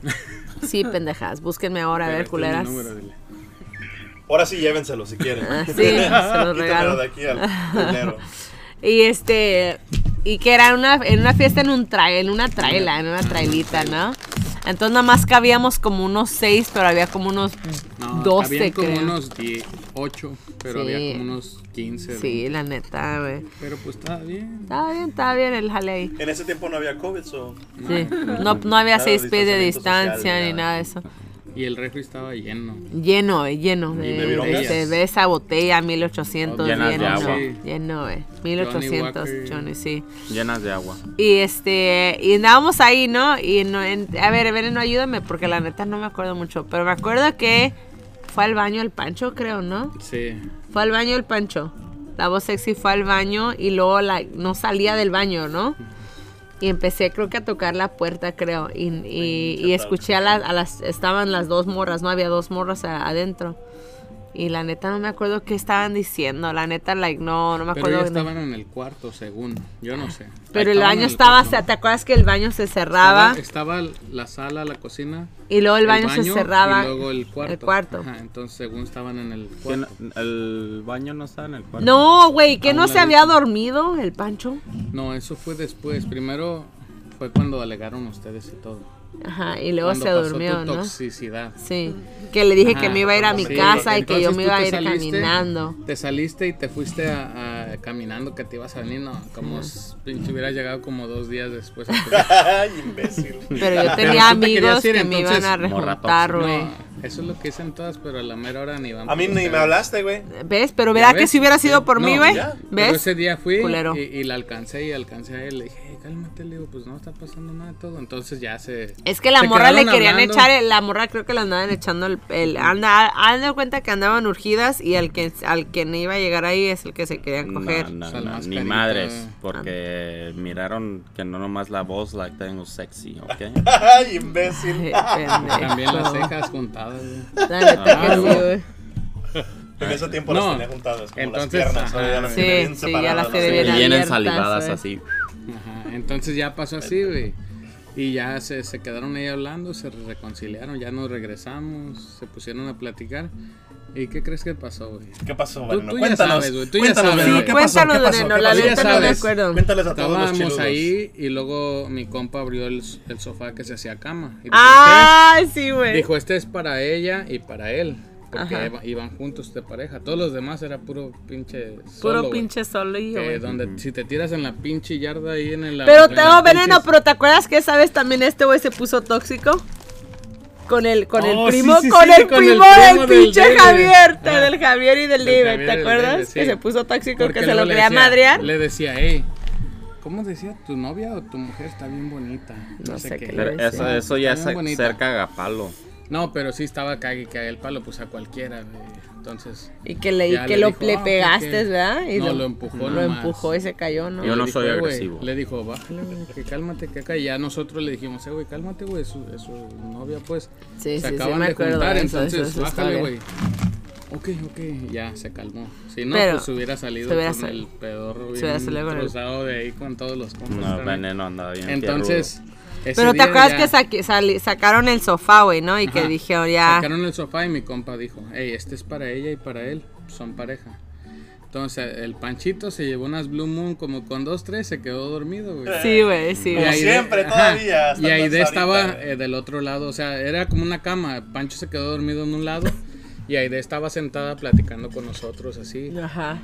C: Sí, pendejas. Búsquenme ahora, a
D: Pero
C: ver,
D: este es mi
C: culeras.
D: número, dile.
A: Ahora sí, llévenselo si quieren.
C: Ah, sí, se los
A: Quítamelo
C: regalo.
A: de aquí al culero.
C: Y este. Y que era una, en una fiesta en un trail, en una traila, en una
D: Ah,
C: trailita, ¿no? Entonces nada más cabíamos como unos seis, pero había como unos
D: No,
C: doce,
D: habían como
C: creo.
D: unos 8, pero
C: Sí.
D: había como unos 15.
C: Sí, la neta, güey.
D: Pero pues estaba bien.
C: Estaba bien, estaba bien el jale ahí.
A: En ese tiempo no había COVID, so...
C: Sí. No, no había
A: Nada de
C: seis pies de
A: distanciamiento
C: distancia
A: social,
C: ni
A: nada.
C: nada de eso.
D: Y el refri estaba lleno.
C: Lleno, eh, lleno.
D: Y
C: De,
D: de
A: botellas.
C: de- de esa botella 1800,
B: Llenas de
C: lleno,
B: agua.
D: Sí.
C: lleno, eh, 1800,
D: Johnny
C: Johnny,
D: Walker.
C: sí.
B: Llenas de agua.
C: Y este, y andábamos ahí, ¿no? Y no, en- a ver, a ver, no ayúdame porque la neta no me acuerdo mucho, pero me acuerdo que fue al baño el Pancho, creo, ¿no?
D: Sí.
C: Fue al baño el Pancho. La voz sexy fue al baño y luego la, no salía del baño, ¿no? Y empecé creo que a tocar la puerta, creo. Y, y- y escuché a las, a las... Estaban las dos morras, ¿no? Había dos morras a- adentro. Y la neta no me acuerdo qué estaban diciendo. La neta, like, no, no me
D: Pero
C: acuerdo.
D: ya estaban en el cuarto, según. Yo no sé.
C: Ah, Pero el
D: Estaban en
C: baño estaba...
D: cuarto.
C: ¿Te acuerdas que el baño se cerraba?
D: Estaba, estaba la sala, la cocina.
C: y luego el baño, se cerraba.
D: Y luego el cuarto.
C: El cuarto.
D: Ajá, entonces, según estaban en el
B: ¿Quién-
D: cuarto.
B: El baño no está en el cuarto.
C: No, güey, que
D: A
C: no
D: un
C: se
D: ladito.
C: había dormido el Pancho.
D: No, eso fue después. Primero fue cuando alegaron ustedes y todo.
C: Ajá, y luego
D: Cuando
C: se
D: pasó
C: durmió,
D: tu
C: ¿no?
D: toxicidad.
C: Sí, que le dije que
D: Ajá,
C: me iba a ir a mi
D: sí.
C: casa y que yo
D: Entonces
C: me
D: tú
C: iba a
D: te
C: ir
D: saliste-
C: caminando.
D: Te saliste y te fuiste a, a- caminando que te ibas a venir, no, como s- pinche hubieras llegado como dos días después. a tu-
A: Ay, imbécil.
C: Pero yo
D: Pero
C: tenía
D: tú te querías
C: amigos
D: ir,
C: que me iban a
D: entonces,
B: morra
C: rejuntar, güey.
D: No, eso es lo que dicen todas, pero a la mera hora ni van.
A: A mí
D: por
A: ni
D: ustedes.
A: me hablaste, güey.
C: ¿Ves? Pero ¿verdad
D: ¿Ya
C: que
D: ves?
C: si hubiera sido por
D: No,
C: mí, güey?
A: ya.
D: Pero
C: ¿Ves?
D: ese día fui
C: Culero.
D: y, y la alcancé y alcancé a él. Le dije, "Hey, cálmate, le digo, pues no está pasando nada de todo. Entonces ya se.
C: Es que la
D: se
C: morra le
D: quedaron
C: querían
D: hablando.
C: echar, el- la morra creo que la andaban echando el... el anda, han dado cuenta que andaban urgidas y al que al que no iba a llegar ahí es el que se querían
B: No,
C: coger.
B: no,
D: O sea,
B: no,
D: más
B: ni
D: carita.
B: madres,
D: Ah.
B: porque miraron que no nomás la voz la tengo sexy, ¿ok?
A: Ay, imbécil.
C: Ay, pendejo.
D: También las cejas juntadas. güey.
C: La neta que
D: Ah,
C: sí,
D: güey.
C: güey.
A: En ese tiempo las
D: No.
A: tenía juntadas, como
D: Entonces,
A: las piernas.
D: ajá.
A: ahora ya las
C: Sí,
A: tiene bien
C: sí,
A: separadas,
C: ya las
A: ¿no?
C: tiene
A: Sí.
C: bien
B: Y vienen
C: abiertas,
B: salivadas
C: güey.
B: así.
D: Ajá, Entonces ya pasó así, güey. Y ya se, se quedaron ahí hablando, se reconciliaron, ya nos regresamos, se pusieron a platicar. ¿Y qué crees que pasó, güey?
A: ¿Qué pasó,
D: Tú-
A: Veneno?
D: tú ya
A: Cuéntanos,
D: sabes, güey, tú ya
A: cuéntanos,
D: sabes,
A: Veneno,
D: güey.
A: ¿qué pasó? ¿Qué
C: Cuéntanos,
A: pasó?
C: Veneno,
A: ¿Qué
C: la
A: pasó?
D: neta no me
A: Cuéntales.
C: acuerdo.
A: Cuéntales a todos los
D: Estábamos
A: chiludos.
D: ahí y luego mi compa abrió el, el sofá que se hacía cama. Y dijo,
C: Ay, sí,
D: "Este-
C: güey.
D: dijo, este es para ella y para él. Porque
C: Ajá.
D: iba- iban juntos de pareja. Todos los demás era puro pinche. solo,
C: Puro
D: güey.
C: pinche solo y yo,
D: Que
C: güey.
D: donde si te tiras en la pinche yarda ahí en el.
C: Pero
D: en
C: tengo
D: las
C: veneno,
D: pinches-
C: pero ¿te acuerdas que esa vez también este güey se puso tóxico? Con el, con
D: Oh,
C: el
D: sí,
C: primo,
D: sí,
C: con,
D: sí,
C: el
D: con el
C: primo
D: primo
C: del
D: del
C: pinche
D: David.
C: Javier,
D: Ah.
C: del Javier y del
D: Del
C: Libre,
D: Javier
C: ¿te
D: y del
C: acuerdas?
D: Libre, sí.
C: Que se puso tóxico,
D: Porque
C: que se
D: luego
C: lo
D: le
C: quería
D: decía-
C: madrear.
D: Le decía, hey, ¿cómo decía? ¿Tu novia o tu mujer está bien bonita?
C: No sé qué
B: Pero
C: Sí,
B: eso,
D: sí.
B: eso ya
D: Está bien
B: es
D: bonita.
B: cerca agapalo.
D: No, pero sí estaba cague y cague el palo, pues a cualquiera, güey. Entonces.
C: Y que le,
D: ya
C: que lo,
D: dijo,
C: le
D: "Ah, ok,
C: pegaste,
D: ok".
C: ¿verdad? Y
D: no, lo, empujó.
C: Lo
D: nomás.
C: empujó y se cayó, ¿no?
B: Yo
D: Le
B: no
D: dijo,
B: soy
D: "Eh, güey",
B: agresivo.
D: Le dijo, bájale, güey, que cálmate, que acá. Y ya nosotros le dijimos, eh, güey, cálmate, güey, es su, es su novia, pues.
C: Sí,
D: se
C: sí, sí,
D: acaban
C: me
D: de
C: acuerdo
D: juntar,
C: de eso,
D: entonces,
C: eso, eso está
D: bájale,
C: bien.
D: güey. Ok, ok, ya se calmó. Si no,
C: Pero,
D: pues hubiera salido
C: se hubiera
D: con
C: sal-
D: el pedorro
C: se hubiera
D: bien
C: salido con el-
D: cruzado de ahí con todos los compas.
B: No,
D: también.
B: veneno andaba bien.
D: Entonces, ese
C: Pero ¿te
D: día
C: acuerdas
D: ya
C: que saque- sali- sacaron el sofá, güey, no? Y que
D: Ajá.
C: dijeron ya...
D: Sacaron el sofá y mi compa dijo, hey, este es para ella y para él, son pareja. Entonces, el Panchito se llevó unas Blue Moon como con dos, tres, se quedó dormido, güey.
C: Sí, güey, sí.
A: Y Como ahí- siempre, todavía, hasta
D: Y Aide
A: hasta
D: estaba
A: ahorita,
D: eh, del otro lado, o sea, era como una cama. Pancho se quedó dormido en un lado y Aide estaba sentada platicando con nosotros así.
C: Ajá.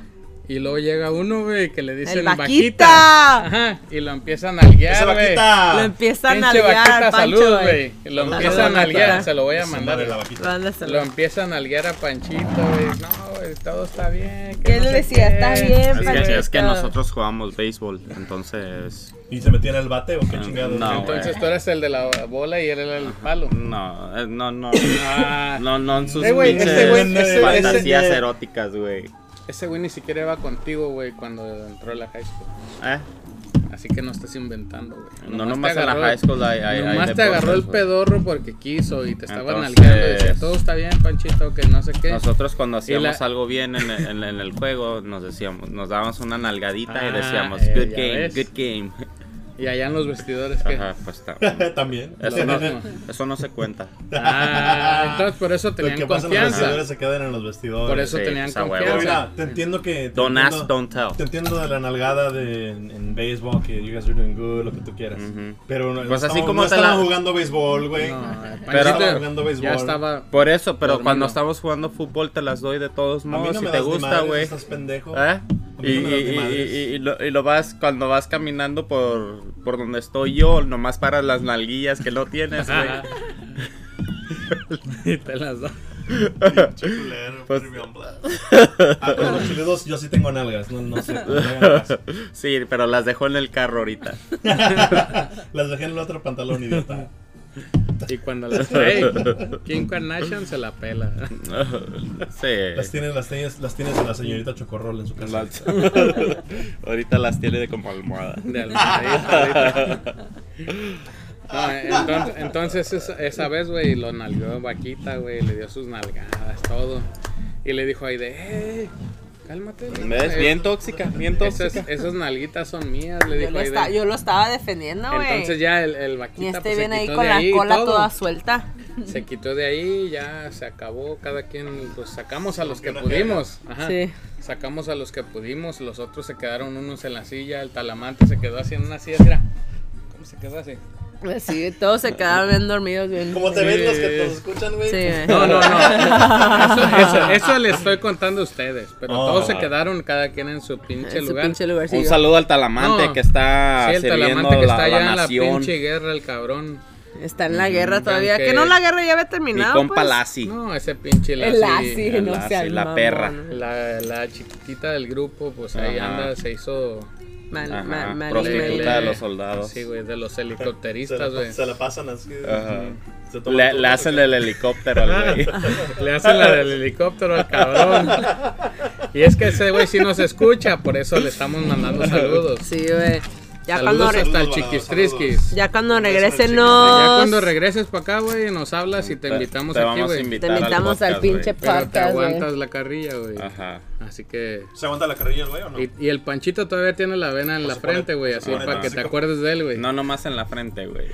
D: Y luego llega uno, güey, que le dicen
C: ¡El
D: vaquita.
C: Vaquita!
D: Ajá, y lo empiezan a nalguear,
A: Ese
D: güey.
C: Lo
A: vaquita.
C: empiezan a
D: Pinche
C: liar,
D: vaquita,
C: Pancho,
D: saludos,
C: güey.
D: güey. Lo
A: Saludos,
D: empiezan a
C: vaquita.
D: liar, se lo voy a
A: Esa
D: mandar.
A: madre, la
D: güey.
A: vaquita.
C: Mándaselo.
D: Lo empiezan a liar a Panchito, güey. No, güey, todo está bien. que
C: ¿Qué
D: no
C: le
D: sé
C: decía?
D: qué.
C: Está bien,
B: Es
C: Panchito.
B: que, es que nosotros jugábamos béisbol, entonces.
A: ¿Y se metía en el bate o
D: Ah,
A: qué chingados?
B: No, güey.
D: Entonces tú eras el de la bola y él era el palo.
B: No, eh, no, no.
D: Ah,
B: No, no, en sus
D: Eh, güey,
B: pinches
D: este güey, ese-
B: fantasías
D: ese-
B: eróticas, güey.
D: Ese güey ni siquiera iba contigo, güey, cuando entró a la high school.
B: ¿Eh?
D: Así que no estás inventando, güey.
B: No,
D: te
B: nomás en la
D: agarró-
B: high school hay. hay- hay
D: Nomás te
B: deportes,
D: agarró el
B: güey.
D: pedorro porque quiso y te estaban
B: Entonces-
D: nalgueando y decía, todo está bien, Panchito, que no sé qué.
B: Nosotros cuando hacíamos
D: la-
B: algo bien en, en- en el juego, nos decíamos, nos dábamos una nalgadita y
D: Ah,
B: decíamos,
D: eh,
B: good
D: ya
B: game,
D: ves.
B: good game.
D: Y allá en los vestidores, ¿qué?
B: Ajá, pues está.
A: También.
B: Eso no,
D: mismo.
B: eso no se cuenta.
D: Ah, entonces por eso
A: Lo que
D: tenían
A: pasa en los vestidores
D: confianza.
A: se quedan en los vestidores.
D: Por eso
B: Sí,
D: tenían
B: pues, a huevo.
A: Pero
D: confianza.
A: mira, te entiendo que. te
B: Don't
A: entiendo-
B: ask, don't tell.
A: Te entiendo de la nalgada de, en, en béisbol, que you guys are doing good, lo que tú quieras.
B: Ujú.
A: Pero no,
B: Pues
A: no
B: así
A: estaban-
B: como
A: no
B: te
A: estaban
B: la-
A: jugando béisbol, güey.
D: No,
A: Pero-
D: Panchito
A: jugando béisbol.
D: ya estaba.
B: Por eso, pero
D: Dormido.
B: cuando estamos jugando fútbol te las doy de todos
A: a mí
B: modos
A: no
B: si
A: me
B: te
A: das ni
B: gusta,
A: madres,
B: güey.
A: Estás pendejo.
B: ¿Eh?
A: A mí
B: Y,
A: no me das ni
B: y- y-
A: madres.
B: y- y lo, y lo vas, cuando vas caminando por, por donde estoy yo, nomás para las nalguillas que no tienes, güey.
D: Y te las da.
A: Chulero,
B: Pues-
A: Premium Black. Ah, pero los chilenos yo sí tengo nalgas, no, no sé. no me hagan caso.
B: Sí, pero las dejo en el carro ahorita.
A: Las dejé en el otro pantalón, idiota.
D: Y cuando las trae, Kim Kardashian se la pela.
A: Las
B: sí.
A: tienes, las tienes, las tienes de la señorita Chocorrol en su casa.
B: Las- ahorita las tiene de como almohada.
D: De almohadita ahorita. No,
B: Ah.
D: entonces, entonces esa, esa vez, güey, lo nalgó Vaquita, güey, le dio sus nalgadas, todo. Y le dijo ahí de, "Ey, cálmate.
B: ¿Ves? Bien tóxica, bien
D: Esas,
B: tóxica.
D: esas nalguitas son mías, le
C: Yo
D: dijo
C: lo,
D: ahí
C: esta-
D: de-
C: yo lo estaba defendiendo, güey.
D: Entonces ya el, el
C: Y
D: Vaquita
C: este
D: pues, se
C: viene ahí
D: quitó
C: con
D: de
C: la
D: ahí y
C: cola
D: todo.
C: toda suelta.
D: Se quitó de ahí, ya se acabó, cada quien, pues sacamos a los que
A: Una
D: pudimos. Ajá.
C: Sí.
D: Sacamos a los que pudimos, los otros se quedaron unos en la silla, el talamante se quedó así en una silla, mira. ¿Cómo se quedó así?
C: Pues Sí, todos se quedaron bien dormidos. Bien.
A: ¿Cómo te ven los que te escuchan, güey?
C: Sí, güey.
D: No, no, no. Eso, eso, eso les estoy contando a ustedes, pero
A: Oh.
D: todos se quedaron cada quien en su pinche
C: En su
D: lugar.
C: pinche lugar.
B: Un saludo al talamante
D: Pues No.
B: que está
D: Sí, el
B: sirviendo
D: talamante que
B: la,
D: está allá
B: la
D: en la
B: nación.
D: pinche guerra, el cabrón.
C: Está en la guerra
D: Mm,
C: todavía.
D: aunque-
C: Que no la guerra ya había
B: Mi
C: terminado.
B: compa
C: pues.
B: Lassi.
D: No, ese pinche
C: El
D: Lassi.
C: Lassi,
B: el
C: no
B: Lassi,
C: sea el
B: la
C: mamón.
B: perra.
D: La, la chiquitita del grupo, pues ahí
B: Ajá.
D: anda, se hizo
C: Mal,
B: Ajá,
C: mal, mal,
B: prostituta
C: mal.
B: de los soldados.
D: Sí, güey, de los
A: Se
D: helicópteristas,
A: la,
D: güey.
A: se la pasan así.
B: Ajá.
A: Se toman
B: Le,
A: todo
B: le hacen el helicóptero al güey.
D: Le hacen la del helicóptero al cabrón. Y es que ese güey sí nos escucha, por eso le estamos mandando saludos.
C: Sí, güey. Ya
D: saludos
C: cuando, re-
D: hasta el
A: Saludos,
D: chiquistrisquis.
C: ya cuando
A: chico.
C: regresen
D: Ya
C: nos.
D: cuando regreses para acá, güey, nos hablas y te invitamos
B: Te
D: aquí,
B: vamos a
D: güey.
B: invitar
C: Te invitamos al
B: podcast,
C: pinche
B: güey.
D: Pero te
C: podcast, güey.
D: aguantas la carrilla, güey.
B: Ajá.
D: Así que...
A: ¿Se aguanta la carrilla el güey o no?
D: Y, y el panchito todavía tiene la vena en la
A: se pone-
D: frente, güey,
A: se
D: así
A: pone
D: para que te
A: tóxico.
D: acuerdes de él, güey.
B: No nomás en la frente, güey.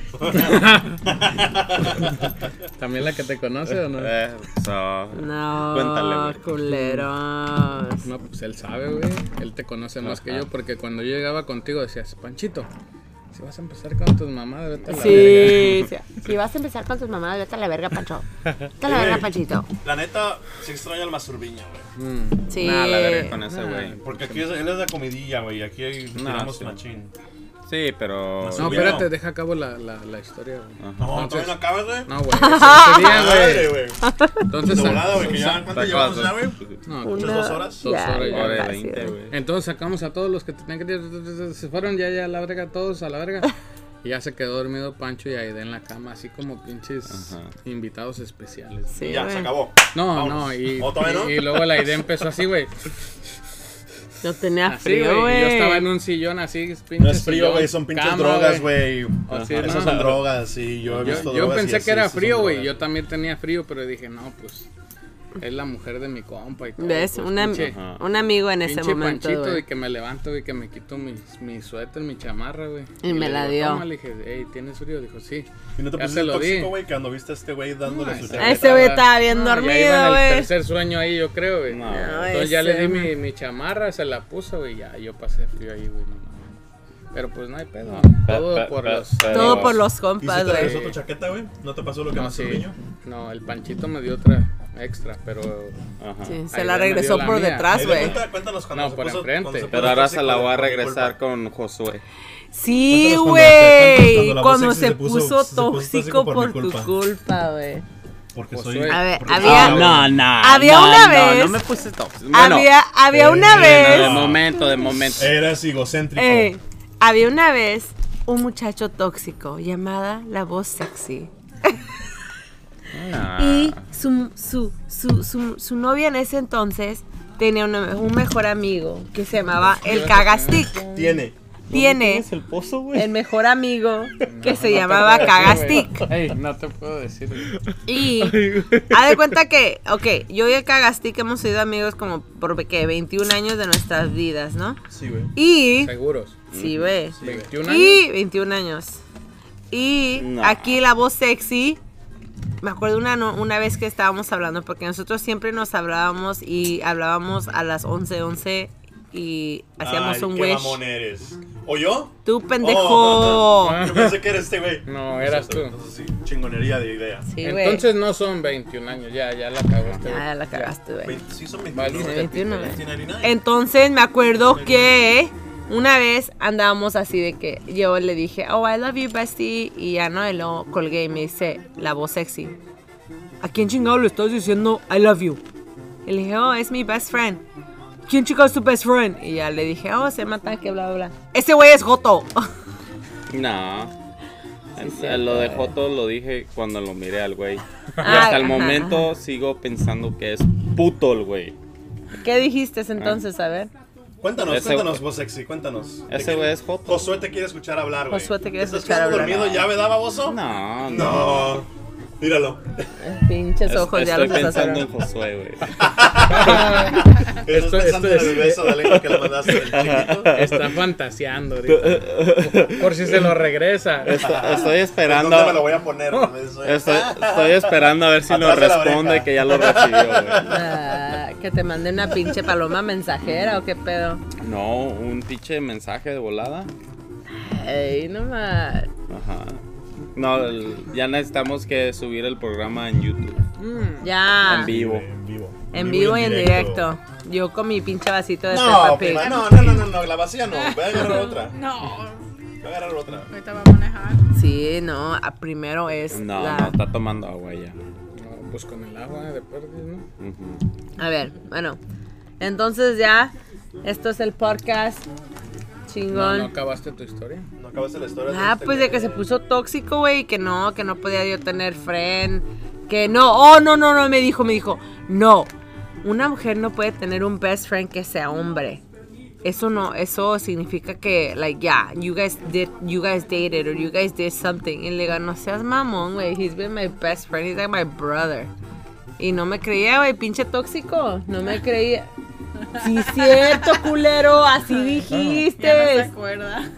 D: También la que te conoce o no.
B: Eh, so,
C: No,
B: Cuéntale, güey.
C: culeros.
D: No, pues él sabe, güey. Él te conoce más que
B: Ajá.
D: yo porque cuando yo llegaba contigo decías, Panchito, si vas a empezar con tus mamás, vete a la verga".
C: Sí, sí.
F: Si vas a empezar con tus mamadas, vete a la verga, Pancho. Vete a la verga, Panchito.
A: La neta, se extraña el mazurbiño, güey.
C: Sí.
B: Nada, la verga con ese güey.
A: Porque aquí es, él es la comidilla, güey. Aquí hay-
B: No,
A: tiramos
B: sí.
A: machín.
B: Sí, pero.
D: No,
A: Bueno.
D: espérate, deja a cabo la, la, la historia, güey.
B: Ah.
A: No,
D: Entonces-
A: todavía no acabas, güey.
D: No, güey. ese día,
A: Madre,
D: güey.
A: güey.
D: Entonces,
A: De
D: sac-
A: volada, güey, que ya. ¿Cuánto
B: Sacas
A: llevamos ya,
B: dos-
A: güey?
D: no,
A: Una- dos horas?
C: Ya,
D: Dos horas,
C: ya,
B: Hora de
C: ya, sí,
B: 20,
C: güey.
B: güey.
D: entonces sacamos a todos los que tenían que ir. Se fueron ya, ya a la verga, todos a la verga. Y ya se quedó dormido Pancho y Aide en la cama, así como pinches
B: Ajá.
D: invitados especiales.
C: Sí,
A: Ya,
C: güey.
A: se acabó.
D: No,
A: Vamos.
D: no, y,
A: ¿O todavía
D: y-
A: no?
D: y luego la idea empezó así, güey.
C: Yo tenía
D: Así,
C: frío,
D: Ah, güey.
C: güey.
D: y Yo estaba en un sillón así, pinche
A: No es frío,
D: sillón,
A: güey, son pinches
D: cama,
A: drogas, güey.
D: O sea,
A: Esas
D: no.
A: son drogas, sí, yo he
D: Yo,
A: visto
D: yo
A: drogas y
D: pensé
A: así,
D: que era
A: esas son
D: frío, güey.
A: drogas.
D: Yo también tenía frío, pero dije, no, pues. es la mujer de mi compa y todo.
C: ¿Ves?
D: pues,
C: Una-
D: pinche-
B: Ajá.
C: un amigo en ese
D: pinche
C: momento.
D: panchito
C: güey.
D: y que me levanto y que me quito mi, mi suéter, mi chamarra, güey.
C: Y me
D: le
C: la
D: digo,
C: dio.
D: "Toma", Le dije, hey, ¿tienes frío? Dijo, sí.
A: Y no te
D: Ya
A: pusiste
D: se lo di.
A: tóxico, güey, cuando viste a este güey dándole
D: No,
A: su
D: ese-
A: chaqueta.
C: Ah, Ese güey estaba bien
D: No, ya iba en
C: dormido,
D: el
C: güey.
D: tercer sueño ahí, yo creo, güey.
B: No.
D: Entonces ya le di mi, mi chamarra, se la puso, güey, ya yo pasé frío ahí, güey. no mames. Pero pues no hay pedo.
B: No,
D: güey.
B: pe-
D: todo
B: pe-
D: por
B: pe-
D: los...
B: pe-
C: Todo por
A: ¿Y
C: los compas,
A: si te
C: güey.
A: regresó tu chaqueta, güey? ¿No te pasó lo que
D: No,
A: pasó
D: sí.
A: al niño?
D: No, el panchito me dio otra extra, pero...
B: Ajá.
C: Sí, se
D: Ahí
C: la
D: me dio
C: regresó
D: la
C: por
D: mía.
C: detrás,
A: Ahí,
C: güey.
A: cuenta- Cuéntanos cuando
D: No,
A: se
D: por
A: puso-
D: enfrente.
A: cuando se
B: Pero
A: puso
B: ahora
A: tóxico
B: se la
A: de-
B: voy a
A: por mi
B: regresar
A: culpa.
B: con Josué.
C: Sí,
A: Cuéntanos cuando-
C: güey.
A: cuando la voz
C: Cuando
A: sexy
C: se
A: se puso-
C: puso
A: se puso
C: tóxico
A: tóxico
C: por
A: por mi
C: tu
A: culpa.
C: culpa, güey.
A: Porque
D: Pues,
A: soy...
D: güey.
C: A ver,
A: porque-
C: había.
A: Ah,
B: no, no.
C: Había
B: no,
C: una
B: no,
C: vez-
B: No, me puse tóxico.
C: había había
A: eh,
C: una
A: no,
C: vez.
B: De momento, de momento.
A: Eras egocéntrico.
C: Ey, había una vez un muchacho tóxico llamada La Voz Sexy.
B: Ah.
C: Y su, su, su, su, su novia en ese entonces tenía una- un mejor amigo que se llamaba El Cagastic.
A: Tiene.
C: Tiene
B: el pozo,
C: el mejor amigo que se
D: No te
C: llamaba
D: puedo decir,
C: Cagastic.
D: güey. Ey, no te puedo decir. güey.
C: Y haz de cuenta que, ok, yo y el Cagastic hemos sido amigos como por ¿qué? 21 años de nuestras vidas, ¿no?
A: Sí, güey.
C: Y.
D: Seguros.
C: Sí, ve.
D: 21
C: Y 21 años. Y
B: No.
C: aquí la voz sexy. Me acuerdo una, no- una vez que estábamos hablando, porque nosotros siempre nos hablábamos y hablábamos a las 11, 11 y hacíamos
A: Ay,
C: un
A: qué
C: wish.
A: mamón eres. ¿O yo?
C: Tú, pendejo.
A: Oh, Yo pensé que eres este güey.
D: No, eras tú.
A: Entonces, sí, Chingonería de idea.
C: Sí, güey.
D: Entonces no son 21 años, ya, ya la cagó este güey.
C: Ah, la cagaste, güey.
A: Veinte- Sí, son
D: Valiste.
A: 29.
C: 21, güey.
A: 29.
C: Entonces me acuerdo que una vez andábamos así de que yo le dije, oh, I love you, bestie. Y ya no, y lo colgué y me dice la voz sexy. ¿A quién chingado le estás diciendo I love you? Y le dije, oh, es mi best friend. ¿Quién chingado es tu best friend? Y ya le dije, oh, se mata, que bla, bla, bla. Ese güey es Joto.
B: No.
C: Sí,
B: Eh,
C: sí,
B: lo de
C: güey.
B: Joto lo dije cuando lo miré al güey. Y
C: Ah,
B: hasta el
C: ajá,
B: momento sigo pensando que es puto el güey.
C: ¿Qué dijiste
B: Ah.
C: entonces? A ver.
A: Cuéntanos,
B: Ese-
A: cuéntanos, vos sexy, cuéntanos.
B: Ese
A: Te-
B: güey es Joto.
A: Josué te quiere escuchar hablar, güey.
C: Josué te quiere
A: ¿Estás
C: escuchar
A: quedando
C: hablar.
A: dormido ya, verdad, baboso?
B: No, no.
A: No. Míralo.
C: Pinches
B: Es-
C: ojos, ya
B: Estoy
C: los
B: pensando en
C: pasaron.
B: Josué, güey.
A: Estás pensando en
D: esto
A: el
D: es-
A: beso de lengua que le mandaste del chiquito.
D: Está fantaseando ahorita. Por si se lo regresa.
B: Estoy, estoy
A: ¿Dónde
B: esperando.
A: me lo voy a poner? Eso es.
B: Estoy, estoy esperando a ver si nos
A: Atrás de la
B: responde
A: oreja.
B: que ya lo recibió, güey.
C: Ah, que te mande una pinche paloma mensajera o qué pedo.
B: No, un pinche mensaje de volada.
C: Ey, no más.
B: Ajá. No, el- ya necesitamos que subir el programa en YouTube.
C: Ya. Ah.
B: En vivo.
A: En vivo.
C: En vivo y en directo. Yo con mi pinche vasito de
A: No,
C: Peppa Pig.
A: prima, no, no, no, no, no, la vacía no. Voy a agarrar otra.
E: No,
A: Voy a agarrar otra.
E: ahorita va a manejar.
C: Sí, no, a- primero es
B: No,
C: la...
B: no, está tomando agua ya.
D: No, pues con el agua de perdiz, ¿no?
B: Ujú.
C: A ver, bueno. Entonces ya, esto es el podcast.
D: No,
C: Chingón.
D: no acabaste tu historia.
A: No acabaste la historia.
C: Ah,
A: este
C: pues de
A: güey.
C: que se puso tóxico, güey, y que no, que no podía yo tener friend, que no, oh, no, no, no, me dijo, me dijo, no, una mujer no puede tener un best friend que sea hombre. Eso no, eso significa que, like, yeah, you guys did, you guys dated, or you guys did something. Y le digo, no seas mamón, güey, he's been my best friend, he's like my brother. Y no me creía, güey, pinche tóxico, no me creía. Sí, cierto, culero, así dijiste.
E: Ya no se acuerda.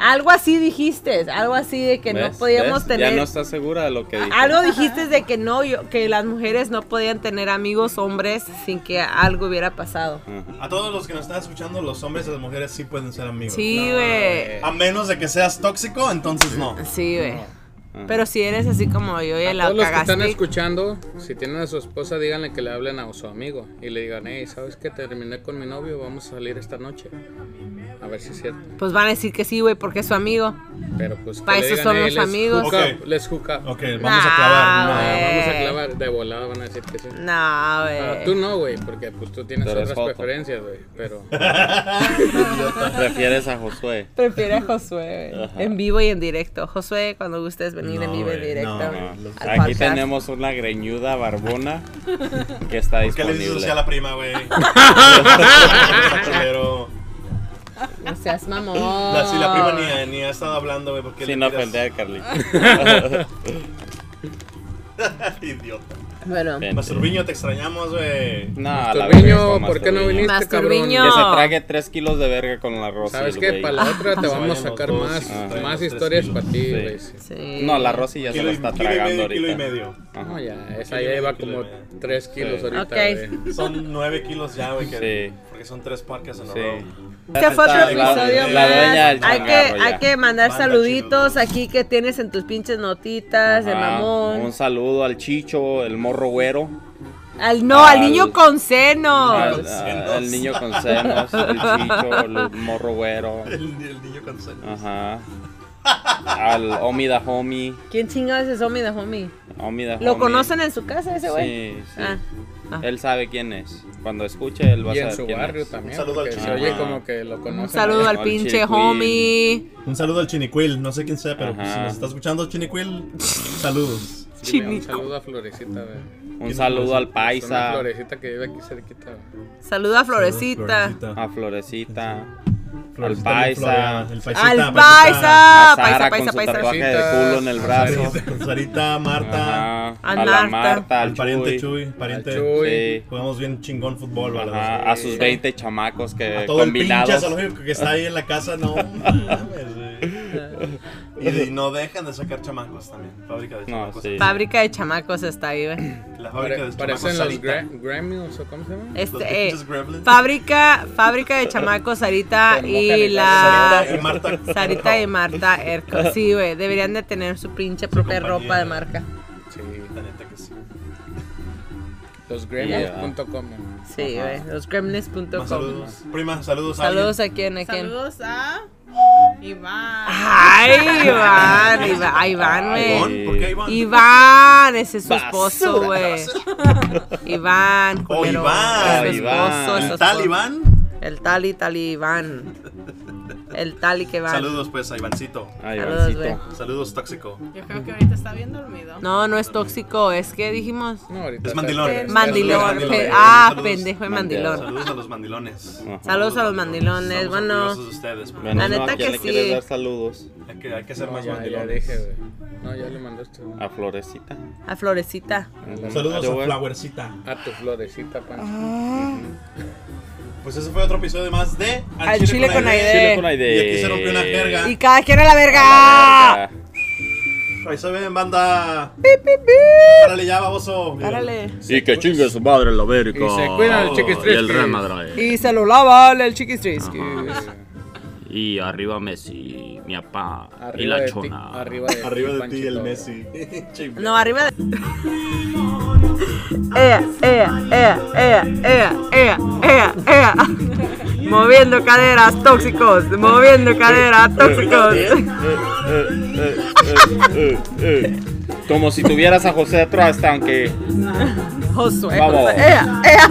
C: Algo así dijiste, algo así de que no
B: ¿Ves?
C: podíamos
B: ¿Ves?
C: tener.
B: Ya no está segura de lo que dijo.
C: Algo dijiste de que no, yo, que las mujeres no podían tener amigos hombres sin que algo hubiera pasado.
B: Ujú.
A: A todos los que nos están escuchando, los hombres y las mujeres sí pueden ser amigos.
C: Sí, güey.
D: eh.
A: A menos de que seas tóxico, entonces no.
C: Sí, güey.
B: Ajá.
C: Pero si eres así como yo y
D: A
C: la
D: todos los que están
C: cagaste.
D: escuchando, si tienen a su esposa, díganle que le hablen a su amigo y le digan, hey, ¿sabes qué? Terminé con mi novio, vamos a salir esta noche. A ver si es cierto.
C: Pues van a decir que sí, güey, porque es su amigo.
D: Pero pues. que
C: Pa'
D: le
C: eso
D: digan,
C: son
D: "Ey,
C: los
D: let's
C: amigos".
D: hook up,
A: Ok.
D: let's hook up". Ah,
A: Ok, vamos
C: Nah,
A: a clavar.
C: Ah, güey.
A: No.
D: Vamos a clavar. De volada van a decir que sí.
C: No,
D: Ah, tú
C: güey.
D: no, güey, porque pues tú tienes
B: Tú eres
D: otras
B: joto.
D: preferencias, güey. Pero.
B: Prefieres a Josué.
C: Prefiero a Josué, güey.
B: Ajá.
C: En vivo y en directo. Josué, cuando gustes venir en
A: No,
C: vivo y en
A: güey,
C: directo.
A: no,
C: al
A: no.
C: podcast.
B: Ah. Aquí tenemos una greñuda barbona que está
A: ¿Por qué le dices
B: disponible.
A: así a la prima, güey? Está culero.
C: No seas mamón.
A: La- Si la prima ni, ni ha estado hablando, güey, porque
B: Sin ofender, Carly.
A: Idiota.
C: Bueno.
A: Masturbiño, te extrañamos, güey.
B: No, a la verga
D: Masturbiño,
B: con
D: ¿por qué no
B: Masturbiño.
D: viniste, cabrón?
C: Masturbiño.
B: Que se trague 3 kilos de verga con la Rosy.
D: ¿Sabes qué?
B: güey.
D: Para la otra te
A: se
D: vamos
A: vayan
D: a
A: los
D: sacar
A: dos,
D: más,
A: se vayan los
D: más
A: tres
D: historias
A: kilos.
D: para ti,
B: Sí.
D: güey. sí.
C: Sí.
B: No, la Rosy ya se
A: Kilo
B: la
A: y,
B: está
A: kilo y
B: tragando
A: medio,
B: ahorita.
A: kilo y medio.
B: Ajá.
D: No, ya, esa
A: Kilo y
D: ya lleva
A: medio,
D: como
A: kilo y medio.
D: 3 kilos
B: Sí.
D: ahorita,
C: Ok.
D: güey.
A: Son nueve kilos ya, güey. que-
B: Sí.
A: Porque son tres parques en la
B: Sí.
A: row.
C: Este fue otro
B: Está la-
C: episodio
B: la dueña del
C: más. Hay que,
B: changarro ya.
C: hay que mandar
A: Manda
C: saluditos
A: chidos.
C: aquí que tienes en tus pinches notitas de
B: Ah,
C: mamón.
B: Un saludo al Chicho, el morro güero.
C: Al no, al
B: al-
C: niño con seno.
B: al,
A: con
B: a-
A: senos.
B: al niño con senos, el Chicho, el morro güero.
A: El, el niño con seno.
B: Ajá. Al Omida Homie.
C: ¿Quién chingados es Omi de Homie?
B: Omida
C: ¿Lo
B: Homie.
C: conocen en su casa ese güey?
B: Sí, sí.
C: Ah, ah.
B: Él sabe quién es. Cuando escuche, él va a
D: Y
B: saber
D: en su
B: quién
D: barrio
B: es.
D: también.
A: Un saludo al
D: porque se
A: Chico.
D: oye
B: Ajá.
D: como que lo conocen.
C: Un saludo al
B: Al
C: pinche
B: Chiquil.
C: homie.
A: Un saludo al Chiniquil. No sé quién sea, pero pues,
B: Ajá.
A: si nos está escuchando Chiniquil, saludos.
D: Dile Un
C: Chinico.
D: saludo a Florecita, güey.
B: Un saludo al
D: Es una
B: Paisa,
D: Florecita que vive aquí cerquita, güey.
C: Saluda a Florecita.
B: a Florecita, al
A: Florecita bien
B: Paisa,
A: floreada. El
C: Al
A: Paisita.
B: a
C: paisa. Ah, Paisa,
B: Sara con
C: paisa,
B: su
C: paisa.
B: tatuaje
D: Paisita.
B: de culo en el brazo.
A: Sarita- Sarita, Pues Marta,
B: Ajá.
C: A
B: A la
C: Marta.
B: Marta,
A: al
B: al
A: pariente
B: Chuy.
A: Chuy, pariente.
D: Al Chuy.
B: Sí.
A: Jugamos bien chingón fútbol, ¿vale?
B: Ajá, A sus 20 chamacos que
A: A todo el pinche
B: combinados.
A: zoológico que está ahí en la casa, no mames, güey. Y, y no dejan de sacar chamacos también. Fábrica de
B: No,
A: chamacos.
B: sí.
C: Fábrica de chamacos está ahí, güey.
A: La fábrica de
D: Pare-
A: chamacos.
D: Parecen los
A: Sarita.
D: Gra- Grammys o cómo se llama.
A: Los
C: Este, eh,
A: pinches gremlins.
C: fábrica, fábrica de chamacos Sarita
D: Se mojan
C: y
D: y
C: la
A: Sarita y Marta.
C: Sarita y Marta Erco. Sí, güey, deberían de tener su pinche propia
A: compañía.
C: ropa de marca.
D: Sí.
A: La neta que sí.
D: Los
B: Ya.
D: Grammys.com.
C: Sí, güey, los gremlins.com.
A: Más saludos. Prima, saludos a
C: Saludos a quién, a quién. Ah.
E: Saludos a Iván.
C: Ay, Iván, Iván, ay,
B: Ay,
C: Iván, güey.
A: alguien. Iván, ¿Por qué Iván?
C: Iván, ese es su
B: Basura.
C: esposo, güey. Iván,
A: Oh,
C: culero,
A: Iván.
C: es su esposo, es su
A: ¿El tal
C: esposo.
A: Iván?
C: El tal y tal Iván. El tal y que va.
A: Saludos pues a Ivancito.
B: Ay,
C: Saludos,
B: Ivancito.
C: güey.
A: Saludos tóxico.
E: Yo creo que ahorita está bien dormido.
C: No, no es tóxico, es que dijimos.
D: No, ahorita
A: Es
D: está-
A: mandilón.
D: está-
C: Mandilón.
A: Mandilón. eh,
C: pe- ah,
A: Saludos.
C: pendejo de mandilón.
A: Saludos a los mandilones.
B: Ajá.
C: Saludos a los mandilones,
A: Estamos
C: bueno.
A: orgullosos de ustedes.
B: Bueno,
C: La
B: no,
C: neta
B: ¿a quién
C: que
B: le
C: sí.
B: quieres dar saludos?
A: Hay que, hay que ser
D: No,
A: más
D: ya, ya
A: mandilones.
D: dije, güey. No, ya le mandaste. güey.
B: A Florecita.
C: A Florecita.
A: Saludos
B: Yo,
A: a
B: güey.
A: Flowercita.
D: A tu florecita, pan.
A: Pues ese fue otro episodio más de
C: Al Chile con
A: Aide.
B: Chile
C: Aide.
B: con Aide.
A: Y aquí se rompió una jerga.
C: Y cada quien a la
B: Ah,
C: verga.
A: Ahí se ven, banda. Párale ya, baboso.
C: Árale.
B: Y que chingue su madre la verga.
D: Y se cuidan el
B: Y el
D: chiquistrisquis.
B: Real Madrid.
C: Y se lo lava el chiquistrisky.
B: Y arriba Messi, mi papá. Y
D: Arriba
B: la
D: de ti.
B: chona.
D: Arriba de ti,
A: Arriba de ti el
D: Panchito.
A: Messi. Chingón.
C: No, arriba de. Ea, ea, ea, ea, ea, ea, ea, ea. eh, Moviendo caderas tóxicos. Moviendo caderas tóxicos.
B: Como si tuvieras a José atrás, tan que. eh,
C: Josué.
B: Vamos.
C: Josué. eh, Ea, ea.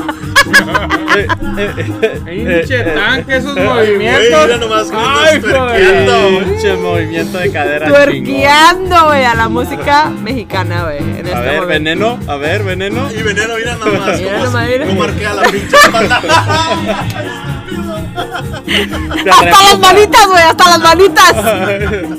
B: eh, eh, eh,
D: Pinche
B: eh,
D: tanque, esos
A: Güey, mira
D: movimientos.
A: nomás cómo
D: Ay,
A: estás
D: joder.
A: twerkeando.
B: Pinche movimiento de cadera. chingón.
C: Tuerqueando, güey, a la música mexicana, güey. En este
B: A ver,
C: momento.
B: veneno, a ver, veneno.
A: Y veneno, mira nomás.
C: Mira
A: cómo-
C: nomás, mira.
A: cómo arquea la pinche espalda.
B: Te
C: Hasta las
B: atrevas.
C: manitas, güey, hasta las manitas.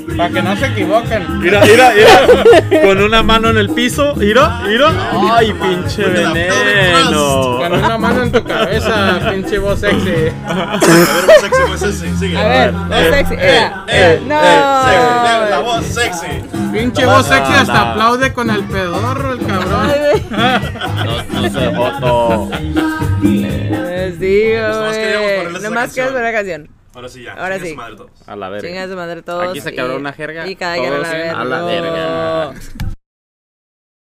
D: Para que no se equivoquen.
B: Mira, mira, mira. Con una mano en el piso, mira, mira. Ay, pinche veneno.
D: Con una mano en tu cabeza, pinche voz sexy.
A: A ver, pues, sexy, pues, ese, sigue.
C: A ver, no sexy. Ea,
A: eh,
C: no.
A: Sexy, la voz sexy.
D: Pinche voz
B: No, no,
D: sexy hasta
B: no.
D: aplaude con el pedorro, el cabrón.
B: No se foto.
C: Les digo,
B: Pues,
A: nomás queríamos ponerles
C: güey.
A: esa
C: Nomás que es
A: canción.
C: una canción.
A: Ahora sí, ya.
C: Ahora
A: chingue
C: sí.
A: su madre todos.
B: A la
C: Chingas
B: verga.
C: de madre todos.
B: Aquí se
C: y-
B: quebró una jerga,
C: Y cada quien a la
B: todos
C: verga.
B: a la verga.